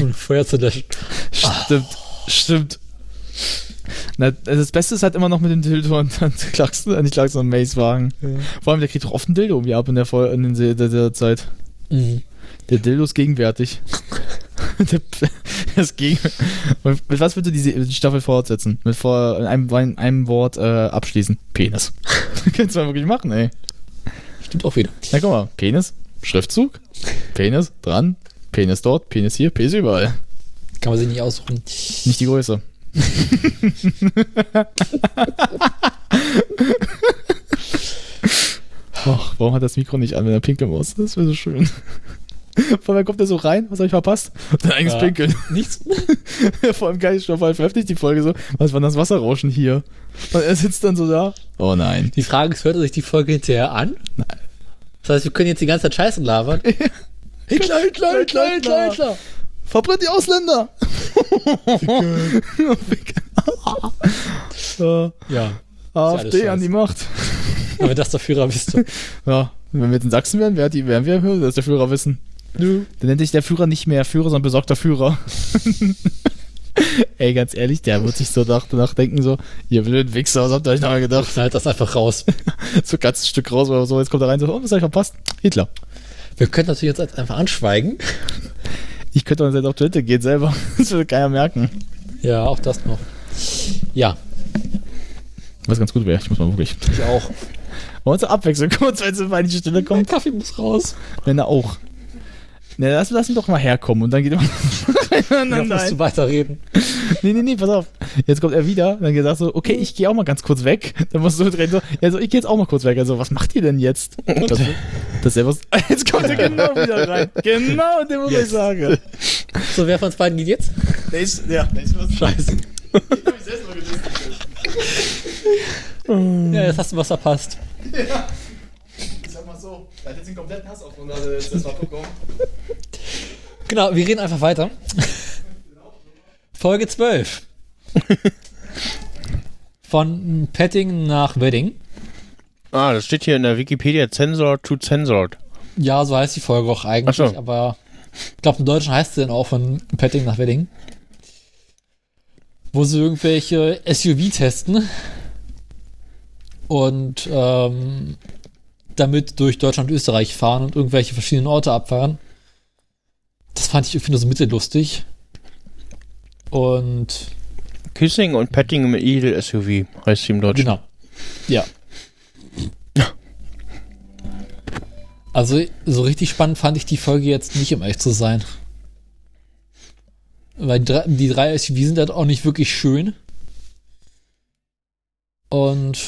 um Feuer zu löschen.
Stimmt, stimmt. Na, also das Beste ist halt immer noch mit dem Dildo und dann Clarkson, äh, nicht Clarkson, und Mace Wagen. Vor allem, der kriegt doch oft einen Dildo irgendwie ab in der, Vol- in den, Se- der, der Zeit.
Mhm.
Der Dildo ist gegenwärtig. der, das Gegen Und mit was würdest du diese die Staffel fortsetzen? Mit vor, in einem, in einem Wort äh, abschließen. Penis. Kannst du mal wirklich machen, ey.
Stimmt auch wieder.
Na guck mal, Penis, Schriftzug, Penis, dran, Penis dort, Penis hier, Penis überall.
Kann man sich nicht aussuchen.
Nicht die Größe. Och, warum hat das Mikro nicht an, wenn er pinkeln muss? Das wäre so schön. Vor allem kommt er so rein, was habe ich verpasst? Dein eigenes
Ja.
Pinkeln.
Nichts.
Vor allem geil, ich glaube, veröffentlicht die Folge so. Was war denn das Wasserrauschen hier? Und er sitzt dann so da. Oh nein.
Die Frage ist, hört er sich die Folge hinterher an? Nein. Das heißt, wir können jetzt die ganze Zeit Scheiße labern. Hitler, Hitler, Hitler, Hitler, Hitler.
Verbrennt die Ausländer! äh,
Ja.
AfD an
scheiße.
die Macht.
Aber das der Führer bist du.
Ja, wenn wir jetzt in Sachsen wären, wären, die, wären wir im Höhe, das ist der Führer wissen. Dann nennt sich der Führer nicht mehr Führer, sondern besorgter Führer. Ey, ganz ehrlich, der wird sich so nach- danach denken, so, ihr blöden Wichser, was habt ihr euch nachher gedacht?
Schneid das einfach raus.
So ein ganzes Stück raus oder so, jetzt kommt er rein, so, oh, was hab ich verpasst? Hitler.
Wir können natürlich jetzt einfach anschweigen.
Ich könnte dann selbst auf Toilette gehen selber. Das würde keiner merken.
Ja, auch das noch. Ja,
Was ganz gut wäre, ich muss mal wirklich.
ich auch.
Wollen wir zur Abwechslung kurz, wenn es auf eine Stelle kommt?
Mein Kaffee muss raus.
Wenn er auch. Na, lass, lass ihn doch mal herkommen und dann geht er
Dann
mal.
musst du weiterreden.
Nee, nee, nee, pass auf. Jetzt kommt er wieder, dann gesagt so, okay, ich gehe auch mal ganz kurz weg. Dann musst du drehen so, ja, so, ich gehe jetzt auch mal kurz weg. Also, was macht ihr denn jetzt? Das, das ist ja was. Jetzt kommt er genau wieder rein. Genau, dem muss ich sagen.
So, wer von uns beiden geht jetzt?
Nee, ist, ja, nee, ist was.
Scheiße. Ja, jetzt hast du was verpasst.
Ich sag mal so, er hat jetzt den kompletten Hass auf uns, also jetzt das mal gucken.
Genau, wir reden einfach weiter. Folge 12. Von Petting nach Wedding.
Ah, das steht hier in der Wikipedia Censored to Censored.
Ja, so heißt die Folge auch eigentlich,
Ach so.
aber ich glaube, im Deutschen heißt sie dann auch von Petting nach Wedding. Wo sie irgendwelche SUV testen. und ähm, damit durch Deutschland und Österreich fahren und irgendwelche verschiedenen Orte abfahren. Das fand ich irgendwie nur so mittellustig. Und
Kissing und Petting im Edel SUV heißt sie im Deutschen.
Genau. Ja. Also, so richtig spannend fand ich die Folge jetzt nicht, um ehrlich zu sein. Weil die drei- die drei SUV sind halt auch nicht wirklich schön. Und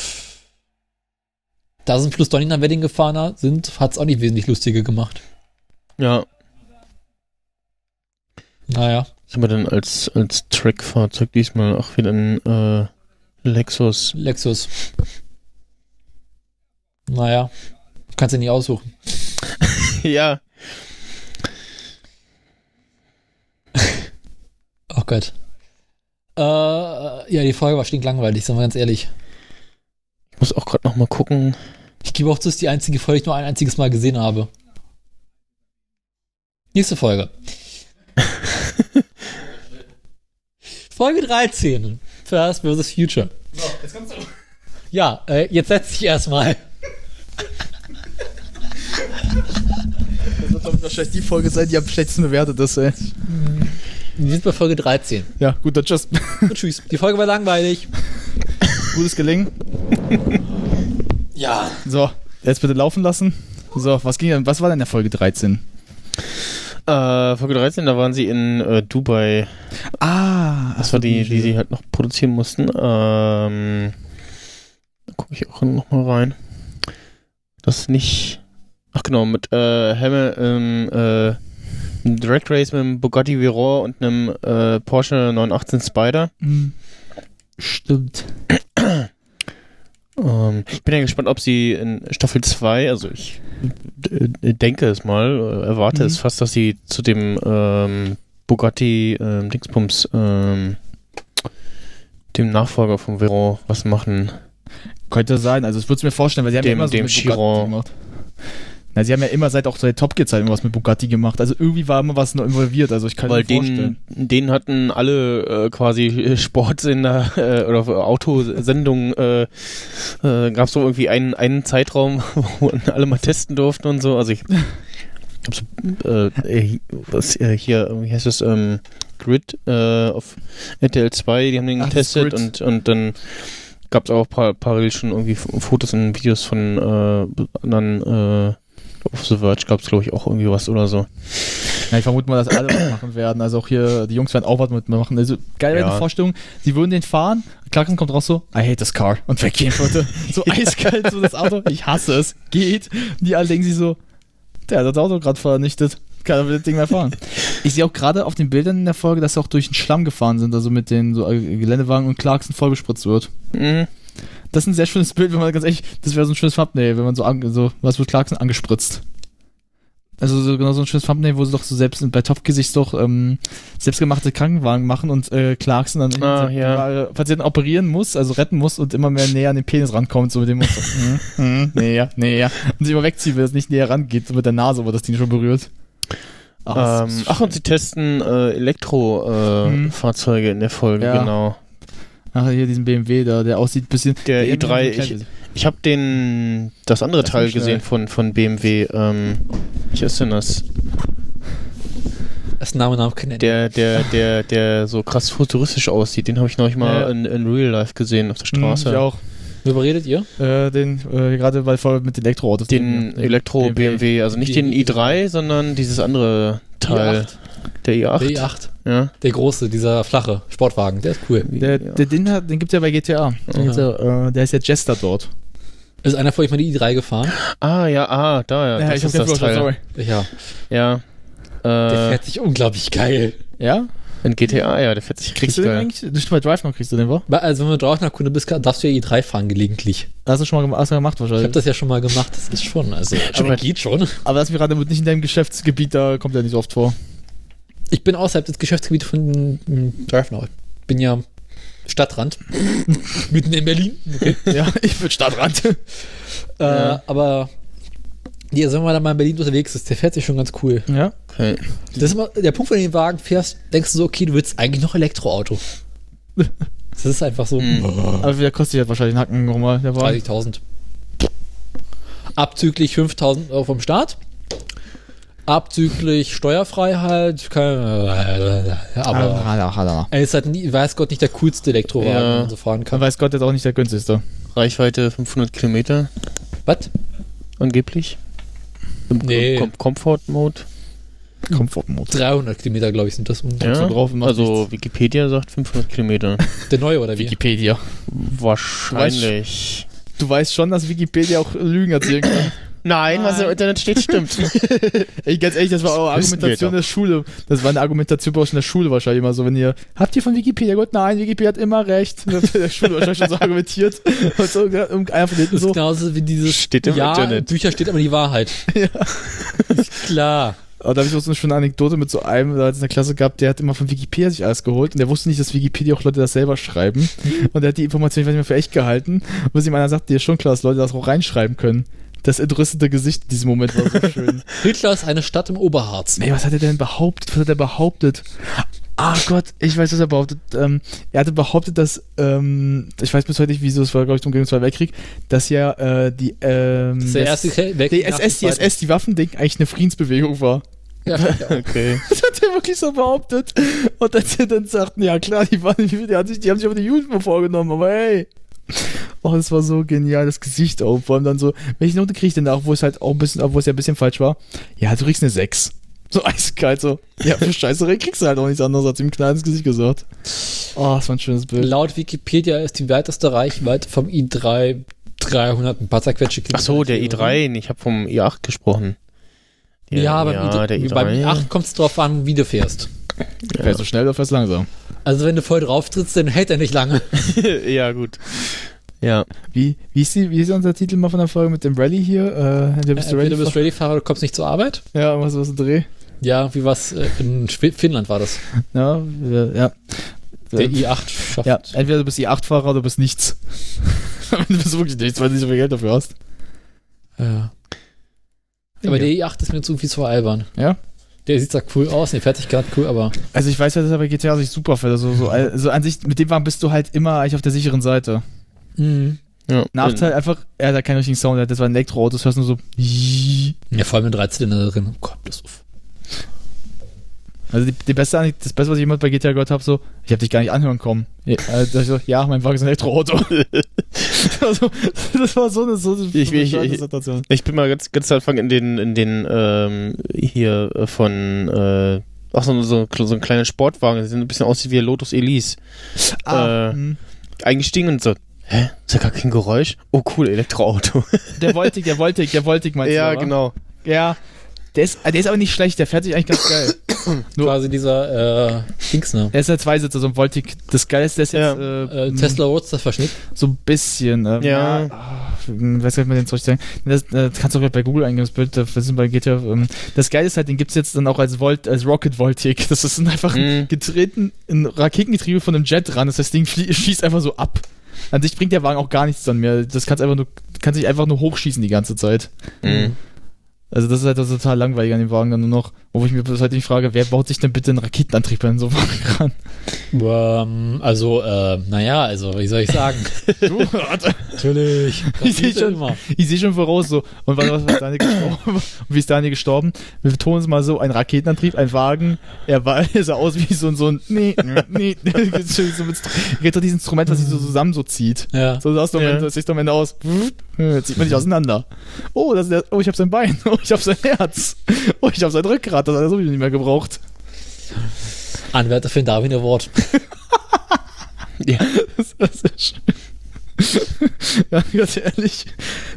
da sind plus Donny nach Wedding gefahren sind, hat es auch nicht wesentlich lustiger gemacht.
Ja.
Naja.
Was haben wir denn als, als Track-Fahrzeug diesmal? Auch wieder ein äh, Lexus.
Lexus. Naja. Kannst du nicht aussuchen.
ja.
Oh Gott. Äh, ja, die Folge war stinklangweilig, sind wir ganz ehrlich.
Ich muss auch gerade nochmal gucken.
Ich gebe auch zu, es ist die einzige Folge, die ich nur ein einziges Mal gesehen habe. Nächste Folge. Folge 13. First vs. Future.
Jetzt kannst du.
Ja, äh, jetzt setz dich erstmal.
Das wird doch wahrscheinlich die Folge sein, die am schlechtesten bewertet ist, ey.
Wir sind bei Folge 13.
Ja, gut, dann tschüss.
Und tschüss. Die Folge war langweilig.
Gutes Gelingen.
Ja.
So, jetzt bitte laufen lassen. So, was ging denn, was war denn in der Folge 13?
Äh, Folge 13, da waren sie in äh, Dubai.
Ah,
Das war die, die sie halt noch produzieren mussten. Ähm, da gucke ich auch nochmal rein. Das ist nicht. Ach genau, mit äh, Hemme, ähm, äh, einem Drag Race mit einem Bugatti Veyron und einem äh, Porsche 918 Spider.
Hm. Stimmt.
Ähm, ich bin ja gespannt, ob sie in Staffel 2, also ich d- d- denke es mal, äh, erwarte
Mhm.
es fast, dass sie zu dem ähm, Bugatti ähm, Dingsbums, ähm, dem Nachfolger vom Veyron, was machen.
Könnte sein, also es würde mir vorstellen, weil sie haben
Dem-
ja immer so
dem
mit
Chiron.
Bugatti gemacht. Na, sie haben ja immer seit auch seit Top Gear Zeit irgendwas mit Bugatti gemacht. Also irgendwie war immer was noch involviert, also ich kann
Weil
mir vorstellen.
den, den hatten alle äh, quasi Sportsender äh, oder Autosendungen, äh, äh, gab es so irgendwie einen, einen Zeitraum, wo alle mal testen durften und so. Also ich hab so, äh, äh, was äh, hier, wie heißt das, ähm, Grid äh, auf RTL 2, die haben den
Ach, das
getestet und,
Grid.
und dann gab es auch par parallel schon irgendwie F- Fotos und Videos von äh, anderen äh, auf The Verge gab es glaube ich auch irgendwie was oder so.
Ja, ich vermute mal, dass alle was machen werden. Also auch hier, die Jungs werden auch was mitmachen. Also geil wäre
Ja.
eine Vorstellung, sie würden den fahren, Clarkson kommt raus so, I hate this car und weggehen würde. So eiskalt so das Auto, ich hasse es, geht. Und die alle denken sich so, der hat das Auto gerade vernichtet. Keiner will das Ding mehr fahren. Ich sehe auch gerade auf den Bildern in der Folge, dass sie auch durch den Schlamm gefahren sind, also mit den so äh, Geländewagen und Clarkson vollgespritzt wird.
Mhm.
Das ist ein sehr schönes Bild, wenn man ganz ehrlich, das wäre so ein schönes Thumbnail, wenn man so, an, so was wird Clarkson angespritzt. Also so, genau so ein schönes Thumbnail, wo sie doch so selbst bei Topfgesicht doch ähm, selbstgemachte Krankenwagen machen und äh, Clarkson dann äh,
Ah,
den
ja.
Patienten operieren muss, also retten muss und immer mehr näher an den Penis rankommt, so mit dem Muster. mhm, mhm, näher, näher. Und sich immer wegzieht, wenn es nicht näher rangeht, so mit der Nase, wo das Ding schon berührt. Ach, das
Ähm,
ist
ach, und sie testen äh, Elektrofahrzeuge äh,
Hm.
Fahrzeuge in der Folge,
Ja.
genau.
ach, hier diesen BMW da, der aussieht ein bisschen...
Der i3,
BMW hat so ein kleines-
Ich habe den das andere
Das ist
Teil
nicht schnell.
gesehen von, von BMW. Ähm, wie ist denn das?
Das Name Name kennen.
Der, der, der, der so krass futuristisch aussieht, den habe ich neulich mal
Ja.
in, in Real Life gesehen auf der
Hm,
Straße.
Ich auch.
Worüber redet ihr?
Äh, den, äh, gerade weil voll mit Elektroautos.
Den
Ja.
Elektro
BMW.
BMW. also nicht
Die-
den i3, sondern dieses andere Teil.
I8.
Der i8.
Der i8.
Ja.
Der große, dieser flache Sportwagen, der ist cool.
Der,
ja.
der, den, hat- den gibt's ja bei GTA. Den
Ja.
gibt's ja, äh, der ist ja Jester dort.
Ist einer von euch mal die i3 gefahren?
Ah, ja, ah, da, ja. das ist das Teil.
Ja.
Ja.
Der
Äh,
fährt sich unglaublich geil.
Ja?
in GTA, ja, der fährt sich richtig
Kriegst du den
geil.
eigentlich? Du bist bei Drive noch, kriegst du den, wa?
Ba- Also wenn du draußen nach Kunde bist, kann- darfst du ja i3 fahren gelegentlich.
Hast du schon mal, gem- hast du gemacht
Ich habe
wahrscheinlich.
das ja schon mal gemacht, das ist schon, also aber geht schon.
Aber das mir gerade nicht in deinem Geschäftsgebiet, da kommt ja nicht so oft vor.
Ich bin außerhalb des Geschäftsgebiets von mm, Drive Now. Ich bin ja Stadtrand, mitten in Berlin.
ja, ich bin Stadtrand.
Äh, aber ja, also wenn man da mal in Berlin unterwegs ist, der fährt sich schon ganz cool.
ja.
Okay.
Das ist immer, der Punkt, wenn du den Wagen fährst, denkst du so, okay, du willst eigentlich noch Elektroauto. Das ist einfach so
Aber der kostet halt wahrscheinlich einen Hacken nochmal. Der war
30.000. Abzüglich 5.000 Euro vom Staat. Abzüglich Steuerfreiheit. Keine, aber
Ah. aber
er ist halt, nie, weiß Gott, nicht der coolste Elektrowagen,
Ja.
den man so fahren
Dann
kann.
weiß Gott jetzt auch nicht der günstigste.
Reichweite 500 Kilometer
Was?
angeblich. Im
Nee.
Com Comfort Mode.
Komfortmode.
300 Kilometer, glaube ich, sind das. Und
Ja.
so drauf und macht
also Wikipedia sagt 500 Kilometer.
Der neue, oder wie?
Wikipedia.
Wahrscheinlich.
Du weißt schon, dass Wikipedia auch Lügen erzählen kann.
Nein, was im Internet steht, stimmt.
Ey, ganz ehrlich, das war eure
Das wissen wir
Argumentation
doch.
der Schule. Das war eine Argumentation bei euch in der Schule wahrscheinlich immer so, wenn ihr, habt ihr von Wikipedia Gott, nein, Wikipedia hat immer recht. Das hat der Schule wahrscheinlich schon so argumentiert. Und so, irgendeiner von hinten
Das ist
so,
genauso wie dieses
Steht im
ja, in
Internet.
Büchern steht aber die Wahrheit. Ist klar.
Aber da habe ich auch so eine schöne Anekdote mit so einem, da hat es eine Klasse gehabt, der hat immer von Wikipedia sich alles geholt und der wusste nicht, dass Wikipedia auch Leute das selber schreiben. Und der hat die Information, ich weiß nicht mehr, für echt gehalten. Und bis ihm einer sagt, dir ist schon klar, dass Leute das auch reinschreiben können. Das entrüstete Gesicht in diesem Moment war so schön.
Hitler ist eine Stadt im Oberharz.
nee, was hat er denn behauptet? Was hat er behauptet? Ah Gott, ich weiß, was er behauptet. Ähm, er hatte behauptet, dass, ähm, ich weiß bis heute nicht, wieso, es war, glaube ich, um den Zweiten Weltkrieg, dass ja äh, die, ähm,
Das ist der erste Weltkrieg
die
nach dem
SS, die
Zweiten.
SS, die Waffending eigentlich eine Friedensbewegung war.
Ja,
Okay.
Das hat er wirklich so behauptet. Und als sie dann sagten, ja klar, die, waren, die, die, haben sich, die haben sich aber die Juden mal vorgenommen, aber hey. Oh, das war so genial, das Gesicht auch. Vor allem dann so, welche Note kriege ich denn da, obwohl es halt auch ein bisschen, obwohl es ja ein bisschen falsch war? Ja, du kriegst eine 6. So eiskalt so. Ja, für Scheißerei kriegst du halt auch nichts anderes, hat sie ihm knall ins Gesicht gesagt. Oh, das war ein schönes Bild.
Laut Wikipedia ist die weiteste Reichweite vom i3 300 ein paar zerquetsche Kilometer.
Ach so, der i3, ich habe vom i8 gesprochen.
Ja, beim, i3,
der E i3.
beim E i8 kommt es drauf an, wie du fährst.
Wer so schnell, der fährst langsam.
Also wenn du voll drauf trittst, dann hält er nicht lange.
ja, gut. Ja,
Wie, wie, ist die, wie ist unser Titel mal von der Folge mit dem Rally hier? Äh, der bist du
Entweder
ready?
du bist Rallye-Fahrer, du kommst nicht zur Arbeit.
ja, was was ein Dreh?
Ja, wie was äh, in Schwe- Finnland war das.
Ja, wir- ja.
Der
Ähm,
i8 schafft.
Ja, entweder du bist i8-Fahrer oder du bist nichts. du bist wirklich nichts, weil du nicht so viel Geld dafür hast.
Ja. Aber der i8 ist mir zu viel zu albern.
Ja?
Der sieht zwar cool aus, die Fertigkeit cool, aber
Also ich weiß ja, dass er bei GTA sich super fährt. Also, so, also an sich, mit dem Wagen bist du halt immer eigentlich auf der sicheren Seite.
Mhm.
ja.
Nachteil einfach, er hat halt keinen richtigen Sound, das war ein Elektroauto, das hörst du nur so. "Jii".
Ja, vor allem in 13 drin. Oh Gott, das uff.
Also die, die beste, Anek- das Beste, was ich jemals bei GTA gehört habe, so, ich habe dich gar nicht anhören kommen. Ja, äh, da hab ich so, ja mein Wagen ist ein Elektroauto. also, das war so eine, so eine,
Ich-
so eine
ich-
schöne
ich-
Situation.
Ich bin mal ganz, ganz am Anfang in den, in den, ähm, hier äh, von, äh, ach so, so, so ein kleiner Sportwagen, der sieht ein bisschen aus wie der Lotus Elise,
Ah,
Äh,
hm.
eingestiegen und so, hä, ist ja gar kein Geräusch? Oh cool, Elektroauto.
der Voltig, der Voltig, der Voltig meinst du, oder?
genau.
Ja, der ist, der ist aber nicht schlecht, der fährt sich eigentlich ganz geil. Nur-
Quasi dieser äh, Dings, ne?
Der ist ja Zweisitzer, so ein Voltig. Das Geile ist, der ist jetzt äh,
Äh, Tesla Roadster Verschnitt.
so ein bisschen. Äh,
Ja.
ah, weiß gar nicht, wie man den Zeug sagen. Das, äh, das kannst du auch gleich bei Google eingeben, das Bild, das sind bei GTA. Ähm, das Geile ist halt, den gibt's jetzt dann auch als, Volt, als Rocket Voltig. Das ist einfach ein
Mhm.
getreten, ein Raketengetriebe von einem Jet ran. Das heißt, das Ding flie- schießt einfach so ab. An sich bringt der Wagen auch gar nichts dann mehr. Das kannst einfach nur, kann sich einfach nur hochschießen die ganze Zeit.
Mhm.
Also das ist halt das total langweilig an dem Wagen dann nur noch, wo ich mir bis heute nicht frage, wer baut sich denn bitte einen Raketenantrieb an so einem Wagen ran?
Ähm, also, äh, naja, also, wie soll ich sagen?
Du, Alter.
Natürlich.
Ich seh schon- Ich sehe schon voraus so. Und warte, was ist Daniel gestorben? Und wie ist Daniel gestorben? Wir betonen es mal so: ein Raketenantrieb, ein Wagen. Er, war, er sah aus wie so ein. So ein nee, nee, nee. so mit, Str- Ihr kennt doch dieses Instrument, was sich so zusammen so zieht.
Ja.
So sah es doch am
Ja.
Ende- das sieht doch am Ende aus. Jetzt zieht man sich auseinander. Oh, das ist der, oh ich habe sein Bein. Oh, ich habe sein Herz. Oh, ich habe sein Rückgrat. Das hat er sowieso nicht mehr gebraucht.
Anwärter für den Darwin Award.
Das ist sehr schön. ja, ganz ehrlich.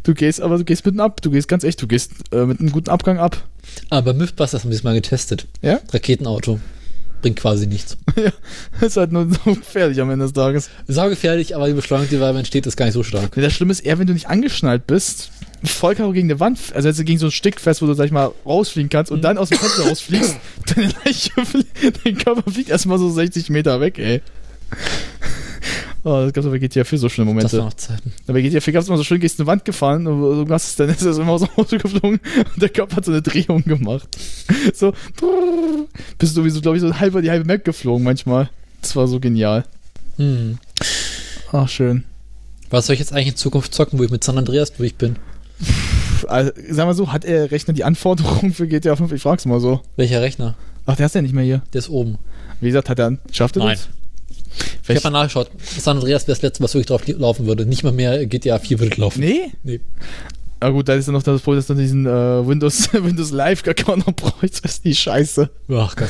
Du gehst, aber du gehst mit einem Ab. Du gehst ganz echt. Du gehst äh, mit einem guten Abgang ab.
Aber Mythbusters haben wir das mal getestet.
Ja?
Raketenauto. Bringt quasi nichts.
ist halt nur so gefährlich am Ende des Tages.
Saugefährlich, aber die Beschleunigung, die dabei entsteht, ist gar nicht so stark.
Nee, das Schlimme ist eher, wenn du nicht angeschnallt bist, Vollkaro gegen eine Wand, also jetzt gegen so ein Stick fest, wo du, sag ich mal, rausfliegen kannst und dann aus dem Fenster rausfliegst, deine Leiche, flie- dein Körper fliegt erstmal so 60 Meter weg, ey. Oh, das gab's aber bei GTA 4 so schöne
Das waren
Momente.
noch Zeiten.
Aber Bei GTA 4 gab's immer so schön, gehst eine Wand gefahren und so machst du es, dann ist es immer aus dem Auto geflogen und der Körper hat so eine Drehung gemacht. So, bist du sowieso, glaube ich, so halb über die halbe Map geflogen manchmal. Das war so genial.
Hm.
Ach, schön.
Was soll ich jetzt eigentlich in Zukunft zocken, wo ich mit San Andreas durch bin?
Pff, Also, sag mal so, hat er Rechner die Anforderungen für GTA 5? Ich frag's mal so.
Welcher Rechner?
Ach, der ist ja nicht mehr hier.
Der ist oben.
Wie gesagt, hat er, schafft er
Nein.
das?
Ich habe mal nachgeschaut. San Andreas wäre das letzte, was wirklich drauf li- laufen würde. Nicht mal mehr GTA 4 würde laufen.
Nee?
Nee.
Na gut, da ist dann noch das Problem, dass du diesen äh, Windows, Windows Live-Account noch brauchst. Das ist die Scheiße.
Ach Gott.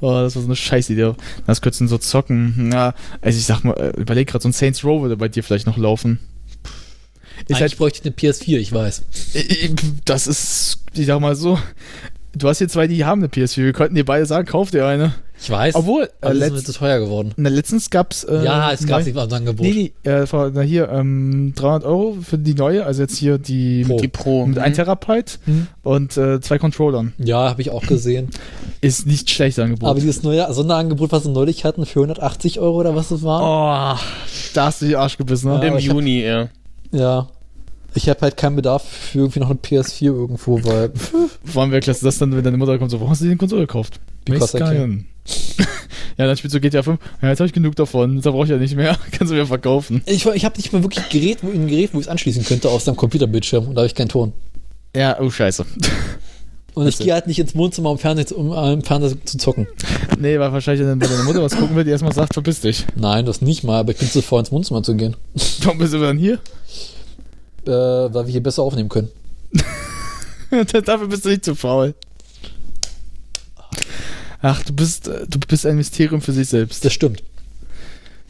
Oh, das war so eine Scheißidee. Das könntest du so zocken. Na, also ich sag mal, äh, überleg grad, so ein Saints Row würde bei dir vielleicht noch laufen. Ist
Eigentlich
halt,
bräuchte ich eine PS4, ich weiß.
äh, das ist, ich sag mal so, du hast hier zwei, die haben eine PS4. Wir könnten dir beide sagen, kauf dir eine.
Ich weiß.
Obwohl, äh,
aber das ist mir
letzt,
zu teuer geworden.
na, letztens gab's... Äh,
Also ja, es gab
neu-
nicht mal ein Angebot.
Nee, nee, äh, vor- na hier, ähm, 300 Euro für die neue, also jetzt hier die...
Pro.
Die Pro.
Mit
Mhm.
1 Terabyte
Hm?
und äh, zwei Controllern.
Ja, habe ich auch gesehen.
Ist nicht schlecht Angebot.
aber dieses neue Sonderangebot, was sie neulich hatten, für 180 Euro oder was es war.
oh, da hast du die Arsch gebissen, ne?
Ja.
Im
aber ich hab-
Juni, ja.
Ja. Ich habe halt keinen Bedarf für irgendwie noch eine PS4 irgendwo, weil
Vor allem wäre klasse, dass dann, wenn deine Mutter kommt, so, warum hast du dir eine Konsole gekauft?
Because I can.
Mexican. ja, dann spielst du GTA 5. Ja, jetzt habe ich genug davon. Da brauche ich ja nicht mehr. Kannst du mir verkaufen.
ich, ich habe nicht mal wirklich ein Gerät, wo, ein Gerät, wo ich es anschließen könnte auf seinem Computerbildschirm und da habe ich keinen Ton.
Ja, oh scheiße.
Und ich
Bitte.
gehe halt nicht ins Wohnzimmer, um Fernsehen, zu- um äh, im Fernsehen zu zocken.
nee, weil wahrscheinlich dann, wenn deine Mutter was gucken will, die erstmal sagt, verpiss dich.
Nein, das nicht mal, aber ich bin zu faul, ins Wohnzimmer zu gehen.
Warum bist du dann hier?
Äh, weil wir hier besser aufnehmen können.
Dafür bist du nicht zu faul. Ach, du bist, äh, du bist ein Mysterium für sich selbst.
Das stimmt.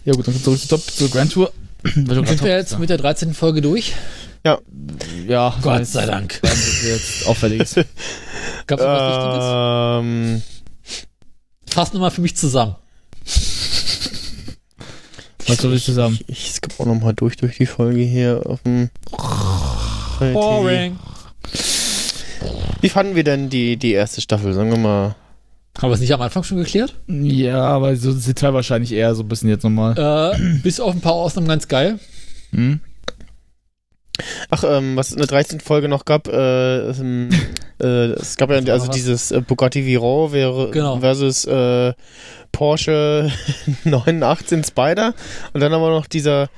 Ja gut, dann zurück zu Top, zur Grand Tour.
Sind wir jetzt mit der 13. Folge durch?
Ja,
Gott sei Dank.
Das ist jetzt auffällig.
Gab es noch was
Ähm,
Wichtiges? Fass nochmal für mich zusammen.
Was soll ich zusammen?
ich ich skippe auch nochmal durch, durch die Folge hier Ähm, auf dem. Wie fanden wir denn die, die erste Staffel? Sagen wir mal.
Haben wir es nicht am Anfang schon geklärt?
Ja, aber so das Detail wahrscheinlich eher so ein bisschen jetzt nochmal.
Äh, bis auf ein paar Ausnahmen ganz geil.
Hm?
Ach, ähm, was es in der 13. Folge noch gab, äh, ähm, äh, es gab ja
Das war
also
was.
dieses äh, Bugatti Veyron wäre
Genau.
versus äh, Porsche 918 Spider und dann aber noch dieser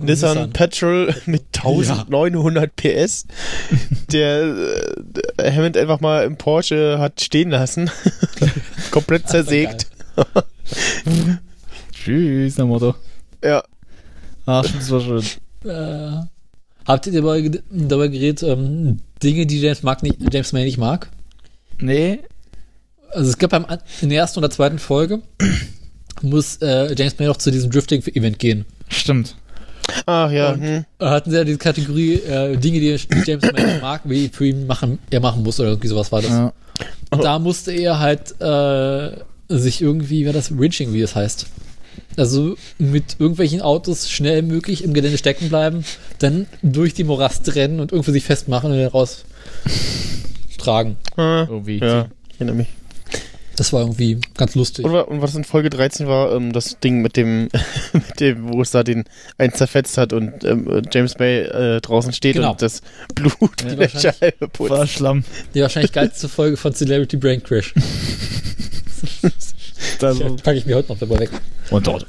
Nissan,
Nissan.
Petrol mit 1900 PS, der äh, der Hammond einfach mal im Porsche hat stehen lassen. Komplett zersägt.
Tschüss, der Motto.
Ja.
Ach, das war schön.
Äh, habt ihr dabei, ged- dabei geredet, ähm, Dinge, die James, mag nicht, James May nicht mag?
Nee,
Also es gab beim, an- in der ersten oder zweiten Folge, muss äh, James May noch zu diesem Drifting-Event gehen.
stimmt.
Ach ja. Hm.
Äh, Hatten sie ja diese Kategorie äh, Dinge, die James May nicht mag, wie für ihn machen, er machen muss oder irgendwie sowas war das.
Ja.
Und da musste er halt äh, sich irgendwie, wie war das, Winching, wie es heißt. Also mit irgendwelchen Autos schnell möglich im Gelände stecken bleiben, dann durch die Morast rennen und irgendwie sich festmachen und dann raus tragen.
Ah,
Oh,
Irgendwie.
ja. Ich erinnere mich.
Das war irgendwie ganz lustig.
Und, wa- und was in Folge 13 war, ähm, das Ding mit dem, mit dem, wo es da den einen zerfetzt hat und ähm, äh, James Bay äh, draußen steht
Genau.
und das Blut
Ja,
in der
wahrscheinlich.
Scheibe putzt.
War Schlamm.
Die wahrscheinlich geilste Folge von Celebrity Brain Crash.
Da so.
Packe ich mir heute noch dabei weg.
Und dort.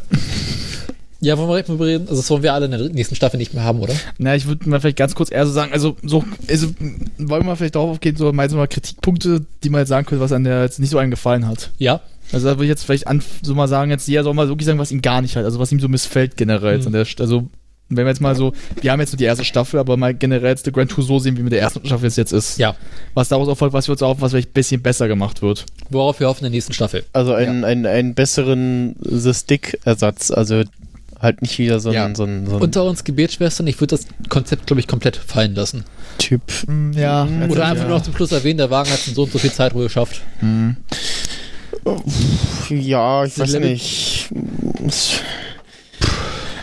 Ja, wollen wir direkt mal drüber reden? Also das wollen wir alle in der dritten- nächsten Staffel nicht mehr haben, oder?
Na, ich würde mal vielleicht ganz kurz eher so sagen, also, so, also m, wollen wir mal vielleicht darauf aufgehen, so meinst du mal Kritikpunkte, die man jetzt sagen könnte, was an der jetzt nicht so einem gefallen hat.
Ja.
Also da würde ich jetzt vielleicht an, so mal sagen, jetzt jeder soll mal wirklich sagen, was ihm gar nicht halt, also was ihm so missfällt generell. jetzt
Mhm.
An der, St- also wenn wir jetzt mal so, wir haben jetzt nur die erste Staffel, aber mal generell jetzt die Grand Tour so sehen, wie mit der ersten Staffel es jetzt ist.
Ja.
Was daraus erfolgt, was wir uns auch, was vielleicht ein bisschen besser gemacht wird.
Worauf wir hoffen in der nächsten Staffel.
Also einen, einen, einen besseren The Stick-Ersatz. Also halt nicht wieder so ein,
Ja.
so ein, so ein
Unter uns Gebetsschwestern, ich würde das Konzept, glaube ich, komplett fallen lassen.
Typ.
Mm, Ja.
Mm. Oder einfach nur noch zum Schluss erwähnen, der Wagen hat so und so viel Zeitruhe geschafft.
Ja, ich weiß
Celebrity-
nicht.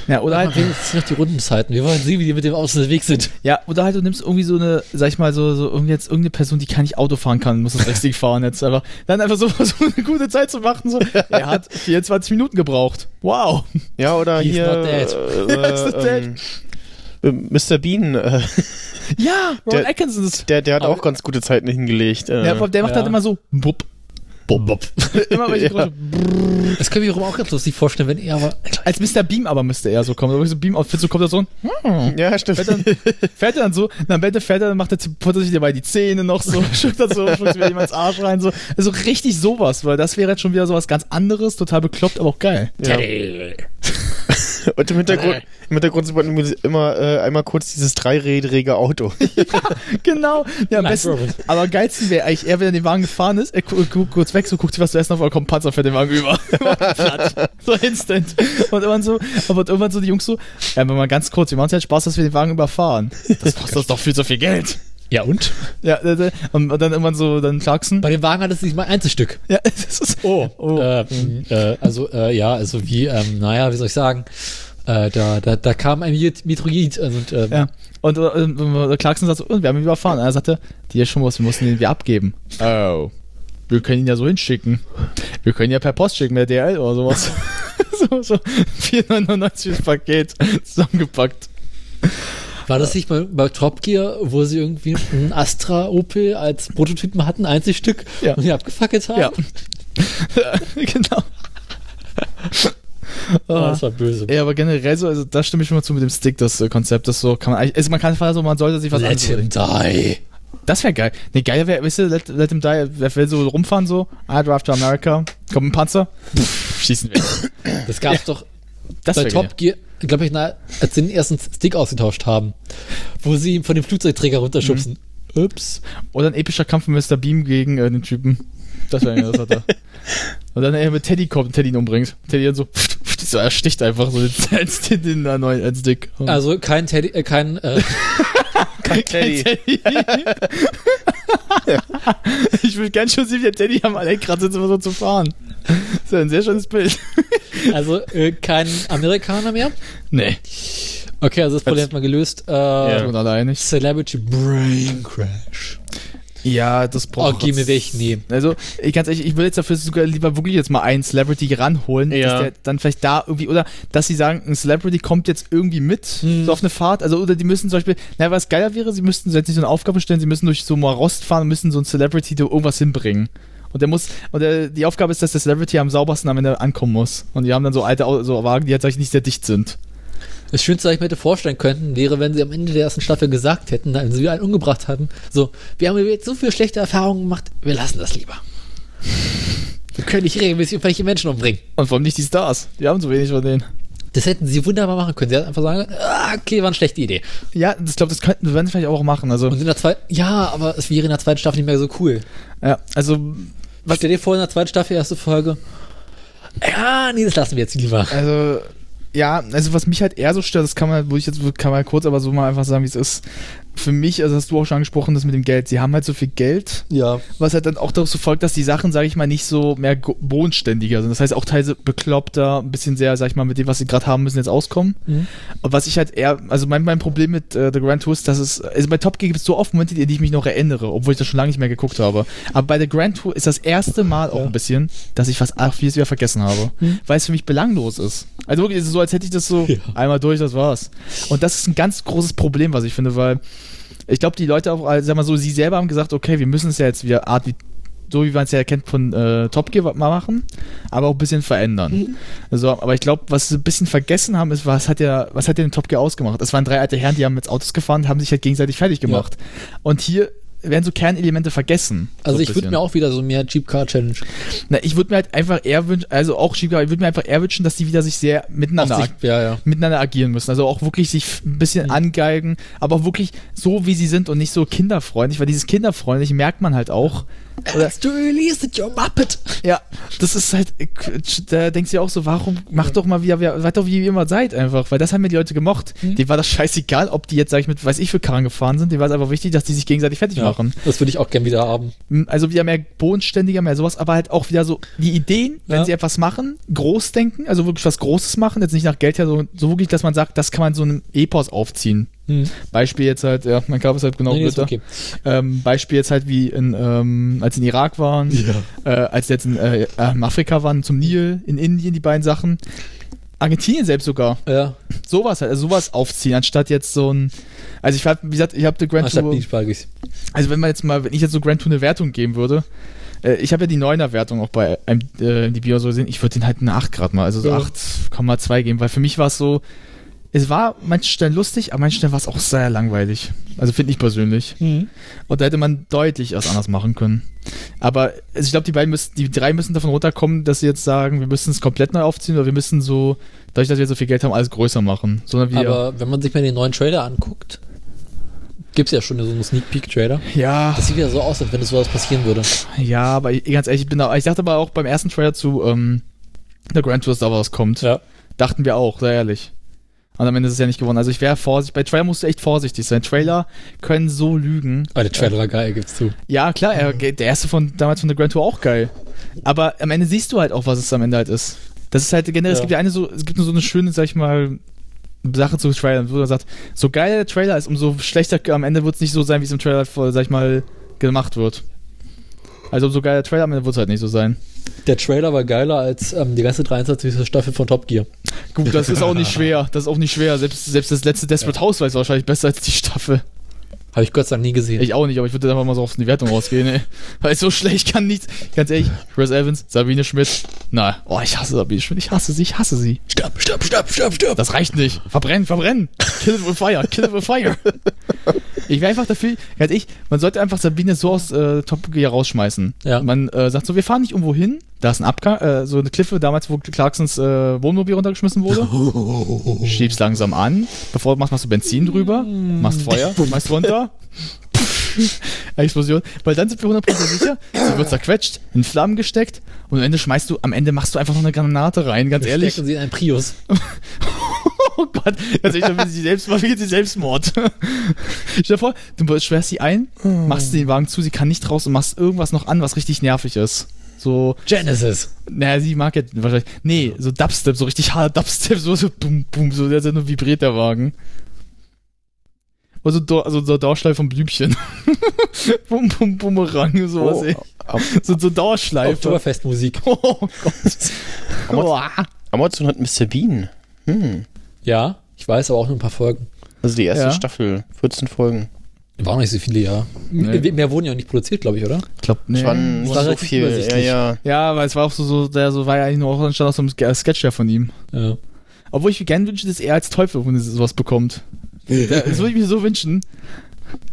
Ja, oder halt,
Jetzt sind noch die Rundenzeiten. Wir wollen sehen, wie die mit dem Außen unterwegs sind.
ja, oder halt, du nimmst irgendwie so eine, sag ich mal, so, so irgendwie jetzt irgendeine Person, die kann nicht Auto fahren kann, muss das richtig fahren jetzt einfach. Dann einfach so, so eine gute Zeit zu machen, so. Er hat 24 Minuten gebraucht. Wow.
Ja, oder
He's
hier.
not dead.
Äh,
He's not
äh, ähm, äh, Mr. Bean, äh,
Ja, Ron
Der-
Atkinson ist,
der, der hat
Aber-
auch ganz gute Zeiten hingelegt. Äh.
der, der macht
Ja.
halt immer so, bupp,
Bob, Bob.
Immer welche Geräusche.
Das können wir wiederum auch ganz lustig vorstellen, wenn er aber.
Als Mr. Beam aber müsste er so kommen. Also So, so Beam-Outfit, so kommt er so und
Ja, stimmt.
fährt dann, fährt er dann so, und am Ende fährt er, dann macht er putzt sich dabei die Zähne noch so, schüttet dann so, schüttet wieder jemand ins Arsch rein, so. Also richtig sowas, weil das wäre jetzt schon wieder sowas ganz anderes, total bekloppt, aber auch geil.
Ja. Und im Hintergrund, im Hintergrund sieht man immer äh, einmal kurz dieses dreirädrige Auto.
Genau. Ja, am
Nein,
besten.
Robin.
Aber am geilsten wäre eigentlich, er, wenn er den Wagen gefahren ist, er gu gu kurz weg, so guckt sich was zu essen auf, aber kommt ein Panzer fährt den Wagen über. Platt. so instant. Und irgendwann so, aber irgendwann so die Jungs so, ja, aber mal ganz kurz, wir machen es halt Spaß, dass wir den Wagen überfahren. Das kostet uns doch viel zu viel Geld.
Ja, und?
Ja, äh, äh, und und dann irgendwann so, dann Clarkson.
Bei dem Wagen hat es nicht mal ein Einzelstück.
Ja, das ist,
Oh.
Oh.
Äh, mh, äh, also, äh, ja, also wie, ähm, naja, wie soll ich sagen? Äh, da, da, da kam ein Mit- Metroid und ähm,
ja. Und, äh, und, und Clarkson sagt so, und wir haben ihn überfahren. Und er sagte, die ist schon was, wir mussten ihn wir abgeben. Oh. Wir können ihn ja so hinschicken. Wir können ihn ja per Post schicken mit der DL oder sowas. so, so 4,99 das Paket zusammengepackt.
war das nicht bei, bei Top Gear, wo sie irgendwie einen Astra Opel als Prototypen hatten, ein Einzelstück
Ja.
und die abgefackelt haben?
Ja. genau.
Oh,
Ah.
das war böse.
Ja, aber generell so, also da stimme ich schon mal zu mit dem Stick, das äh, Konzept, das so kann man eigentlich, also man kann einfach so, man sollte sich was
Let
ansehen.
him die.
Das wäre geil. Ne, geil wäre, weißt du, let, let him die, wer will so rumfahren so, I drive to America, kommt ein Panzer, pff, schießen wir.
Das gab's doch
Das
bei
wäre
Top Gear, glaube ich, na, als sie den ersten Stick ausgetauscht haben, wo sie ihn von dem Flugzeugträger runterschubsen.
Mhm.
Ups.
Oder ein epischer Kampf mit Mr. Beam gegen äh, den Typen. Das wäre das hat er. Und dann er mit Teddy kommt und Teddy ihn umbringt. Teddy dann so, so ersticht einfach so den, als den, den da neuen als Dick.
Also kein Teddy, äh, kein, äh,
Kein Teddy.
ich will ganz schön sehen, wie der Teddy am Lenkrad sitzt, immer so zu fahren. Das ist ja ein sehr schönes Bild.
also äh, kein Amerikaner mehr.
Nee.
Okay, also das Problem hat man gelöst. Äh,
Ja. Und alleine.
Celebrity Brain Crash.
Ja, das
Oh, geh mir weg, nee.
Also, ich ganz ehrlich, ich würde jetzt dafür sogar lieber wirklich jetzt mal einen Celebrity ranholen, dass
Ja.
der dann vielleicht da irgendwie, oder dass sie sagen, ein Celebrity kommt jetzt irgendwie mit,
Hm.
so auf eine Fahrt, also, oder die müssen zum Beispiel, na, was geiler wäre, sie müssten jetzt nicht so eine Aufgabe stellen, sie müssen durch so Morost fahren und müssen so ein Celebrity da irgendwas hinbringen. Und der muss, und der, die Aufgabe ist, dass der Celebrity am saubersten am Ende ankommen muss. Und die haben dann so alte Au- so Wagen, die halt, sag ich, nicht sehr dicht sind.
Das Schönste, was ich mir hätte vorstellen können, wäre, wenn sie am Ende der ersten Staffel gesagt hätten, als sie einen umgebracht hatten, so, wir haben jetzt so viele schlechte Erfahrungen gemacht, wir lassen das lieber. Wir können nicht regelmäßig irgendwelche Menschen umbringen.
Und vor allem nicht die Stars. Die haben so wenig von denen.
Das hätten sie wunderbar machen können. Sie hätten einfach sagen, ah, okay, war eine schlechte Idee.
Ja, ich glaube, das könnten wir vielleicht auch machen. Also,
Und in der zweiten, ja, aber es wäre in der zweiten Staffel nicht mehr so cool.
ja, also
Was stell dir vor, in der zweiten Staffel, erste Folge, ja, nee, das lassen wir jetzt lieber.
Also, ja, also was mich halt eher so stört, das kann man, wo ich jetzt, kann man halt kurz, aber so mal einfach sagen, wie es ist. Für mich, also hast du auch schon angesprochen, das mit dem Geld. Sie haben halt so viel Geld,
Ja.
was halt dann auch dazu folgt, dass die Sachen, sage ich mal, nicht so mehr go- bodenständiger sind. Das heißt auch teilweise bekloppter, ein bisschen sehr, sag ich mal, mit dem, was sie gerade haben müssen, jetzt auskommen.
Mhm.
Und was ich halt eher, also mein, mein Problem mit äh, The Grand Tour ist, dass es, also bei Top Gear gibt es so oft Momente, die die ich mich noch erinnere, obwohl ich das schon lange nicht mehr geguckt habe. Aber bei The Grand Tour ist das erste Mal auch ein bisschen, dass ich was ach, vieles wieder vergessen habe, weil es für mich belanglos ist. Also wirklich, es ist so, als hätte ich das so
Mhm. Ja.
einmal durch, das war's. Und das ist ein ganz großes Problem, was ich finde, weil ich glaube, die Leute auch, also, sag mal so, sie selber haben gesagt, okay, wir müssen es ja jetzt wieder Art wie so wie man es ja kennt von äh, Top Gear mal machen, aber auch ein bisschen verändern.
Mhm.
Also, aber ich glaube, was sie ein bisschen vergessen haben, ist, was hat ja, was hat denn Top Gear ausgemacht? Es waren drei alte Herren, die haben jetzt Autos gefahren, haben sich halt gegenseitig fertig gemacht. Und hier werden so Kernelemente vergessen.
Also
so
ich würde mir auch wieder so mehr Jeep Car Challenge.
Na, ich würde mir halt einfach eher wünschen, also auch Schiebler, ich würde mir einfach eher wünschen, dass die wieder sich sehr miteinander
Auf sich- ja, Mhm. ja.
miteinander agieren müssen. Also auch wirklich sich f- ein bisschen angeigen, aber auch wirklich so, wie sie sind und nicht so kinderfreundlich, weil dieses kinderfreundlich merkt man halt auch.
Let's do release it, your Muppet.
Ja, das ist halt, äh, Quatsch. da denkst du ja auch so, warum, macht doch mal wieder, wer- seid doch wie ihr immer seid einfach, weil das haben mir die Leute gemocht.
Mhm.
Denen war das scheißegal, ob die jetzt, sag ich, mit weiß ich für Karren gefahren sind, denen war es einfach wichtig, dass die sich gegenseitig fertig machen.
Das würde ich auch gern wieder haben.
M, Also wieder mehr bodenständiger, mehr sowas, aber halt auch wieder so die Ideen, wenn
Ja.
sie etwas machen, groß denken, also wirklich was Großes machen, jetzt nicht nach Geld her, so, so wirklich, dass man sagt, das kann man so einem Epos aufziehen.
Hm.
Beispiel jetzt halt, ja, mein Körper ist halt genau
Nee, nee, ist
bitter.
okay.
Ähm, Beispiel jetzt halt wie in, ähm, als in Irak waren, äh, als jetzt in äh, ähm, Afrika waren, zum Nil, in Indien die beiden Sachen. Argentinien selbst sogar.
Ja,
Sowas halt, also sowas aufziehen, anstatt jetzt so ein. Also ich hab, wie gesagt, ich habe The Grand
anstatt
Tour.
Beachbuggies.
Also wenn man jetzt mal, wenn ich jetzt so Grand Tour eine Wertung geben würde, äh, ich habe ja die 9er-Wertung auch bei äh, die Bio so gesehen. Ich würde den halt eine 8 Grad mal, also so
Ja.
8,2 geben, weil für mich war es so, es war manchen Stellen lustig, aber manchen Stellen war es auch sehr langweilig. Also finde ich persönlich.
Mhm.
Und da hätte man deutlich was anders machen können. Aber also ich glaube, die beiden müssen, die drei müssen davon runterkommen, dass sie jetzt sagen, wir müssen es komplett neu aufziehen oder wir müssen so, dadurch, dass wir so viel Geld haben, alles größer machen. Sondern wir.
Aber wenn man sich mal den neuen Trailer anguckt, gibt's ja schon so einen Sneak Peek Trailer.
ja,
Das sieht ja so aus, als wenn es sowas passieren würde.
ja, aber ich, ganz ehrlich, ich bin da, ich dachte aber auch beim ersten Trailer zu ähm, der Grand Tour Star Wars kommt.
Ja.
Dachten wir auch, sehr ehrlich. Und am Ende ist es ja nicht geworden. Also ich wäre vorsichtig. Bei Trailer musst du echt vorsichtig sein. Trailer können so lügen.
Aber der Trailer war geil, gibt's zu.
Ja, klar, er, der erste von damals von der Grand Tour auch geil. Aber am Ende siehst du halt auch, was es am Ende halt ist. Das ist halt generell, es
Ja.
gibt ja eine so, es gibt nur so eine schöne, sag ich mal, Sache zu Trailern, wo man sagt, so geil der Trailer ist, umso schlechter am Ende wird es nicht so sein, wie es im Trailer, vor- sag ich mal, gemacht wird. Also umso geiler der Trailer am Ende wird es halt nicht so sein.
Der Trailer war geiler als ähm, die ganze 23. Staffel von Top Gear.
Gut, das ist auch nicht schwer. Das ist auch nicht schwer. Selbst, selbst das letzte Desperate Housewives war wahrscheinlich besser als die Staffel.
Habe ich Gott sei Dank nie gesehen.
Ich auch nicht, aber ich würde einfach mal so auf die Wertung rausgehen, ey. Weil so schlecht kann nichts. Ganz ehrlich, Chris Evans, Sabine Schmidt. Na, oh, ich hasse Sabine Schmidt. Ich hasse sie, ich hasse sie.
Stopp, stopp, stopp, stopp, stopp.
Das reicht nicht. Verbrennen, verbrennen. Kill it with fire, kill it with fire. Ich wäre einfach dafür, ganz ehrlich, man sollte einfach Sabine so aus äh, Top Gear rausschmeißen.
Ja.
Man äh, sagt so, wir fahren nicht irgendwo hin. Da ist ein Abgang, äh, so eine Kliffe damals, wo Clarksons äh, Wohnmobil runtergeschmissen wurde. Schiebst langsam an. Bevor du machst, machst du Benzin drüber, machst Feuer, schmeißt runter. Explosion, weil dann sind wir 100% sicher, sie wird zerquetscht, in Flammen gesteckt und am Ende schmeißt du, am Ende machst du einfach noch eine Granate rein, ganz ehrlich.
Stecken sie in einen Prius.
Oh Gott, also ich will sie selbst begeht sie Selbstmord. Stell dir vor, du schwerst sie ein, machst den Wagen zu, sie kann nicht raus und machst irgendwas noch an, was richtig nervig ist. So,
Genesis.
naja, sie mag ja wahrscheinlich. Nee, so Dubstep, so richtig harter Dubstep, so, so bum, bum, so der der nur vibriert der Wagen. Oder so, Dor- so, so Dauerschleife von Blümchen. bum, bum, Bumerang, sowas,
Oh,
ey.
Am-
So, so Dauerschleife.
Oktoberfestmusik.
Oh Gott. Boah.
Amazon hat Mr. Bean. Hm.
Ja, ich weiß, aber auch nur ein paar Folgen.
Also die erste
Ja.
Staffel, 14 Folgen.
Waren nicht so viele, ja.
Nee.
Mehr wurden ja auch nicht produziert, glaube ich, oder?
Ich glaub, nee.
Es waren
war
nicht so
relativ
viel. Ja,
übersichtlich.
ja.
Ja, weil es war auch so, so der so war ja eigentlich nur auch entstanden aus so einem Ske- äh, Sketch ja von ihm.
Ja.
Obwohl ich mir gerne wünsche, dass er als Teufel wenn er sowas bekommt. Ja, Das würde ich mir so wünschen.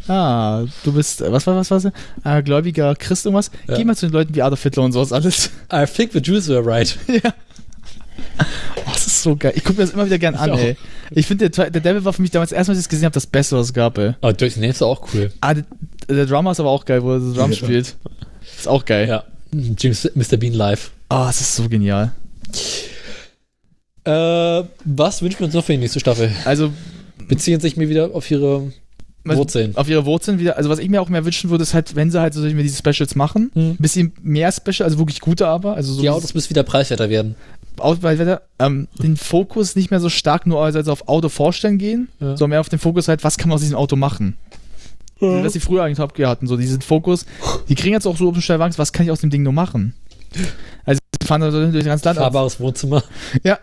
Ah, du bist, äh, was war, was war das? Ah, gläubiger Christ irgendwas?
Ja.
Geh mal zu den Leuten wie Adolf Hitler und sowas alles.
I think the Jews were right.
Oh, das ist so geil. Ich gucke mir das immer wieder gern an,
auch.
ey. Ich finde, der, Te- der Devil war für mich damals erstmal, als ich das gesehen habe, das Beste, was es gab, ey.
Aber Dirty Names war Ah, auch cool.
Ah, der, der Drummer ist aber auch geil, wo er so Drums
Ja.
spielt. Ist auch geil.
Ja. James, Mr. Bean live.
Ah, es ist so genial.
Äh, was wünschen wir uns noch für die nächste Staffel?
Also,
Beziehen sich mir wieder auf ihre
Was-
Wurzeln.
auf ihre Wurzeln wieder. Also was ich mir auch mehr wünschen würde, ist halt, wenn sie halt so mir diese Specials machen,
Mhm.
ein bisschen mehr Special, also wirklich gute aber, also so
Die Autos müssen wieder preiswerter werden.
Autobeiwetter, ähm, den Fokus nicht mehr so stark nur also auf Auto vorstellen gehen,
Ja.
sondern mehr auf den Fokus halt, was kann man aus diesem Auto machen. Was sie früher eigentlich Top Gear hatten, so diesen Fokus, die kriegen jetzt auch so auf den Steilwagen, was kann ich aus dem Ding nur machen? Also sie fahren da so durch das ganze Land.
Fahrbares Wohnzimmer.
Ja.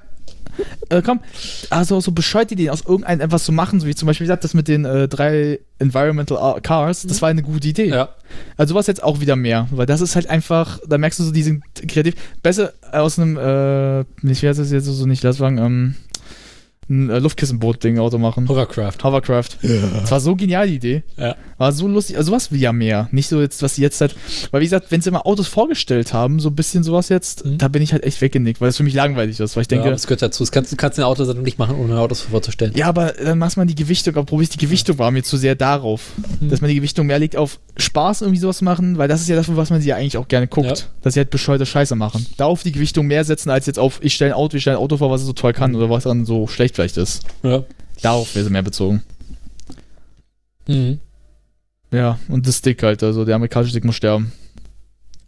Äh, komm, also so bescheuerte Ideen, aus irgendeinem etwas zu machen, so wie zum Beispiel gesagt, das mit den äh, drei Environmental Cars, das war eine gute Idee.
Mhm. Ja.
Also was jetzt auch wieder mehr, weil das ist halt einfach, da merkst du so diesen kreativ besser aus einem äh nicht wie heißt das jetzt so nicht Lastwagen ähm ein äh, Luftkissenboot Ding Auto machen.
Hovercraft.
Hovercraft. Das war so genial die Idee.
Ja.
War so lustig, also was will ja mehr, nicht so jetzt was sie jetzt halt, weil wie gesagt, wenn sie mal Autos vorgestellt haben, so ein bisschen sowas jetzt,
Mhm.
da bin ich halt echt weggenickt, weil es für mich langweilig ist, weil ich denke,
ja, das gehört dazu. Das kannst, du kannst eine Autosendung nicht machen, ohne Autos vorzustellen.
ja, aber dann machst man die Gewichtung, aber probier ich die Gewichtung war mir zu sehr darauf, dass man die Gewichtung mehr legt auf Spaß irgendwie sowas machen, weil das ist ja das, was man sie ja eigentlich auch gerne guckt,
Ja.
dass sie halt bescheuerte Scheiße machen. Darauf die Gewichtung mehr setzen als jetzt auf ich stelle ein Auto, ich stelle ein Auto vor, was es so toll kann oder was dann so schlecht vielleicht ist.
Ja.
Darauf wäre sie mehr bezogen.
Mhm.
Ja, und das Stick halt, also der amerikanische Stick muss sterben.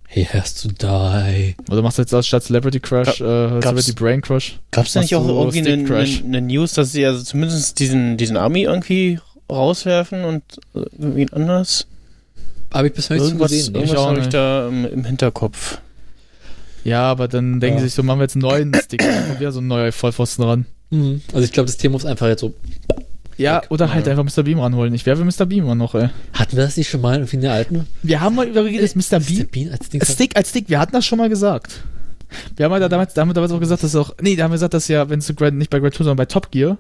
He has to die.
Oder machst du jetzt das statt Celebrity Crash, äh, Celebrity Brain Crash?
Gab's da nicht
Hast
auch
du
irgendwie
Stick
eine,
Crash?
eine, eine News, dass sie also zumindest diesen, diesen Army irgendwie rauswerfen und äh, irgendwie anders?
Habe ich bisher nichts
irgendwas
gesehen.
irgendwas
Ich auch
habe ich
nicht.
da im, im Hinterkopf.
Ja, aber dann denken
Ja.
sie sich so, machen wir jetzt einen neuen Stick, und wieder so einen neuen Vollpfosten ran.
Mhm. Also ich glaube, das Thema muss einfach jetzt so
Ja, oder halt einfach Mr. Beam ranholen. Ich werfe Mr. Beam immer noch, ey.
Hatten wir das nicht schon mal irgendwie in der alten?
Wir haben mal überlegt, dass Mr.
Mr.
Beam
Bean als Ding.
Stick als Stick, wir hatten das schon mal gesagt. Wir haben ja da damals, da haben wir damals auch gesagt, dass auch, nee, da haben wir gesagt, dass ja, wenn es zu Grand, nicht bei Grand Tour, sondern bei Top Gear,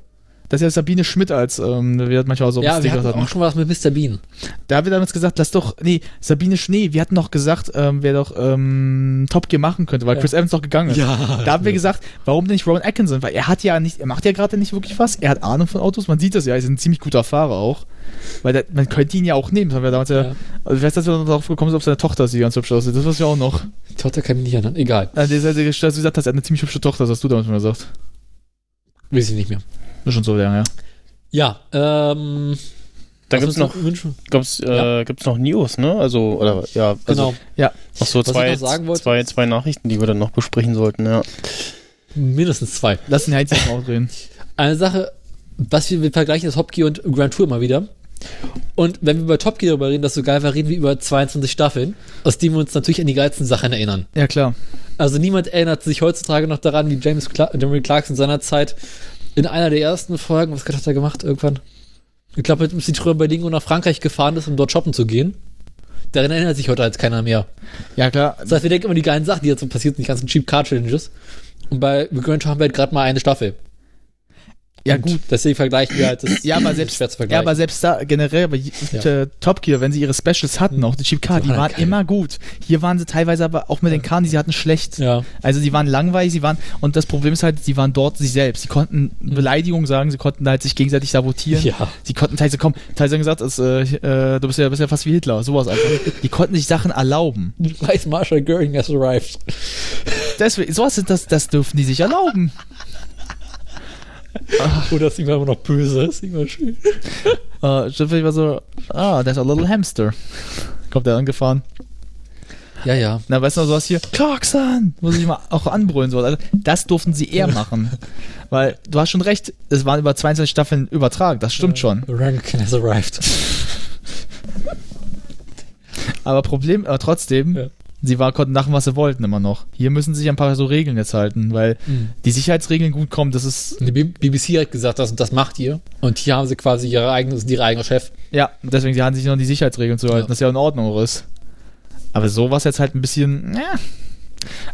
dass ja Sabine Schmidt als, ähm, wir hatten manchmal auch so
ja, wir
Sticker
hatten
hatten.
auch schon was mit Mr. Bean.
Da haben wir damals gesagt, lass doch, nee, Sabine Schnee, wir hatten noch gesagt, ähm, wer doch ähm, Top Gear machen könnte, weil
Ja.
Chris Evans doch gegangen ist.
Ja.
Da haben wir gesagt, warum denn nicht Rowan Atkinson? Weil er hat ja nicht, er macht ja gerade nicht wirklich was, er hat Ahnung von Autos, man sieht das ja, er ist ein ziemlich guter Fahrer auch. Weil der, man könnte ihn ja auch nehmen, das haben wir damals ja.
Ja.
Also wer ist das, wir darauf gekommen sind, ob seine Tochter sie ganz hübsch aussieht, das wissen wir auch noch.
Tochter kann mich nicht erinnern. Egal.
An Äh, der Seite gestellt, dass du gesagt hast, er hat eine ziemlich hübsche Tochter, das hast du damals mal gesagt.
Weiß ich nicht mehr.
Das ist schon so lange, ja.
Ja, ähm.
Da
was
gibt's
uns
noch,
Wünschen?
gibt's, äh, gibt's noch News, ne? Also, oder, ja, also
Genau.
noch so
Was ich
zwei,
noch sagen wollte,
zwei, zwei Nachrichten, die wir dann noch besprechen sollten, ja.
mindestens zwei.
Lass ihn Heinz jetzt mal ausreden.
Eine Sache, was wir, wir vergleichen, ist Top Gear und Grand Tour mal wieder. Und wenn wir über Top Gear darüber reden, das so geil war, reden wir über 22 Staffeln, aus denen wir uns natürlich an die geilsten Sachen erinnern.
Ja, klar.
Also niemand erinnert sich heutzutage noch daran, wie James Cla Jeremy Clarkson seinerzeit in einer der ersten Folgen, was hat er gemacht irgendwann? Ich glaube, mit dem Citroën Berlin und nach Frankreich gefahren ist, um dort shoppen zu gehen. Daran erinnert sich heute halt keiner mehr.
Ja, klar.
Das heißt, wir denken immer die geilen Sachen, die jetzt so passiert sind, die ganzen Cheap Car Challenges. Und bei Grand Tour haben wir halt gerade mal eine Staffel.
Ja,
Und
gut.
Deswegen vergleichen wir halt das.
Ja, aber
das
selbst-
schwer zu
Ja,
vergleichen.
aber selbst da generell bei je-
Ja. Hm.
äh, Top Gear, wenn sie ihre Specials hatten, auch die Cheap Car, die
waren
waren
geil.
immer gut. Hier waren sie teilweise aber auch mit den Karren, die sie hatten, schlecht.
Ja.
Also die waren langweilig, sie waren und das Problem ist halt, sie waren dort sich selbst. Sie konnten Beleidigungen sagen, sie konnten halt sich gegenseitig sabotieren.
Hm. Ja.
Sie konnten teilweise kommen. Teilweise haben gesagt, ist, äh, äh, du bist ja, bist ja fast wie Hitler, sowas einfach. die konnten sich Sachen erlauben.
Weiß Marshall Göring has arrived.
Deswegen, sowas sind das, das dürfen die sich erlauben.
Oder ist irgendwann immer noch böse. Ist irgendwann schön.
Äh, Schiff war so, ah, there's a little hamster. Kommt er angefahren.
Ja, ja.
Na, weißt du noch, sowas hier, Clarkson, muss ich mal auch anbrüllen. So. Also, das durften sie eher machen. Weil, du hast schon recht, es waren über 22 Staffeln übertragen, das stimmt schon.
Rankin has arrived.
Aber Problem, aber trotzdem,
Ja.
sie war, konnten machen, was sie wollten immer noch. Hier müssen sie sich an ein paar so Regeln jetzt halten, weil
Mhm.
die Sicherheitsregeln gut kommen, das ist,
Die B- BBC hat gesagt, das und das macht ihr. Und hier haben sie quasi ihre eigene, sind ihre eigene Chef.
ja, deswegen, sie haben sich noch an die Sicherheitsregeln zu halten,
Ja.
das ist ja in Ordnung auch ist. Aber so war es jetzt halt ein bisschen, ja.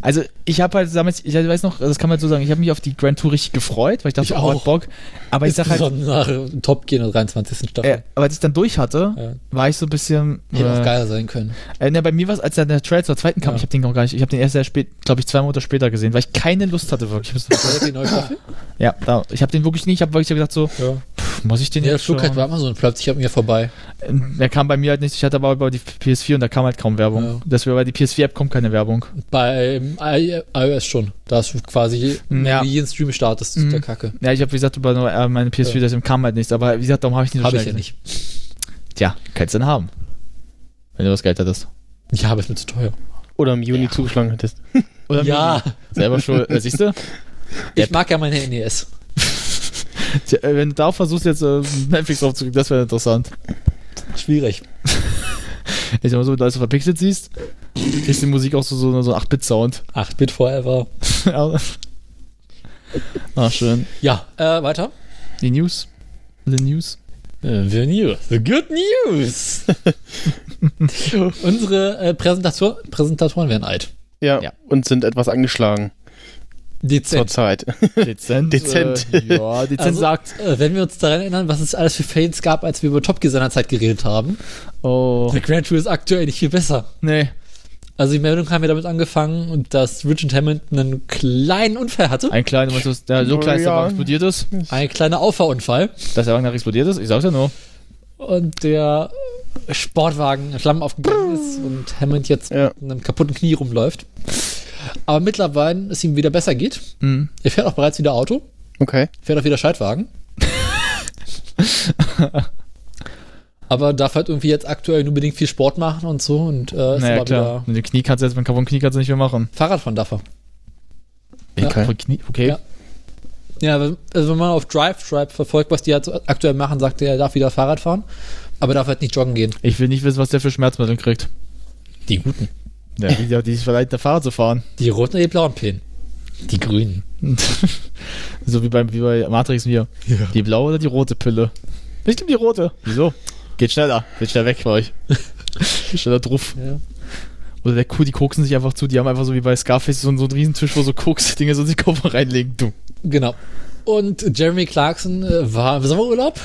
Also, ich habe halt damals, ich weiß noch, das kann man halt so sagen, ich habe mich auf die Grand Tour richtig gefreut, weil ich dachte,
Ich
oh,
auch.
hat Bock. Aber ich sag halt,
nach Top Gear in der 23.
Äh,
Staffel.
aber als ich dann durch hatte,
Ja.
war ich so ein bisschen.
Hätte auch
Äh,
geiler sein können.
äh, ne, bei mir war es, als dann der Trailer zur zweiten kam,
Ja.
ich habe den noch gar nicht, ich habe den erst sehr spät, glaube ich, zwei Monate später gesehen, weil ich keine Lust hatte wirklich. Ich hab so-
War das die neue Staffel?
ja, da, ich habe den wirklich nicht, ich habe wirklich so gedacht so,
Ja.
pff, muss ich den
Ja, der
jetzt schon?
Flug halt war immer so und plötzlich an mir vorbei.
Ähm, Der kam bei mir halt nicht, ich hatte aber über die PS4 und da kam halt kaum Werbung.
Ja.
Deswegen bei die PS4-App kommt keine Werbung.
Bei ähm, I- iOS schon. Da hast du quasi,
Ja.
wie jeden Stream startest,
Mhm.
der Kacke.
Ja, ich habe wie gesagt über nur, äh, meine PS4,
Ja.
deswegen kam halt nichts, aber wie gesagt, darum habe ich den so
Habe ich
schnell
ja nicht.
gesehen. Tja, kannst du denn haben. Wenn du das Geld hattest.
Ja, aber ist mir zu teuer.
Oder im Juni zugeschlagen hättest.
Oder
Ja,
selber schuld. Äh, siehst du?
ich mag ja meine NES.
Tja, äh, wenn du darauf versuchst, jetzt äh, Netflix draufzukriegen, das wäre interessant.
Schwierig.
Ich sag mal so, wenn du alles so verpixelt siehst, kriegst du die Musik auch so, so, so 8-Bit-Sound.
8-Bit Forever.
Ach, Ah, schön.
Ja, äh, weiter.
Die News. The News. Äh,
The News. The Good News. Unsere äh, Präsentator Präsentatoren werden alt.
Ja,
Ja.
und sind etwas angeschlagen
Dezent.
zurzeit.
Dezent.
Dezent.
Äh, ja, dezent
Also-
sagt.
Äh, wenn wir uns daran erinnern, was es alles für Fails gab, als wir über Top Gear seinerzeit geredet haben.
Oh.
Der Grand Tour ist aktuell nicht viel besser.
Nee.
Also die Meldung haben wir damit angefangen, und dass Richard Hammond einen kleinen Unfall hatte.
Ein kleiner, meinst du, der so klein ist, dass
Ja.
er explodiert ist.
Ein kleiner Auffahrunfall.
Dass der Wagen nachher explodiert ist. Ich sag's ja nur.
Und der Sportwagen in Flammen aufgegangen ist und Hammond jetzt
Ja.
mit einem kaputten Knie rumläuft. Aber mittlerweile es ihm wieder besser geht.
Mhm.
Er fährt auch bereits wieder Auto,
Okay.
fährt auch wieder Schaltwagen. aber darf halt irgendwie jetzt aktuell nur bedingt viel Sport machen und so und äh, ist
Naja,
aber wieder
klar. Mit dem Knie kannst du jetzt, mit dem kaputten Knie kannst du nicht mehr machen.
Fahrrad von darf er.
Okay.
Von Knie, okay.
Ja. Ja, wenn- also wenn man auf Drive Tribe verfolgt, was die halt so aktuell machen, sagt er, er darf wieder Fahrrad fahren, aber darf halt nicht joggen gehen.
Ich will nicht wissen, was der für Schmerzmittel kriegt.
Die guten.
Ja, die, die, die sich verleiten, der Fahrrad zu fahren.
Die roten oder die blauen Pillen? Die grünen.
so wie bei, wie bei Matrix mir. Die blaue oder die rote Pille? Ich nehme die rote. Wieso? Geht schneller. Geht schneller weg von euch. Geht schneller drauf.
Ja.
Oder der Kuh, die koksen sich einfach zu. Die haben einfach so wie bei Scarface so, so einen Riesentisch, wo so Koks-Dinge so in die Koffer reinlegen. Du.
Genau. Und Jeremy Clarkson äh, war im Sommerurlaub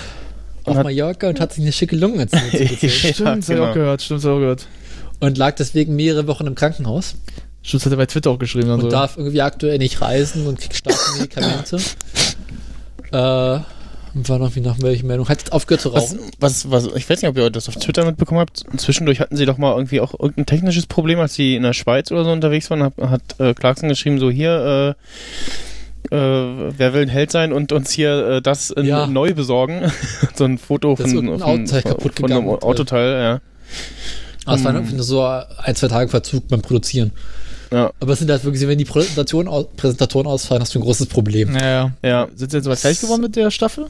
auf
hat-
Mallorca und hat sich eine schicke Lunge zugezogen
genau.
Stimmt, das hab ich auch gehört. Stimmt, das hab ich auch gehört.
und lag deswegen mehrere Wochen im Krankenhaus
Stimmt, das hat er bei Twitter auch geschrieben. Dann
Also-
und
so.
darf irgendwie aktuell nicht reisen und kriegt starke Medikamente. äh, und war noch wie nach welchen Meldung. Hat jetzt aufgehört zu
Was,
rauchen.
was, was, ich weiß nicht, ob ihr das auf Twitter mitbekommen habt. Zwischendurch hatten sie doch mal irgendwie auch irgendein technisches Problem, als sie in der Schweiz oder so unterwegs waren. Hat, hat äh, Clarkson geschrieben, so hier, äh, äh, wer will ein Held sein und uns hier äh, das in,
Ja.
neu besorgen? so ein Foto
Das ist
von,
irgendein
von,
Autoteil
von,
kaputt
von einem
gegangen.
Autoteil,
Aber es waren
Mm.
irgendwie nur so ein, zwei Tage Verzug beim Produzieren.
ja. ja.
Aber es sind halt wirklich, wenn die Präsentation aus, Präsentatoren ausfallen, hast du ein großes Problem.
Ja, ja.
Ja.
Sind sie jetzt soweit fertig geworden mit der Staffel?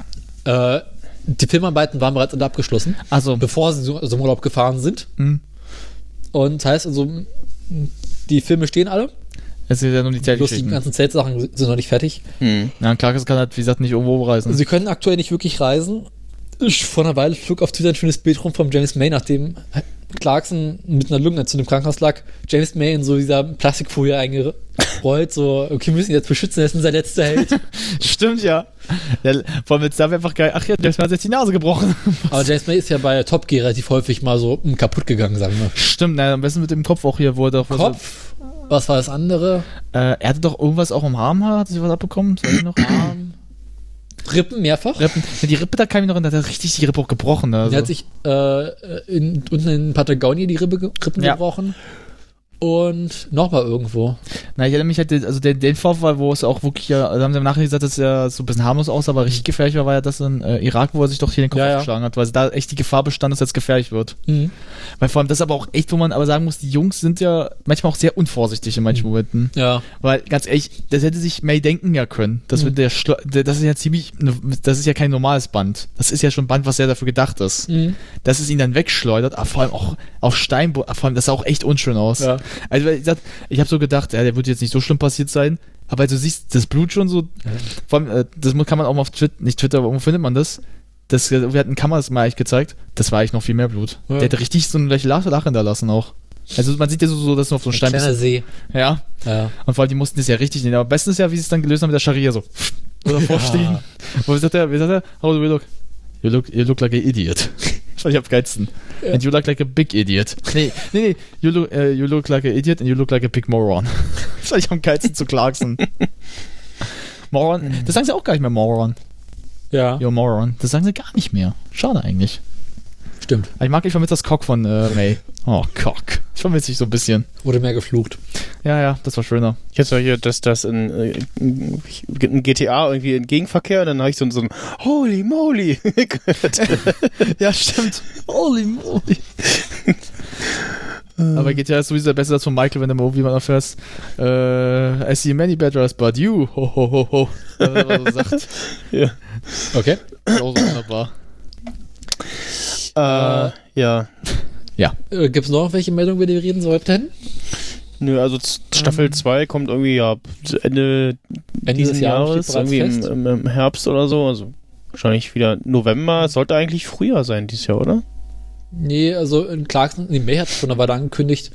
Äh, die Filmarbeiten waren bereits alle abgeschlossen,
Also,
bevor sie so, so im Urlaub gefahren sind.
hm.
Und heißt also, m- die Filme stehen alle.
es geht ja nur um die Zeit.
Bloß die ganzen Zeltsachen sind noch nicht fertig.
Hm.
Ja, klar, das kann halt, wie gesagt, nicht irgendwo rumreißen.
Sie können aktuell nicht wirklich reisen. Ich- Vor einer Weile flog auf Twitter ein schönes Bild rum von James May, nachdem Clarkson mit einer Lungenentzündung im Krankenhaus lag. James May in so dieser Plastikfolie eingerollt, so, okay, wir müssen ihn jetzt beschützen, er ist unser letzter Held.
Stimmt, ja. ja vor allem jetzt da einfach geil. Ach ja, James Mann hat jetzt die Nase gebrochen.
Aber James May ist ja bei Top Gear relativ häufig mal so mm, kaputt gegangen, sagen wir.
Stimmt, na, am besten mit dem Kopf auch hier, wo er doch was-
Kopf, was war das andere?
Äh, er hatte doch irgendwas auch im Arm, hat sich was abbekommen? Das weiß ich noch.
Arm. Rippen mehrfach.
Rippen. Ja, die Rippe, da kam ich noch in, da hat er richtig die Rippe auch gebrochen. ne, Also.
Er hat sich äh, in, unten in Patagonien die Rippe, ge- Rippen
Ja.
gebrochen. Und nochmal irgendwo.
Na, ich erinnere mich halt, also den, den Vorfall, wo es auch wirklich, ja, also haben sie im Nachhinein gesagt, dass er so ein bisschen harmlos aussah, aber richtig gefährlich war, war ja das in äh, Irak, wo er sich doch hier den Kopf
Ja, ja.
geschlagen hat, weil da echt die Gefahr bestand, dass er jetzt gefährlich wird.
Mhm.
Weil vor allem das aber auch echt, wo man aber sagen muss, die Jungs sind ja manchmal auch sehr unvorsichtig in manchen Momenten.
Ja.
Weil ganz ehrlich, das hätte sich May denken ja können.
Mhm.
Das, wird der Schla- der- das ist ja ziemlich, ne, das ist ja kein normales Band. Das ist ja schon ein Band, was sehr dafür gedacht ist.
Mhm.
Dass es ihn dann wegschleudert, aber vor allem auch auf Steinboden, vor allem das sah auch echt unschön aus.
Ja.
Also weil ich, sag- ich habe so gedacht, ja, der wird jetzt nicht so schlimm passiert sein. Aber du siehst das Blut schon so, vor allem, äh, das mu- kann man auch mal auf Twitter, nicht Twitter, aber wo findet man das? das äh, wir hatten Kameras mal echt gezeigt, das war eigentlich noch viel mehr Blut.
Ja.
Der hätte richtig so eine Lache Lache hinterlassen auch. Also man sieht ja so, so dass nur auf so einem
Ein
Stein
kleiner
bist.
See.
Ja,
Ja.
und vor allem, die mussten es ja richtig nehmen. Aber am besten ist ja, wie sie es dann gelöst haben mit der Scharia so. Oder vorstehen. Wo sagt er, wie sagt er? How do we look? You look, you look like an idiot. Das fand ich am geilsten. And you look like a big idiot. Nee, nee, nee. You look, äh, you look like an idiot and you look like a big moron. Das fand ich am geilsten zu Clarkson. Moron, das sagen sie auch gar nicht mehr Moron.
Ja.
Yo, Moron. Das sagen sie gar nicht mehr. Schade eigentlich.
Stimmt.
Aber ich mag, ich vermisse das Cock von äh, May. Oh, Cock. Ich vermisse ich so ein bisschen.
Wurde mehr geflucht.
Ja, ja, das war schöner.
Ich hatte hier, dass das in, äh, in in GTA irgendwie in Gegenverkehr und dann habe ich so, ein- so ein Holy moly gehört.
Ja, stimmt. Holy moly. Aber GTA ist sowieso der beste Satz von Michael, wenn du mal irgendwie mal erfährst. Äh, I see many bad guys, but you. Ho, ho, ho, ho. Wenn er mal so sagt. Das
ja.
Okay.
ist auch so wunderbar.
Äh, ja.
Äh, Gibt es noch welche Meldungen, über die wir reden sollten?
Nö, also Z- Staffel 2 kommt irgendwie ja zu Ende,
Ende
dieses
des Jahres
Jahres,
steht bereits
irgendwie im,
fest.
im, im Herbst oder so. Also wahrscheinlich wieder November. Es Sollte eigentlich früher sein dieses Jahr, oder?
Nee, also in Clarkson, nee, May hat schon eine Weile angekündigt,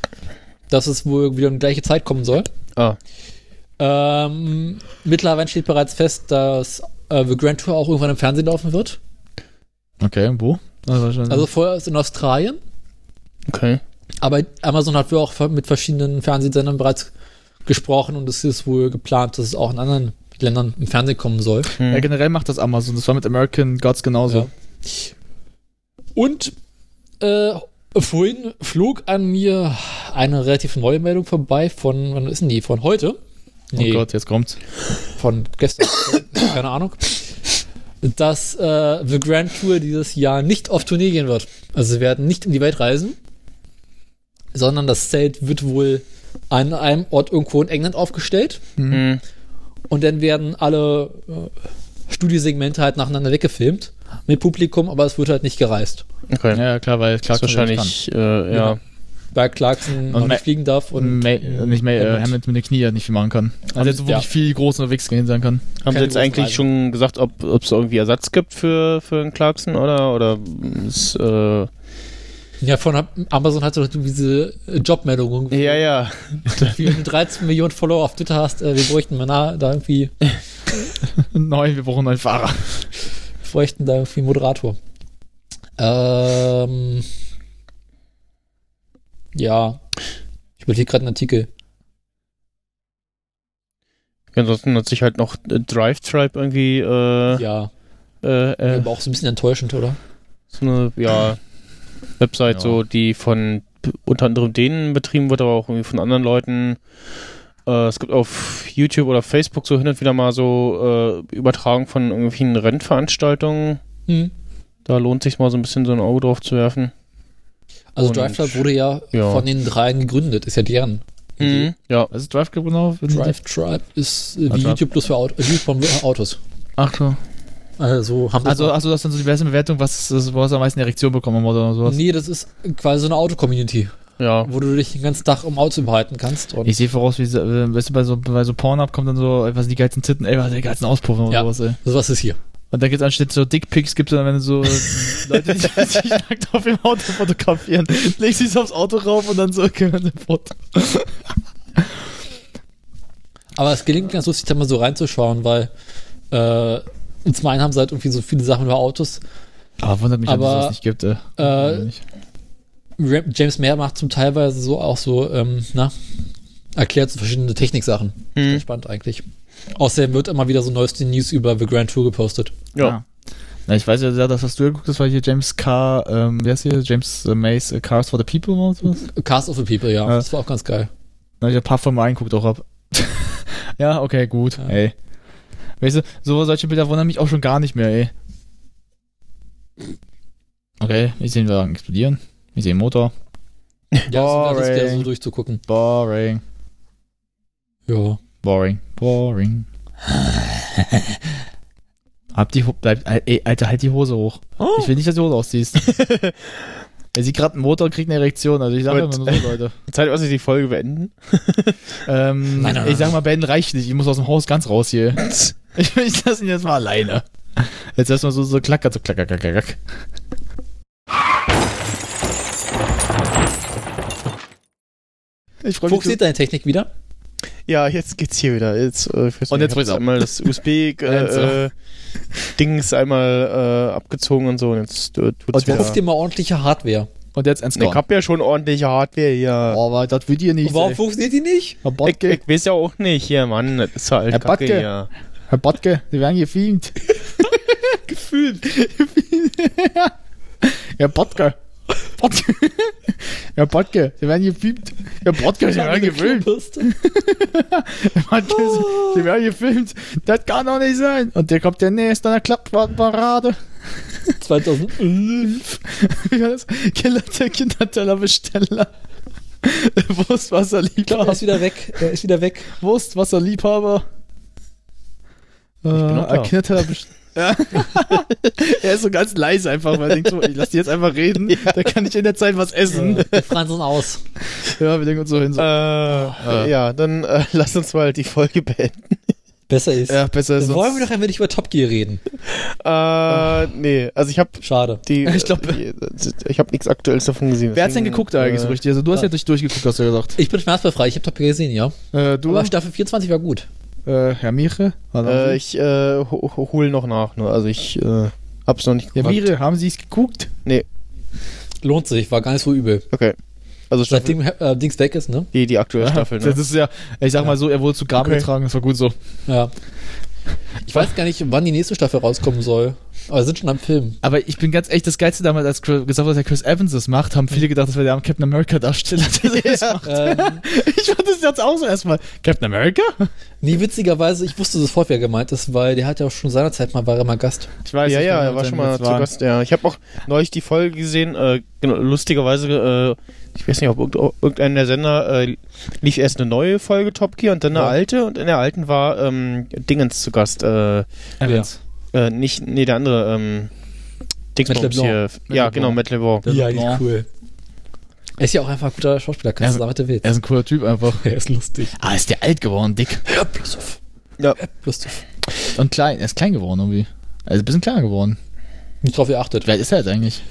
dass es wohl wieder um die gleiche Zeit kommen soll.
Ah.
Ähm, mittlerweile steht bereits fest, dass äh, The Grand Tour auch irgendwann im Fernsehen laufen wird.
Okay, wo? Also,
Also vorher ist in Australien.
Okay.
Aber Amazon hat wohl auch mit verschiedenen Fernsehsendern bereits gesprochen und es ist wohl geplant, dass es auch in anderen Ländern im Fernsehen kommen soll.
ja, generell macht das Amazon. Das war mit American Gods genauso.
Hm. Ja. Und äh, vorhin flog an mir eine relativ neue Meldung vorbei von, wann ist denn die? Von heute?
Oh Gott, jetzt kommt's.
von gestern. Keine Ahnung. Dass äh, The Grand Tour dieses Jahr nicht auf Tournee gehen wird. Also sie werden nicht in die Welt reisen, sondern das Zelt wird wohl an einem Ort irgendwo in England aufgestellt.
Mhm.
Und dann werden alle äh, Studiosegmente halt nacheinander weggefilmt mit Publikum, aber es wird halt nicht gereist.
Okay.
Ja, klar, weil klar
ist wahrscheinlich, äh, ja.
Berg Clarkson
Und
auch
Ma-
nicht fliegen darf und
May, äh, nicht May, äh, Hammond mit den Knie hat nicht viel machen kann. Also jetzt wirklich
ja.
viel groß unterwegs gewesen sein kann.
Haben
Keine
Sie jetzt
große
eigentlich
Frage.
schon gesagt, ob es irgendwie Ersatz gibt für, für einen Clarkson oder, oder ist, äh,
ja, von hab- Amazon hat so diese äh, Jobmeldung.
ja, ja.
Wie wenn du 13 Millionen Follower auf Twitter hast, äh, wir bräuchten mal nah, da irgendwie,
Neu, wir brauchen einen neuen Fahrer.
bräuchten da irgendwie einen Moderator. Ähm, ja. Ich überlege gerade einen Artikel.
Ansonsten hat sich halt noch äh, Drive Tribe irgendwie, äh,
Ja.
äh, äh,
Aber auch so ein bisschen enttäuschend, oder?
so eine, ja, Website,
Ja.
so, die von p- unter anderem denen betrieben wird, aber auch irgendwie von anderen Leuten. Äh, es gibt auf YouTube oder Facebook so hin und wieder mal so äh, Übertragung von irgendwelchen Rennveranstaltungen.
Hm.
Da lohnt sich mal so ein bisschen so ein Auge drauf zu werfen.
Also
Und-
Drive Tribe wurde ja,
ja.
von den dreien gegründet, ist ja deren. Idee.
Mhm. Ja,
Was ist Drive Club genau? Wenn Sie-
Drive Tribe ist äh, wie
Also-
YouTube plus für Auto, äh, YouTube für Autos.
Ach so.
Also haben sie
Also, also das sind so diverse Bewertungen, was was- wo es am meisten Erektion bekommen haben oder sowas.
Nee, das ist quasi so eine Auto-Community,
ja.
wo du dich den ganzen Tag um Auto behalten kannst. Und
Ich sehe voraus, wie so- äh, weißt du, bei so, bei so Pornhub kommt dann so, ey, was sind die geilsten Titten, ey, was sind die geilsten Auspuffen
Ja.
oder sowas, ey.
sowas ist hier.
Und da gibt's anstatt so Dickpics, gibt's dann, wenn so äh, Leute, die sich nackt auf dem Auto fotografieren, legst sie es aufs Auto rauf und dann so, okay, dann fort.
Aber es gelingt ganz lustig, da mal so reinzuschauen, weil äh, zum einen haben sie halt irgendwie so viele Sachen über Autos.
Aber wundert mich, dass es
Aber,
das nicht gibt, ey.
äh, Ram- James Mayer macht zum Teilweise so auch so, ähm, na, erklärt so verschiedene Techniksachen. Ist
Mhm.
ganz Spannend eigentlich. Außerdem wird immer wieder so neueste News über The Grand Tour gepostet.
Ja.
Ah. Na, ich weiß ja, sehr, das, was du geguckt hast, war hier James Carr, ähm, wer ist hier? James äh, Mays äh, Cars for the People oder sowas?
Cast of the People, ja.
Ja.
Das war auch ganz geil.
Na, ich hab ein paar von mal reingeguckt auch ab. ja, okay, gut,
Ja.
ey. Weißt du, so, solche Bilder wundern mich auch schon gar nicht mehr, ey. Okay, ich sehe den Wagen explodieren. Ich sehe den Motor.
Ja, das ist wieder so
Boring.
durchzugucken.
Boring.
Ja.
Boring. Boring. Hab die, Ho- bleib, ey, Alter, halt die Hose hoch. Ich will nicht, dass du die Hose ausziehst. er sieht gerade einen Motor und kriegt eine Erektion. Also ich sage
Gut.
immer nur so, Leute.
Zeit, was ich die Folge beenden.
Ähm,
Nein, nein,
ich sag
nein.
mal, Ben reicht nicht. Ich muss aus dem Haus ganz raus hier. Ich, ich lasse ihn jetzt mal alleine. Jetzt erstmal so, so klacker, so klacker, klacker, klacker. Ich freue mich.
Funktioniert deine Technik wieder?
Ja, jetzt geht's hier wieder. Jetzt, äh, ich weiß
Und
nicht, ich
jetzt
hab's
wird's ab.
einmal das USB-Dings äh,
Lenzer.
äh, Dings einmal äh, abgezogen und so. Und jetzt äh, tut's
Und
wieder.
Kauf dir mal ordentliche Hardware.
Und jetzt ein
Nee, ich
Score.
hab ja schon ordentliche Hardware hier.
Oh, aber das will ihr nicht.
Warum
ey.
funktioniert die nicht?
Herr
ich,
Botke,
ich weiß ja auch nicht hier, Mann. Das ist halt
Herr
Kacke
Backe.
hier.
Herr Botke, Sie werden gefilmt. Gefühlt. Herr Botke. Botke. Herr Botke, Sie werden gefilmt. Herr Botke, Sie werden gefilmt. Mann, sie, sie werden gefilmt. Das kann doch nicht sein. Und der kommt der nächste an der Klappparade.
2000.
Wie war das? Killer der Kindertellerbesteller.
Er ist
Wurstwasserliebhaber.
wieder weg. Er ist wieder weg.
Wurstwasserliebhaber. Ich bin
auch da.
ja. er ist so ganz leise einfach, weil er denkt so, ich lass die jetzt einfach reden, da kann ich in der Zeit was essen.
Wir fransen aus.
Ja, wir denken uns so hin. So.
Äh, ja, dann äh, lass uns mal die Folge beenden.
Besser ist.
Ja, besser ist
Dann wollen wir
sonst.
doch ein wenig über Top Gear reden.
Äh, nee, also ich hab
Schade.
die.
Ich glaub-
die- ich hab nichts Aktuelles davon gesehen.
Wer hat's denn
deswegen,
geguckt eigentlich so
äh,
richtig? Also du hast ja durch durchgeguckt, hast du ja gesagt.
Ich bin schmerzbefreit. Ich habe Top Gear gesehen, ja.
Äh, du,
Aber Staffel 24 war gut.
äh, Herr Miche?
Äh, ich äh, ho- ho- hol noch nach. Ne? Also ich äh, hab's noch nicht
Ja,
geguckt.
Mire, haben Sie es geguckt?
Lohnt sich. War gar nicht so übel.
Okay. Also Staffel,
Seitdem äh, Dings weg ist, ne?
die, die aktuelle Staffel, ne?
Das ist ja, ich sag mal so, er wurde zu Graben
Okay.
getragen, das war gut so.
Ja. Ich weiß gar nicht, wann die nächste Staffel rauskommen soll. Aber wir sind schon am Film.
Aber ich bin ganz echt das Geilste damals, als Chris, gesagt wurde, dass er Chris Evans das macht, haben viele gedacht, das wäre der Captain America-Darsteller. der das macht.
Ähm,
Ich fand das jetzt auch so erstmal. Captain America?
nee, witzigerweise, ich wusste sofort, wer gemeint ist, weil der hat ja auch schon seinerzeit mal, war er mal Gast.
Ich weiß
ja, ja, er war schon mal zu Gast. Ja. Ich habe auch neulich die Folge gesehen. Äh, genau, lustigerweise, äh, ich weiß nicht, ob irgend- irgendein der Sender äh, lief erst eine neue Folge Top Gear und dann eine
Ja.
alte. Und in der alten war ähm, Dingens zu Gast. Äh,
Evans.
äh, nicht, nee, der andere. Ähm, Dingsbums
Matt LeBlanc.
hier.
Matt
ja,
LeBlanc.
genau, Matt LeBlanc.
Der
Ja,
Leblanc.
cool. Er ist ja auch einfach ein guter Schauspieler, kannst du
Ja.
sagen, was du willst.
Er ist ein cooler Typ einfach.
Er ist lustig.
Ah, ist der alt geworden, dick.
Hör bloß auf.
Ja.
Hör bloß auf.
Und klein, er ist klein geworden irgendwie. Also ein bisschen kleiner geworden.
Nicht drauf geachtet.
Wie alt ist er jetzt eigentlich?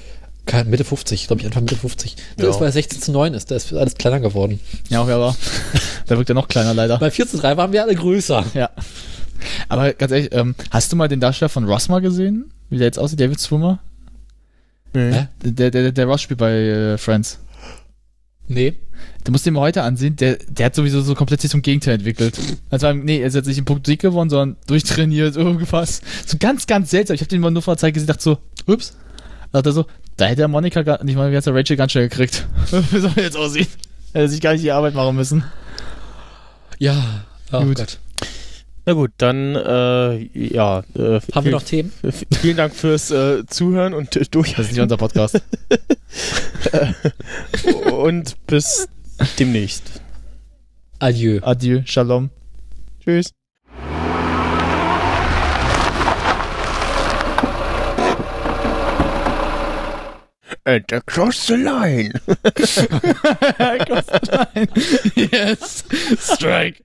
Kein- Mitte 50, glaube ich, Anfang Mitte 50. Das
Ja.
ist, weil er 16 zu 9 ist, da ist alles kleiner geworden.
Ja, auch er war. Da wirkt er noch kleiner leider.
Bei 4 zu 3 waren wir alle größer.
Ja. Aber ganz ehrlich, ähm, hast du mal den Darsteller von Ross mal gesehen? Wie der jetzt aussieht, David Swimmer?
Hä?
Der, der, der, der Ross spielt bei äh, Friends.
Nee.
Du musst den mal heute ansehen, der, der hat sowieso so komplett sich zum Gegenteil entwickelt. Also, nee, er ist jetzt nicht im Punkt Sieg geworden, sondern durchtrainiert, irgendwas. So ganz, ganz seltsam. Ich habe den mal nur vor der Zeit gesehen, dachte so, ups. Dachte so, da hätte er Monika, gar- nicht mal, wie hat's der Rachel ganz schnell gekriegt. Wie soll er jetzt aussehen? Hätte sich gar nicht die Arbeit machen müssen.
Ja. Oh
Gut.
Gott.
Na gut, dann, äh, ja. Äh,
Haben wir noch Themen?
Vielen Dank fürs äh, Zuhören und äh,
Das
durch.
ist nicht unser Podcast.
und bis demnächst.
Adieu.
Adieu, Shalom.
Tschüss. And across the line.
yes. Strike.